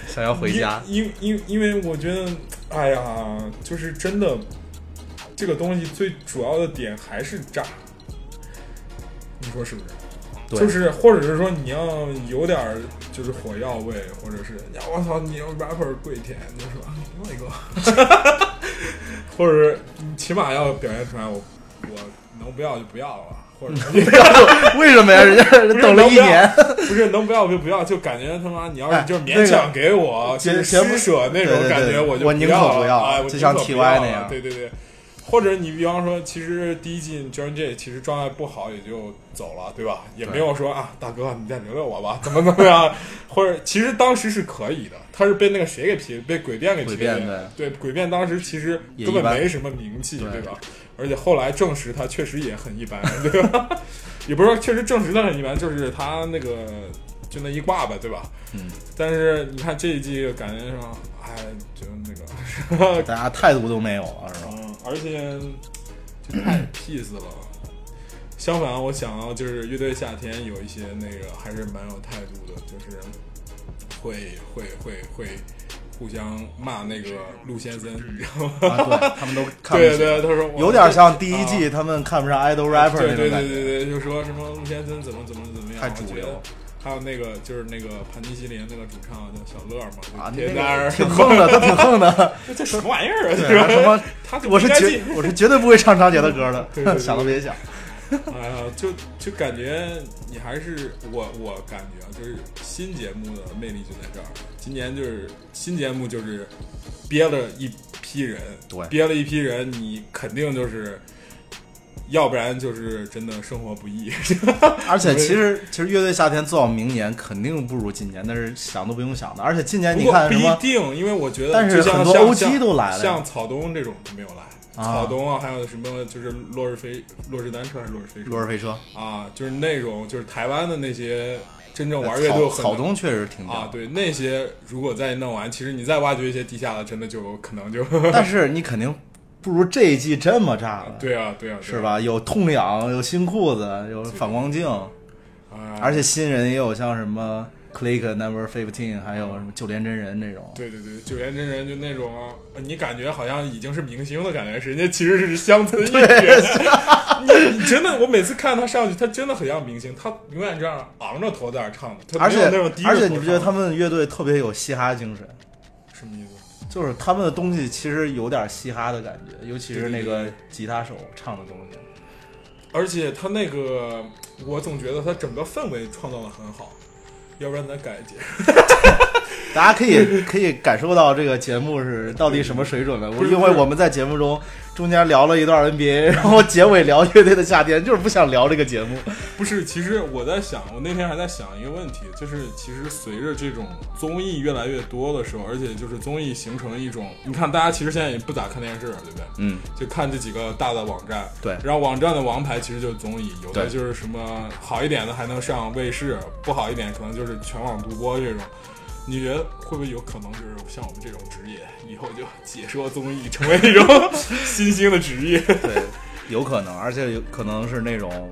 Speaker 2: 想要回家。
Speaker 3: 因因因为我觉得，哎呀，就是真的，这个东西最主要的点还是炸，你说是不是？
Speaker 2: 对
Speaker 3: 就是或者是说你要有点儿就是火药味，或者是呀我操你要 rapper 跪舔，你说另外一个，或者是你起码要表现出来我我能不要就不要了，或 者
Speaker 2: 为什么呀人家
Speaker 3: 不是
Speaker 2: 等了一年
Speaker 3: 能不要不是能不要就不要，就感觉他妈你要
Speaker 2: 哎
Speaker 3: 是就是勉强给
Speaker 2: 那
Speaker 3: 我
Speaker 2: 个
Speaker 3: 就是
Speaker 2: 节
Speaker 3: 施舍那
Speaker 2: 节目
Speaker 3: 种感
Speaker 2: 对对
Speaker 3: 觉，
Speaker 2: 对
Speaker 3: 就不
Speaker 2: 我宁
Speaker 3: 要
Speaker 2: 可不
Speaker 3: 了
Speaker 2: 要
Speaker 3: 哎，我
Speaker 2: 就
Speaker 3: 宁
Speaker 2: 像
Speaker 3: 可
Speaker 2: TY
Speaker 3: 不要
Speaker 2: 那
Speaker 3: 了
Speaker 2: 样
Speaker 3: 对对对。或者你比方说，其实第一季 John J 其实状态不好也就走了，对吧？也
Speaker 2: 对
Speaker 3: 没有说啊，大哥你再留留我吧，怎 么怎么样？或者其实当时是可以的，他是被那个谁给批，被诡辩给批
Speaker 2: 诡辩
Speaker 3: 的。对，诡辩当时其实
Speaker 2: 也
Speaker 3: 根本
Speaker 2: 一般
Speaker 3: 没什么名气，
Speaker 2: 对
Speaker 3: 对吧？而且后来证实他确实也很一般， 对吧？也不是说确实证实他很一般，就是他那个就那一挂吧，对吧？
Speaker 2: 嗯。
Speaker 3: 但是你看这一季，感觉上，哎，就那个，
Speaker 2: 大家态度都没有了，是吧？
Speaker 3: 嗯，而且就太 peace 了。相反，我想要就是乐队夏天有一些那个还是蛮有态度的，就是会会会会互相骂那个陆先生，你知道吗？
Speaker 2: 啊对，他们都看不
Speaker 3: 对
Speaker 2: 起
Speaker 3: 对，他说我
Speaker 2: 有点像第一
Speaker 3: 啊
Speaker 2: 季他们看不上 idol rapper 那
Speaker 3: 对
Speaker 2: 种
Speaker 3: 对
Speaker 2: 感
Speaker 3: 对
Speaker 2: 觉。
Speaker 3: 对对，就说什么陆先生怎么怎么怎么样，
Speaker 2: 太主
Speaker 3: 我觉得
Speaker 2: 流。
Speaker 3: 还有那个就是那个盘尼西林那个主唱叫小乐嘛，就
Speaker 2: 啊，
Speaker 3: 贴
Speaker 2: 那
Speaker 3: 在那 儿。
Speaker 2: 个挺横的，他挺横的
Speaker 3: 这什么玩意 儿啊？
Speaker 2: 对
Speaker 3: 这
Speaker 2: 啊，什么？
Speaker 3: 他就不
Speaker 2: 我是
Speaker 3: 应该
Speaker 2: 绝
Speaker 3: 进
Speaker 2: 我是绝对不会唱张杰的歌
Speaker 3: 对对
Speaker 2: 的，
Speaker 3: 对
Speaker 2: 想都别想。
Speaker 3: 哎呀，就就感觉你还是我，我感觉啊，就是新节目的魅力就在这儿。今年就是新节目，就是憋了一批人，
Speaker 2: 对
Speaker 3: 憋了一批人，你肯定就是，要不然就是真的生活不易。
Speaker 2: 而且其实其实乐队夏天做到明年肯定不如今年，那是想都不用想的。而且今年
Speaker 3: 不
Speaker 2: 哎你
Speaker 3: 过
Speaker 2: 看
Speaker 3: 不
Speaker 2: 什
Speaker 3: 一
Speaker 2: 么？
Speaker 3: 定，因为我觉得
Speaker 2: 但是
Speaker 3: 就像
Speaker 2: 很多
Speaker 3: 像
Speaker 2: OG 都来了呀
Speaker 3: 像像草东这种就没有来。
Speaker 2: 啊
Speaker 3: 草东啊，还有什么就是落日飞、落日单车还是落日飞车？
Speaker 2: 落日飞车
Speaker 3: 啊，就是那种就是台湾的那些真正玩
Speaker 2: 哎草
Speaker 3: 乐队很
Speaker 2: 草东确实挺屌
Speaker 3: 啊，对那些如果再弄完，其实你再挖掘一些地下的，真的就可能就
Speaker 2: 但是你肯定不如这一季这么炸 了，
Speaker 3: 对啊对啊对啊
Speaker 2: 是吧？有痛痒，有新裤子，有反光镜，
Speaker 3: 啊
Speaker 2: 而且新人也有像什么 Click Number Fifteen，还有什么九连真人这种。
Speaker 3: 对对对，九连真人就那种，呃你感觉好像已经是明星的感觉，人家其实是乡 村艺人。你你真的，我每次看他上去，他真的很像明星，他永远这样昂着头在那儿唱的，他
Speaker 2: 而
Speaker 3: 没有
Speaker 2: 且
Speaker 3: 那种低着
Speaker 2: 而且
Speaker 3: 头
Speaker 2: 你不觉得
Speaker 3: 唱
Speaker 2: 他们乐队特别有嘻哈精神？
Speaker 3: 什么意思？
Speaker 2: 就是他们的东西其实有点嘻哈的感觉，尤其是
Speaker 3: 对
Speaker 2: 那
Speaker 3: 对
Speaker 2: 个
Speaker 3: 对
Speaker 2: 吉他手唱的东西。
Speaker 3: 而且他那个，我总觉得他整个氛围创造的很好，要不然咱改一节。
Speaker 2: 大家 可以可以感受到这个节目是到底什么水准了。
Speaker 3: 不
Speaker 2: 我
Speaker 3: 是
Speaker 2: 因为我们在节目中中间聊了一段 NBA，然后结尾聊乐队的夏天，就是不想聊这个节目。
Speaker 3: 不是，其实我在想，我那天还在想一个问题，就是其实随着这种综艺越来越多的时候，而且就是综艺形成一种，你看大家其实现在也不咋看电视了，对不对？
Speaker 2: 嗯，
Speaker 3: 就看这几个大的网站。
Speaker 2: 对
Speaker 3: 然后网站的王牌其实就是综艺，有的
Speaker 2: 对
Speaker 3: 就是什么好一点的还能上卫视，不好一点可能就是全网独播这种。你觉得会不会有可能就是像我们这种职业，以后就解说综艺 成为一种新兴的职业？
Speaker 2: 对，有可能，而且有可能是那种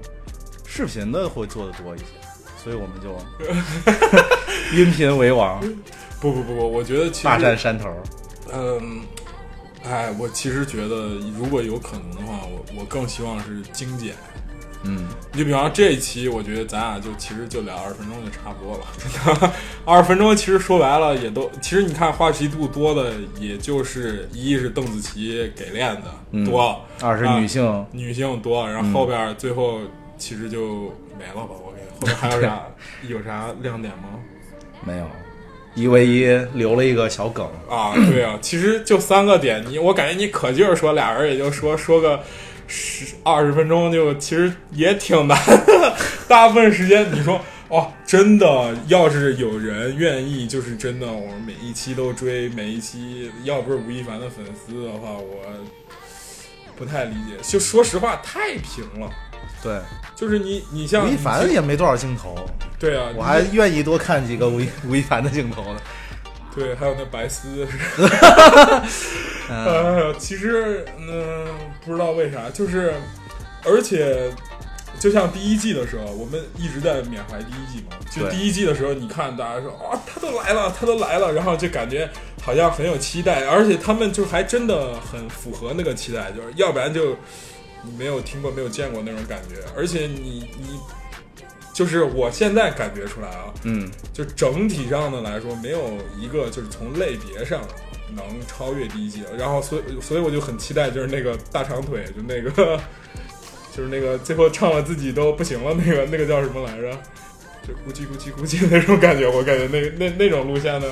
Speaker 2: 视频的会做的多一些，所以我们就 音频为王，
Speaker 3: 不不不不，我觉得其实
Speaker 2: 霸占山头。
Speaker 3: 嗯，哎，我其实觉得如果有可能的话，我我更希望是精简。
Speaker 2: 嗯，
Speaker 3: 你就比方这一期，我觉得咱俩就其实就聊二十分钟就差不多了，真的。二十分钟其实说白了也都，其实你看话题度多的，也就是一是邓紫棋给练
Speaker 2: 嗯
Speaker 3: 的多，
Speaker 2: 二是
Speaker 3: 啊
Speaker 2: 女性
Speaker 3: 女性多，然后
Speaker 2: 嗯
Speaker 3: 后边最后其实就没了吧？我感觉后边 还有啥有啥亮点吗？
Speaker 2: 没有，一 v 一留了一个小梗，
Speaker 3: 啊，对啊，其实就三个点，你我感觉你可劲儿说，俩人也就说说个十二十分钟就，其实也挺难的。 大部分时间你说哦，真的，要是有人愿意，就是真的，我每一期都追，每一期要不是吴亦凡的粉丝的话，我不太理解。就说实话，太平了。
Speaker 2: 对，
Speaker 3: 就是你，你像
Speaker 2: 吴亦凡也没多少镜头。
Speaker 3: 对啊
Speaker 2: 我还
Speaker 3: 你
Speaker 2: 愿意多看几个吴亦吴亦凡的镜头呢。
Speaker 3: 对，还有那白丝，
Speaker 2: 嗯
Speaker 3: 呃，其实嗯、不知道为啥，就是而且就像第一季的时候，我们一直在缅怀第一季嘛，就
Speaker 2: 对
Speaker 3: 第一季的时候，你看大家说啊，他都来了，他都来了，然后就感觉好像很有期待，而且他们就还真的很符合那个期待，就是要不然就你没有听过、没有见过那种感觉，而且你你。就是我现在感觉出来啊，
Speaker 2: 嗯，
Speaker 3: 就整体上的来说，没有一个就是从类别上能超越第一季的。然后所以所以我就很期待，就是那个大长腿，就那个 就是那个最后唱了自己都不行了，那个那个叫什么来着？就咕叽咕叽咕叽那种感觉，我感觉那那那种路线呢，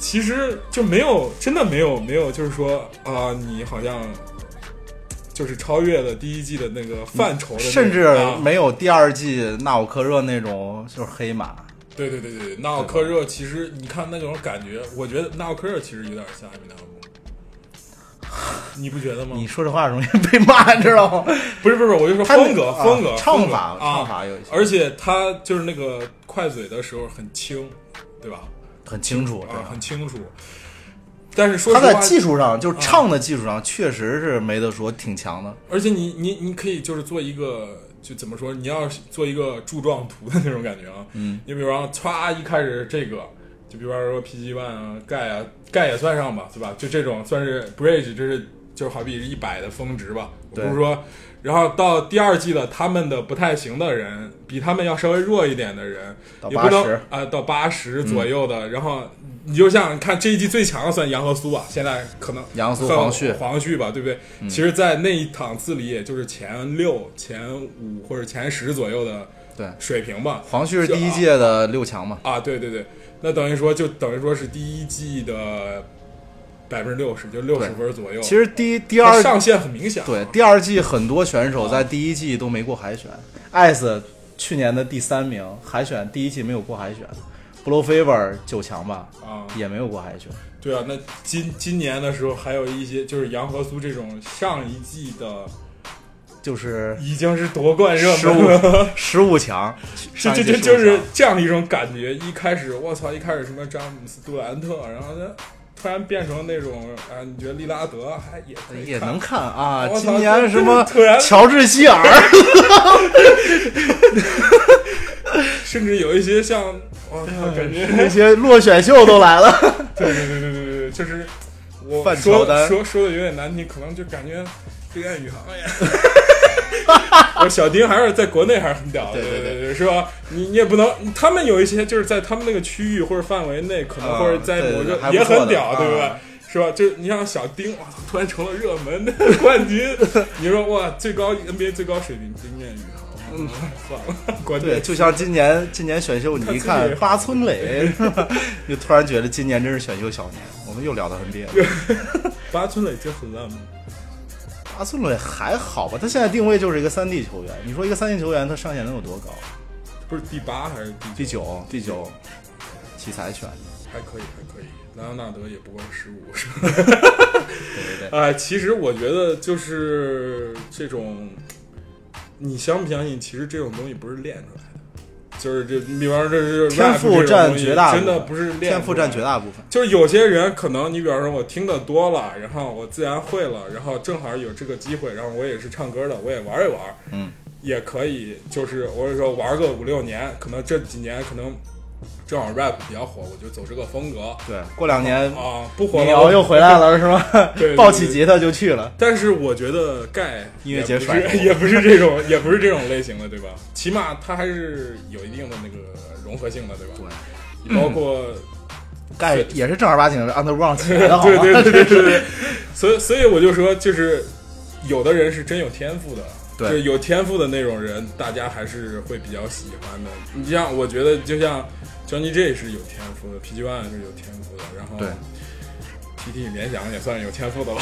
Speaker 3: 其实就没有真的没有没有，就是说啊，你好像就是超越了第一季的那个范畴的那种，
Speaker 2: 甚至
Speaker 3: 啊
Speaker 2: 没有第二季纳瓦克热那种就是黑马。
Speaker 3: 对对对对，纳奥科热其实你看那种感觉，我觉得纳奥科热其实有点像艾米纳姆， 你不觉得吗？
Speaker 2: 你说这话容易被骂，知道吗？
Speaker 3: 不是不是，我就说
Speaker 2: 他那
Speaker 3: 风格
Speaker 2: 啊
Speaker 3: 风格
Speaker 2: 唱
Speaker 3: 风格
Speaker 2: 法
Speaker 3: 啊
Speaker 2: 唱法有一些，
Speaker 3: 而且他就是那个快嘴的时候很轻，对吧？
Speaker 2: 很清楚
Speaker 3: 啊，很清楚。但是说
Speaker 2: 他
Speaker 3: 实话
Speaker 2: 在技术上，就是
Speaker 3: 啊
Speaker 2: 唱的技术上，确实是没得说，挺强的。
Speaker 3: 而且你你你可以就是做一个，就怎么说，你要做一个柱状图的那种感觉啊。
Speaker 2: 嗯，
Speaker 3: 你比如说，歘一开始这个，就比方说 PG One 啊、盖啊、盖也算上吧，对吧？就这种算是 Bridge，这是就好比是一百的峰值吧。我
Speaker 2: 对
Speaker 3: 不是说，然后到第二季了，他们的不太行的人，比他们要稍微弱一点的人，
Speaker 2: 到
Speaker 3: 也不能
Speaker 2: 80
Speaker 3: 啊、到八十左右的。然后你就像看这一季最强的算杨和苏吧，现在可能
Speaker 2: 杨苏
Speaker 3: 算
Speaker 2: 黄旭
Speaker 3: 黄旭吧，对不对？
Speaker 2: 嗯
Speaker 3: 其实，在那一场次里，也就是前六、前五或者前十左右的
Speaker 2: 对
Speaker 3: 水平吧。
Speaker 2: 黄旭是第一届的六强嘛？
Speaker 3: 啊，对对对，那等于说就等于说是第一季的百分之六十，就六十
Speaker 2: 对
Speaker 3: 分左右。
Speaker 2: 其实第第二
Speaker 3: 上限很明显，啊
Speaker 2: 对，第二季很多选手在第一季都没过海选，S 去年的第三名，海选第一季没有过海选，Blow Fever 九强吧，
Speaker 3: 啊
Speaker 2: 也没有过海选。
Speaker 3: 对啊，那今今年的时候还有一些就是杨和苏这种上一季的
Speaker 2: 就是
Speaker 3: 已经是夺冠热
Speaker 2: 十
Speaker 3: 门
Speaker 2: 五
Speaker 3: 了
Speaker 2: 十五 强，
Speaker 3: 这
Speaker 2: 上
Speaker 3: 这
Speaker 2: 一
Speaker 3: 这
Speaker 2: 届
Speaker 3: 就
Speaker 2: 15
Speaker 3: 是
Speaker 2: 强
Speaker 3: 这样的一种感觉。一开始我操，一开始什么詹姆斯杜兰特，然后呢，突然变成那种啊，你觉得利拉德还也可以
Speaker 2: 也能看啊，
Speaker 3: 我操
Speaker 2: 今年什
Speaker 3: 这
Speaker 2: 么
Speaker 3: 突 然
Speaker 2: 乔治希尔，
Speaker 3: 甚至有一些像我操，感觉
Speaker 2: 那些落选秀都来了。
Speaker 3: 对对对对对对，就是我
Speaker 2: 范
Speaker 3: 说
Speaker 2: 乔丹
Speaker 3: 说说的有点难听，可能就感觉对岸宇航呀。 我小丁还是在国内还是很屌的，
Speaker 2: 对
Speaker 3: 对
Speaker 2: 对对
Speaker 3: 对，是吧？你你也不能，他们有一些就是在他们那个区域或者范围内，可能
Speaker 2: 啊
Speaker 3: 或者在
Speaker 2: 对对
Speaker 3: 某
Speaker 2: 对
Speaker 3: 个
Speaker 2: 还不
Speaker 3: 也
Speaker 2: 错的
Speaker 3: 很屌，对不对
Speaker 2: 啊？
Speaker 3: 是吧？就是你像小丁，哇，突然成了热门的 冠军，你说哇，最高 NBA 最高水平经验宇航，嗯， 算了，冠军
Speaker 2: 对，就像今年今年选秀，你一
Speaker 3: 看
Speaker 2: 看
Speaker 3: 自己
Speaker 2: 八村垒， 是吧就突然觉得今年真是选秀小年。我们又聊得很别扭。
Speaker 3: 八村垒就很烂吗？
Speaker 2: 八村垒还好吧，他现在定位就是一个三 D 球员。你说一个三 D 球员，他上限能有多高？
Speaker 3: 不是第八还是第
Speaker 2: 第九，第九，奇才选的。
Speaker 3: 还可以，还可以。莱昂纳德也不过十五，是吧？
Speaker 2: 对对
Speaker 3: 啊、其实我觉得就是这种，你相不相信？其实这种东西不是练出来的，就是这，比方说这是
Speaker 2: 天
Speaker 3: rap
Speaker 2: 赋
Speaker 3: 这种东
Speaker 2: 占
Speaker 3: 西
Speaker 2: 绝大部
Speaker 3: 真
Speaker 2: 分，
Speaker 3: 的不是练出来的
Speaker 2: 天赋占绝大部分。
Speaker 3: 就是有些人可能你比方说我听的多了，然后我自然会了，然后正好有这个机会，然后我也是唱歌的，我也玩一玩，
Speaker 2: 嗯，
Speaker 3: 也可以，就是我是说玩个五六年，可能这几年可能正好 rap 比较火，我就走这个风格。
Speaker 2: 对，过两年
Speaker 3: 啊不火了
Speaker 2: 民谣又回来了是吧？
Speaker 3: 对对对
Speaker 2: 抱起吉他就去了。
Speaker 3: 但是我觉得盖
Speaker 2: 音乐
Speaker 3: 也
Speaker 2: 节
Speaker 3: 不
Speaker 2: 甩
Speaker 3: 是 也不是这种，也不是这种类型的，对吧？起码它还是有一定的那个融合性的，对吧？对，包括
Speaker 2: 盖也是正儿八经的 underground 起来的，好
Speaker 3: 对
Speaker 2: 吗？
Speaker 3: 对对对 对对，所以所以我就说，就是有的人是真有天赋的，
Speaker 2: 对
Speaker 3: 就是有天赋的那种人，大家还是会比较喜欢的。你像我觉得，就像 Johnny J 是有天赋的，PG One 是有天赋的，然后
Speaker 2: 对
Speaker 3: TT 联想也算是有天赋的吧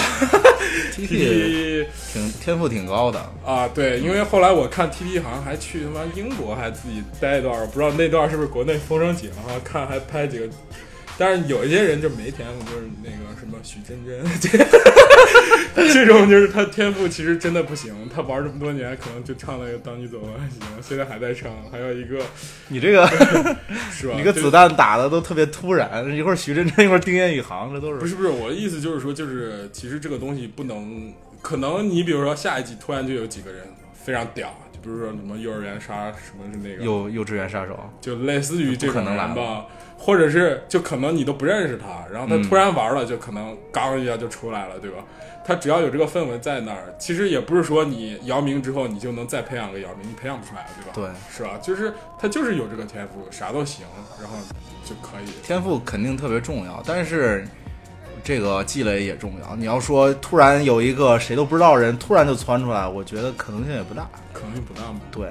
Speaker 2: TT 挺天赋挺高的，
Speaker 3: 啊，对，因为后来我看 T T 好像还去他妈英国，还自己待一段儿，我不知道那段儿是不是国内风声紧了，好像看还拍几个。但是有一些人就没天赋，就是那个什么许真真， 这这种就是他天赋其实真的不行，他玩这么多年可能就唱那个《当你走完》行，现在还在唱。还有一个，
Speaker 2: 你这个
Speaker 3: 是吧？
Speaker 2: 你个
Speaker 3: 就
Speaker 2: 子弹打的都特别突然，一会儿徐真 真，一会儿丁彦雨航，这都是
Speaker 3: 不是不是，我的意思就是说，就是其实这个东西不能，可能你比如说下一季突然就有几个人非常屌，就比如说什么幼儿园杀什么是那个
Speaker 2: 幼幼稚园杀手，
Speaker 3: 就类似于这
Speaker 2: 不可
Speaker 3: 种
Speaker 2: 能来
Speaker 3: 人吧
Speaker 2: 了，
Speaker 3: 或者是就可能你都不认识他，然后他
Speaker 2: 嗯
Speaker 3: 突然玩了，就可能刚一下就出来了，对吧？他只要有这个氛围在那儿，其实也不是说你姚明之后你就能再培养个姚明，你培养不出来，对吧？
Speaker 2: 对，
Speaker 3: 是吧？就是他就是有这个天赋，啥都行，然后就可以。
Speaker 2: 天赋肯定特别重要，但是这个积累也重要。你要说突然有一个谁都不知道的人突然就窜出来，我觉得可能性也不大。
Speaker 3: 可能性不大嘛。
Speaker 2: 对，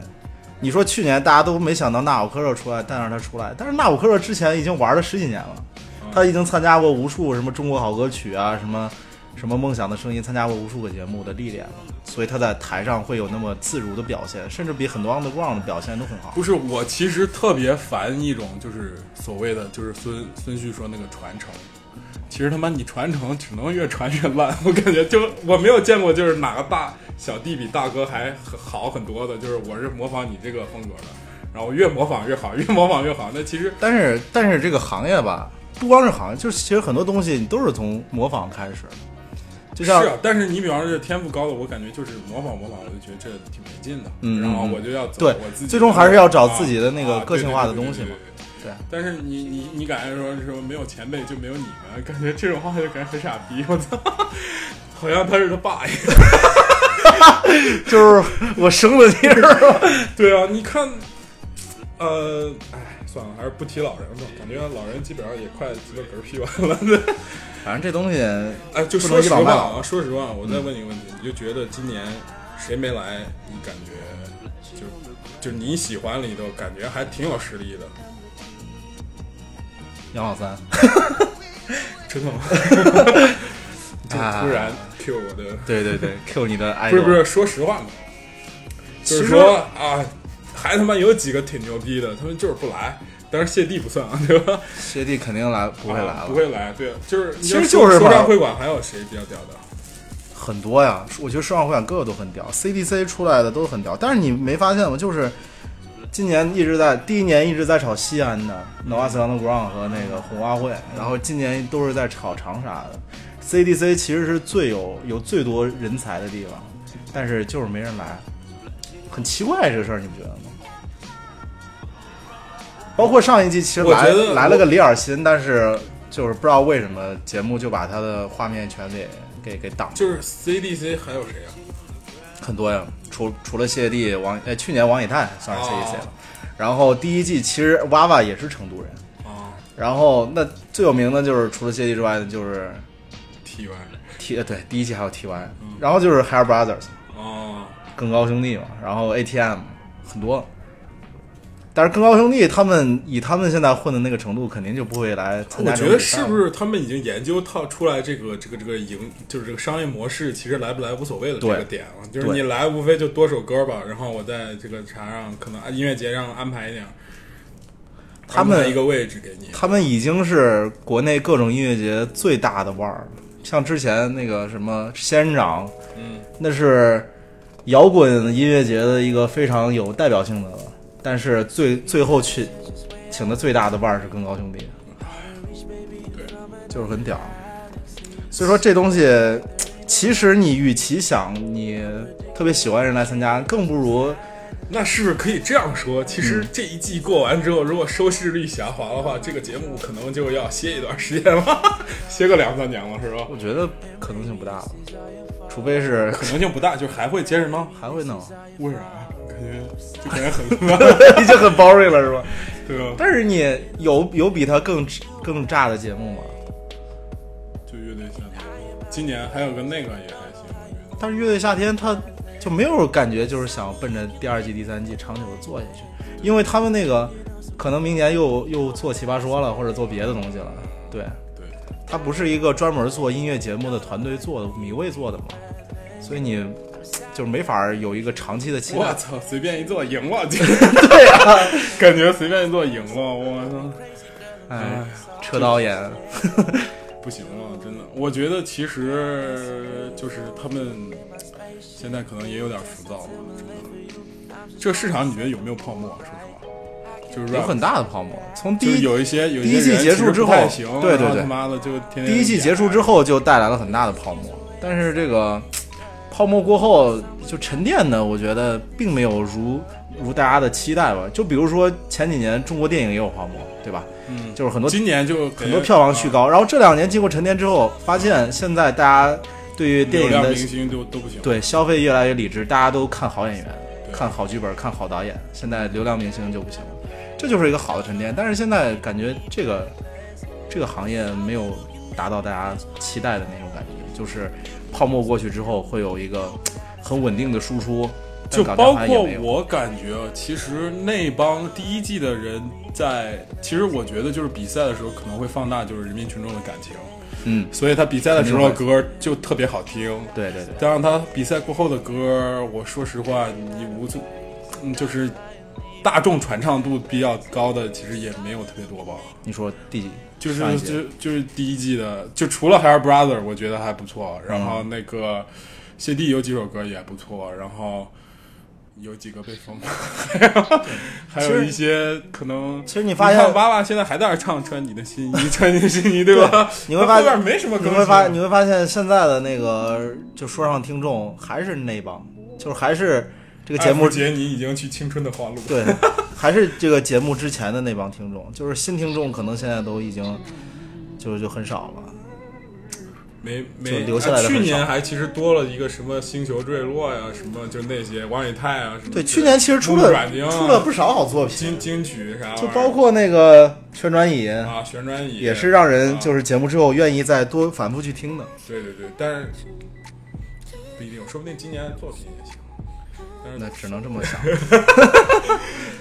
Speaker 2: 你说去年大家都没想到纳瓦科热出来，但是他出来，但是纳瓦科热之前已经玩了十几年了，他已经参加过无数什么中国好歌曲啊，什么什么梦想的声音，参加过无数个节目的历练了，所以他在台上会有那么自如的表现，甚至比很多 underground 的表现都很好。
Speaker 3: 不是，我其实特别烦一种就是所谓的就是孙孙旭说那个传承。其实他妈你传承只能越传越烂，我感觉就我没有见过就是哪个大小弟比大哥还好很多的，就是我是模仿你这个风格的，然后越模仿越好，越模仿越好。那其实
Speaker 2: 但是但是这个行业吧，不光是行业，就是其实很多东西你都是从模仿开始，就像
Speaker 3: 是啊，但是你比方说天赋高的，我感觉就是模仿模仿，我就觉得这挺没劲的。
Speaker 2: 嗯
Speaker 3: 然后我就要走
Speaker 2: 对
Speaker 3: 我自己，
Speaker 2: 最终还是要找自己的
Speaker 3: 啊
Speaker 2: 那个
Speaker 3: 啊
Speaker 2: 个性化的
Speaker 3: 对对
Speaker 2: 东西嘛
Speaker 3: 对对对对但是你你你感觉说说没有前辈就没有你们，感觉这种话就感觉很傻逼，我操，好像他是他爸一样。
Speaker 2: 就是我生了你是吧？
Speaker 3: 对啊，你看，呃，哎，算了，还是不提老人吧，感觉老人基本上也快鸡巴嗝屁完了。
Speaker 2: 反正这东西，
Speaker 3: 哎，就
Speaker 2: 不
Speaker 3: 说
Speaker 2: 能倚
Speaker 3: 实
Speaker 2: 老
Speaker 3: 话
Speaker 2: 卖
Speaker 3: 啊，
Speaker 2: 老。
Speaker 3: 说实话，我再问你个问题，你就觉得今年谁没来？你感觉就就你喜欢里头，感觉还挺有实力的。
Speaker 2: 杨老三，
Speaker 3: 真的吗？ 就
Speaker 2: 啊
Speaker 3: 突然 Q 我的，
Speaker 2: 对对对 ，Q 你的 idol，
Speaker 3: 不是不是，说实话嘛，就是说啊，还他妈有几个挺牛逼的，他们就是不来。当然谢帝不算啊， 对吧？
Speaker 2: 谢帝肯定来不会来了
Speaker 3: 啊不会来。对，就是
Speaker 2: 其实就是
Speaker 3: 说
Speaker 2: 吧
Speaker 3: 唱会馆还有谁比较屌的？
Speaker 2: 很多呀，我觉得说唱会馆各个都很屌，CDC 出来的都很屌，但是你没发现吗？就是今年一直在第一年一直在炒西安的
Speaker 3: 嗯
Speaker 2: n o v a s u n d e r g r o u n d 和那个红花会，然后今年都是在炒长沙的。CDC 其实是最有有最多人才的地方，但是就是没人来，很奇怪这个事儿，你不觉得吗？包括上一季其实
Speaker 3: 我
Speaker 2: 来
Speaker 3: 觉得
Speaker 2: 来了
Speaker 3: 我
Speaker 2: 个李尔新，但是就是不知道为什么节目就把他的画面全给给给挡了。
Speaker 3: 就是 CDC 还有谁啊？
Speaker 2: 很多呀，除除了谢帝王，呃，去年王以太算是 CDC 了。
Speaker 3: 哦
Speaker 2: 然后第一季其实娃娃也是成都人。
Speaker 3: 哦
Speaker 2: 然后那最有名的就是除了谢帝之外的就是
Speaker 3: T Y 嗯
Speaker 2: T 呃对第一季还有 T Y，、然后就是 Hair Brothers
Speaker 3: 哦，
Speaker 2: 更高兄弟嘛，然后 ATM 很多。但是更高兄弟他们以他们现在混的那个程度，肯定就不会来参
Speaker 3: 我
Speaker 2: 加这
Speaker 3: 觉
Speaker 2: 种
Speaker 3: 得
Speaker 2: 比赛
Speaker 3: 是
Speaker 2: 了。
Speaker 3: 不是他们已经研究套出来这个这个这个营，就是这个商业模式，其实来不来无所谓的这
Speaker 2: 对
Speaker 3: 个点了。就是
Speaker 2: 对
Speaker 3: 你来无非就多首歌吧，然后我在这个啥上可能音乐节上安排一点，
Speaker 2: 他们
Speaker 3: 安排一个位置给你。
Speaker 2: 他们已经是国内各种音乐节最大的腕儿了。像之前那个什么仙人掌，
Speaker 3: 嗯，
Speaker 2: 那是摇滚音乐节的一个非常有代表性的了。但是最最后去请的最大的腕儿是更高兄弟，对，就是很屌。所以说这东西，其实你与其想你特别喜欢人来参加，更不如
Speaker 3: 那是不是可以这样说？其
Speaker 2: 嗯
Speaker 3: 实这一季过完之后，如果收视率下滑的话，这个节目可能就要歇一段时间了， 歇个两三年了，是吧？
Speaker 2: 我觉得可能性不大，除非是
Speaker 3: 可能性不大，就是还会接着弄，
Speaker 2: 还会弄。
Speaker 3: 为啥？感觉就感觉很
Speaker 2: 已经很 boring 了，是吧？
Speaker 3: 对啊吧？
Speaker 2: 但是你有有比他更更炸的节目吗？
Speaker 3: 就乐队夏天，今年还有个那个也还行。
Speaker 2: 但是乐队夏天他就没有感觉，就是想奔着第二季、第三季长久的做下去，因为他们那个可能明年又又做奇葩说了，或者做别的东西了。对，
Speaker 3: 对，
Speaker 2: 他不是一个专门做音乐节目的团队做的，米未做的嘛，所以你就是没法有一个长期的期
Speaker 3: 我
Speaker 2: 待。
Speaker 3: 操，随便一做赢了，对
Speaker 2: 啊，
Speaker 3: 感觉随便一做赢了，我操！
Speaker 2: 哎，车导演，
Speaker 3: 不行了，真的。我觉得其实就是他们现在可能也有点浮躁了，真的。这个市场你觉得有没有泡沫？说实话，就是 rap
Speaker 2: 有很大的泡沫。从第
Speaker 3: 就是
Speaker 2: 一
Speaker 3: 有一些有一些
Speaker 2: 第一季
Speaker 3: 人
Speaker 2: 结
Speaker 3: 其
Speaker 2: 束
Speaker 3: 实
Speaker 2: 之
Speaker 3: 不
Speaker 2: 后
Speaker 3: 太行，
Speaker 2: 对
Speaker 3: 然
Speaker 2: 对
Speaker 3: 后
Speaker 2: 对，
Speaker 3: 他妈的就天天
Speaker 2: 第一季结束之后就带来了很大的泡沫，但是这个泡沫过后就沉淀的，我觉得并没有如如大家的期待吧。就比如说前几年中国电影也有泡沫，对吧？
Speaker 3: 嗯
Speaker 2: 就是很多
Speaker 3: 今年就啊
Speaker 2: 很多票房巨高，然后这两年经过沉淀之后，发现现在大家对于电影
Speaker 3: 流量
Speaker 2: 的
Speaker 3: 明星都都不行
Speaker 2: 对消费越来越理智，大家都看好演员，看好剧本，看好导演。现在流量明星就不行了，这就是一个好的沉淀。但是现在感觉这个这个行业没有达到大家期待的那种感觉，就是泡沫过去之后会有一个很稳定的输出，但
Speaker 3: 就
Speaker 2: 港
Speaker 3: 包
Speaker 2: 台好像也
Speaker 3: 括
Speaker 2: 没有
Speaker 3: 我感觉，啊其实那帮第一季的人在，其实我觉得就是比赛的时候可能会放大就是人民群众的感情，
Speaker 2: 嗯，
Speaker 3: 所以他比赛的时候
Speaker 2: 肯定
Speaker 3: 歌就特别好听。
Speaker 2: 对对对，
Speaker 3: 但是他比赛过后的歌，我说实话，你无足，嗯就是大众传唱度比较高的，其实也没有特别多吧。
Speaker 2: 你说第
Speaker 3: 就是
Speaker 2: 上一
Speaker 3: 就
Speaker 2: 届
Speaker 3: 就是第一季的，就除了 Hair Brother，我觉得还不错。然后
Speaker 2: 嗯
Speaker 3: 那个谢帝有几首歌也不错，然后有几个被封了，还有一些可能。
Speaker 2: 其实你发现
Speaker 3: 看娃娃现在还在那儿唱《穿你的心衣》，穿你的心衣，对吧？
Speaker 2: 你会发
Speaker 3: 他后
Speaker 2: 现
Speaker 3: 面没什么
Speaker 2: 你
Speaker 3: 歌，
Speaker 2: 会发你会发现现在的那个就说唱听众还是那帮，就是还是这个节目
Speaker 3: 艾弗杰你已经去青春的花路，
Speaker 2: 对，还是这个节目之前的那帮听众，就是新听众可能现在都已经就就很少了。
Speaker 3: 没
Speaker 2: 就
Speaker 3: 没
Speaker 2: 留下来的
Speaker 3: 啊
Speaker 2: 很
Speaker 3: 去
Speaker 2: 少
Speaker 3: 年还其实多了一个什么星球坠落呀，什么就那些王以太啊什么。
Speaker 2: 对去年其实出了
Speaker 3: 木木软钉啊
Speaker 2: 出了不少好作品，
Speaker 3: 金金曲啥玩意儿，
Speaker 2: 就包括那个旋转椅
Speaker 3: 啊旋转椅啊
Speaker 2: 也是让人就是节目之后愿意再多反复去 听的。
Speaker 3: 对对对，但是不一定，说不定今年作品也行。但是
Speaker 2: 那只能这么想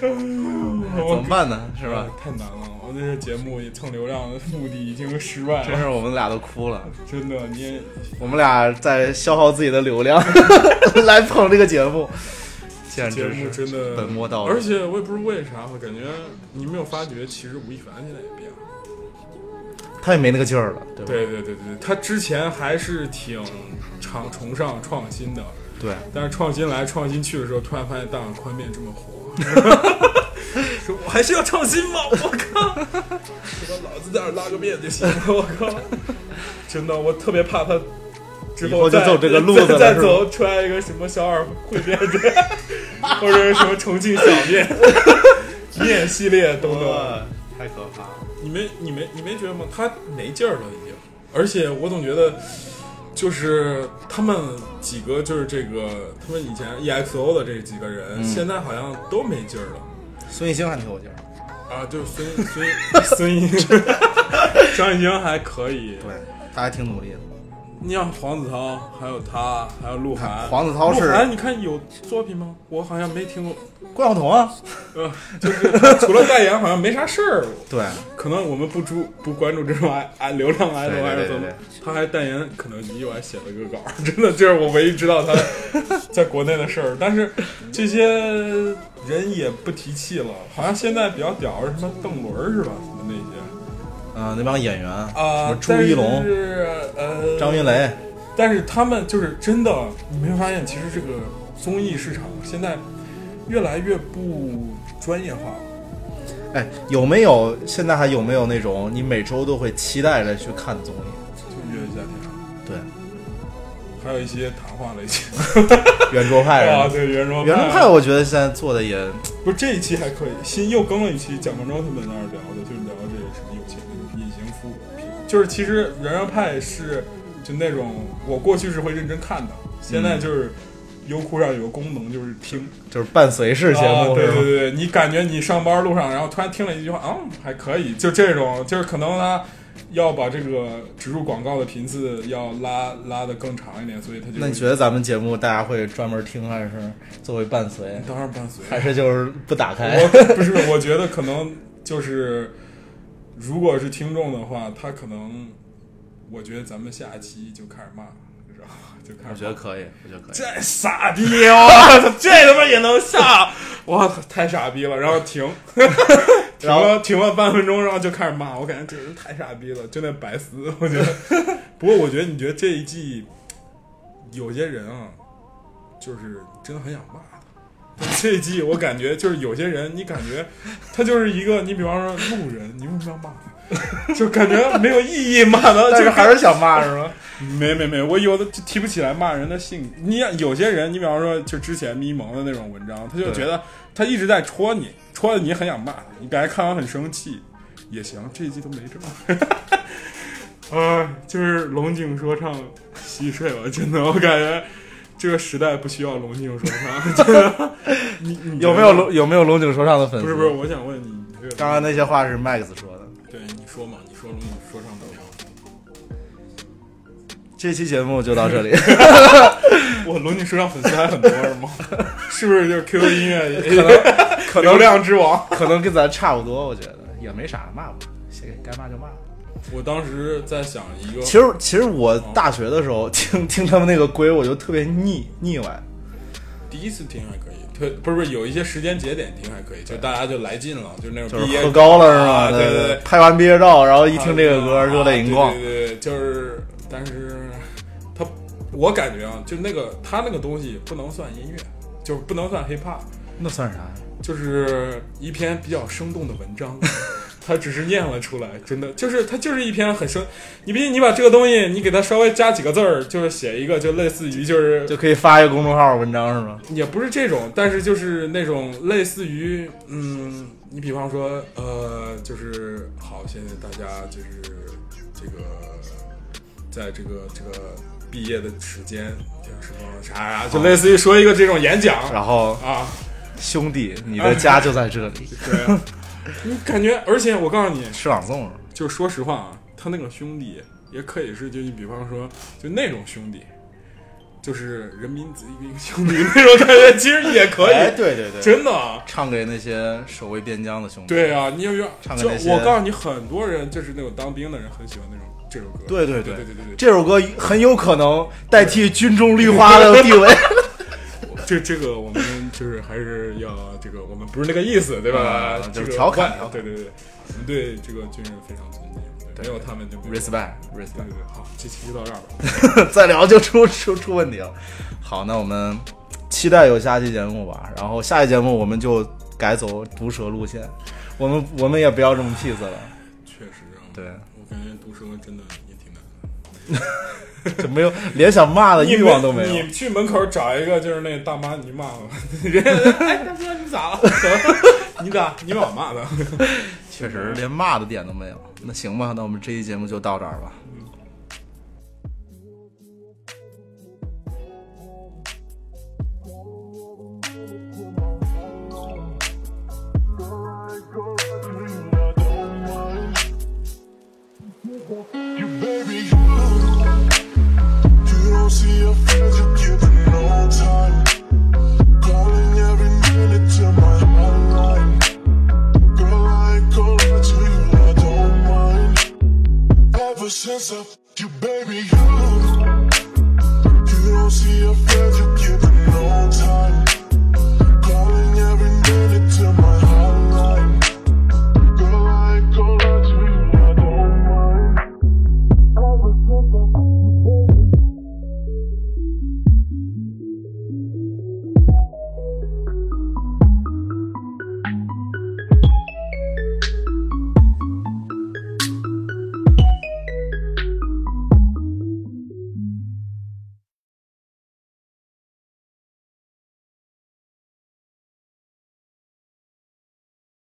Speaker 3: 我
Speaker 2: 怎么办呢是吧
Speaker 3: 哎 太难了，我这节目也蹭流量的目的已经失败了。
Speaker 2: 真是我们俩都哭了，
Speaker 3: 真的，你也
Speaker 2: 我们俩在消耗自己的流量 来捧这个节目，简
Speaker 3: 节
Speaker 2: 直
Speaker 3: 目
Speaker 2: 是
Speaker 3: 真的
Speaker 2: 本末倒置。
Speaker 3: 而且我也不知为啥，我感觉你没有发觉，其实吴亦凡现在也变了。
Speaker 2: 他也没那个劲儿了，对吧？
Speaker 3: 对对对对，对他之前还是挺常崇尚创新的，
Speaker 2: 对
Speaker 3: 但是创新来创新去的时候，突然发现大碗宽面这么 火，说我还是要创新吗？我 靠！说老子在那儿拉个面就行了，我靠！真的，我特别怕他之
Speaker 2: 以后就
Speaker 3: 再
Speaker 2: 走这个路子了
Speaker 3: 再再
Speaker 2: 是吧
Speaker 3: 走出来一个什么小二烩面的， 或者是什么重庆小面面系列等等。
Speaker 2: 太可怕了。
Speaker 3: 你没你没你没觉得吗？他没劲儿了已经，而且我总觉得，就是他们几个就是这个他们以前 EXO 的这几个人，
Speaker 2: 嗯
Speaker 3: 现在好像都没劲儿了。
Speaker 2: 孙艺兴还挺有劲儿。
Speaker 3: 啊，就是孙孙孙艺 兴，张艺兴还可以，
Speaker 2: 对，他还挺努力的。
Speaker 3: 你像黄子韬，还有他，还有鹿晗。
Speaker 2: 哎黄子韬是
Speaker 3: 鹿晗，你看有作品吗？我好像没听过。
Speaker 2: 关晓彤啊，
Speaker 3: 呃，就是他除了代言，好像没啥事儿。
Speaker 2: 对，
Speaker 3: 可能我们不注不关注这种爱爱流量爱豆
Speaker 2: 对对
Speaker 3: 爱
Speaker 2: 对
Speaker 3: 豆
Speaker 2: 对对，
Speaker 3: 他还代言可能意外写了个稿， 真的这是我唯一知道他 在国内的事儿。但是这些人也不提气了，好像现在比较屌是什么邓伦儿是吧？什么那些。
Speaker 2: 啊、那帮演员啊
Speaker 3: 啊
Speaker 2: 什么，朱一龙
Speaker 3: 但、是呃，
Speaker 2: 张云雷，
Speaker 3: 但是他们就是真的，你没发现其实这个综艺市场现在越来越不专业化。
Speaker 2: 哎，有没有现在还有没有那种你每周都会期待着去看的综艺？
Speaker 3: 就越夏天，
Speaker 2: 对，
Speaker 3: 还有一些谈话类型，
Speaker 2: 圆桌派人
Speaker 3: 啊，对圆桌
Speaker 2: 圆桌
Speaker 3: 派
Speaker 2: 派，我觉得现在做的也
Speaker 3: 不是这一期还可以，新又更了一期蒋方舟他们在那儿聊的，就是聊这个什么有钱人隐形夫，就是其实圆桌派是就那种我过去是会认真看的，现在就是优酷上有个功能就是听，
Speaker 2: 嗯就是伴随式节目，
Speaker 3: 啊对
Speaker 2: 是吧
Speaker 3: 对对，你感觉你上班路上，然后突然听了一句话，嗯，还可以，就这种，就是可能他要把这个植入广告的频次要拉拉的更长一点，所以他就
Speaker 2: 那你觉得咱们节目大家会专门听，还是作为伴随？
Speaker 3: 当然伴随，
Speaker 2: 还是就是不打开？
Speaker 3: 我 不是，我觉得可能就是，如果是听众的话，他可能，我觉得咱们下一期就开始骂，你知道吗？就开始骂。
Speaker 2: 我觉得可以，我觉得可以。
Speaker 3: 这傻逼，我操，啊这他妈也能下，我操，太傻逼了。然后 停，停
Speaker 2: 然后
Speaker 3: 了停了半分钟，然后就开始骂，我感觉这人太傻逼了，就那白丝，我觉得。不过我觉得，你觉得这一季有些人啊，就是真的很想骂他。这一季我感觉就是有些人，你感觉他就是一个，你比方说路人，你为什么要骂 他？就感觉没有意义骂他，
Speaker 2: 但
Speaker 3: 就是
Speaker 2: 还是想骂是吗？
Speaker 3: 没没没，我有的就提不起来骂人的性。你像有些人，你比方说就之前咪蒙的那种文章，他就
Speaker 2: 对
Speaker 3: 觉得他一直在戳你，戳的你很想骂他，你感觉看完很生气，也行，这一季都没这 么。啊，就是龙井说唱洗睡吧，真的，我感觉这个时代不需要龙井说唱，真的。你你
Speaker 2: 有没有龙有没有龙井说唱的粉丝？
Speaker 3: 不是不是，我想问你，你这个
Speaker 2: 刚刚那些话是 Max 说的。
Speaker 3: 对你说嘛，你说龙井说唱怎么样？
Speaker 2: 这期节目就到这里。
Speaker 3: 我龙井说唱粉丝还很多是吗？ 是不是就是 QQ 音乐
Speaker 2: 可能可 能
Speaker 3: 流量之王，
Speaker 2: 可能跟咱差不多，我觉得也没啥骂不，谁该骂就骂。
Speaker 3: 我当时在想一个，
Speaker 2: 其实其实我大学的时候听听他们那个龟，我就特别腻腻歪。
Speaker 3: 第一次听还可以，特不是不是有一些时间节点听还可以，就大家就来劲了，就是那
Speaker 2: 就
Speaker 3: 种毕
Speaker 2: 是
Speaker 3: 业
Speaker 2: 喝高了是
Speaker 3: 啊
Speaker 2: 吗？
Speaker 3: 对对对，
Speaker 2: 拍完毕业照，然后一听这个歌，热泪盈眶
Speaker 3: 啊。对对对，就是，但是他，我感觉啊，就那个他那个东西不能算音乐，就是不能算 hiphop，
Speaker 2: 那算啥？
Speaker 3: 就是一篇比较生动的文 章。他只是念了出来，真的就是他就是一篇很生，你毕竟你把这个东西你给它稍微加几个字儿，就是写一个就类似于就是
Speaker 2: 就可以发一个公众号文章是吗？
Speaker 3: 也不是这种，但是就是那种类似于，嗯，你比方说，呃，就是好，现在大家就是这个，在这个这个毕业的时间，就是说啥啥，就类似于说一个这种演讲，
Speaker 2: 啊然后
Speaker 3: 啊，
Speaker 2: 兄弟，你的家就在这里。
Speaker 3: 对啊，你感觉，而且我告诉你，
Speaker 2: 吃朗诵了
Speaker 3: 就说实话啊，他那个兄弟也可以是，就你比方说，就那种兄弟，就是人民子一个兄弟那种感觉，其实也可以。
Speaker 2: 哎对对对，
Speaker 3: 真的啊。
Speaker 2: 唱给那些守卫边疆的兄弟。
Speaker 3: 对啊，你有有
Speaker 2: 唱给
Speaker 3: 就
Speaker 2: 那些。
Speaker 3: 我告诉你，很多人就是那种当兵的人很喜欢那种这首歌。
Speaker 2: 对
Speaker 3: 对
Speaker 2: 对
Speaker 3: 对对对，
Speaker 2: 这首歌很有可能代替《军中绿花》的 地位。
Speaker 3: 这这个我们就是还是要这个，我们不是那个意思，对吧？
Speaker 2: 嗯
Speaker 3: 这个
Speaker 2: 就是调侃
Speaker 3: 万对对对，我们对这个军人非常尊敬，对没有他们就没有
Speaker 2: Respect，
Speaker 3: 对对对，好，这期就到这儿吧。
Speaker 2: 再聊就出出出问题了。好，那我们期待有下期节目吧。然后下期节目我们就改走毒舌路线，我们我们也不要这么 peace 了，
Speaker 3: 确实啊，
Speaker 2: 对，
Speaker 3: 我感觉毒舌真的也挺难。
Speaker 2: 就没有连想骂的
Speaker 3: 你
Speaker 2: 欲望都没
Speaker 3: 你
Speaker 2: 有。
Speaker 3: 你去门口找一个就是那大妈，你骂我，人家哎大哥你咋了？你咋你把我骂的？
Speaker 2: 确实连骂的点都没有。那行吧，那我们这期节目就到这儿吧。
Speaker 16: You don't see a friend you giving no time. Calling every minute to my hotline. Girl, I ain't gonna lie to you, I don't mind. Ever since I
Speaker 5: 嗯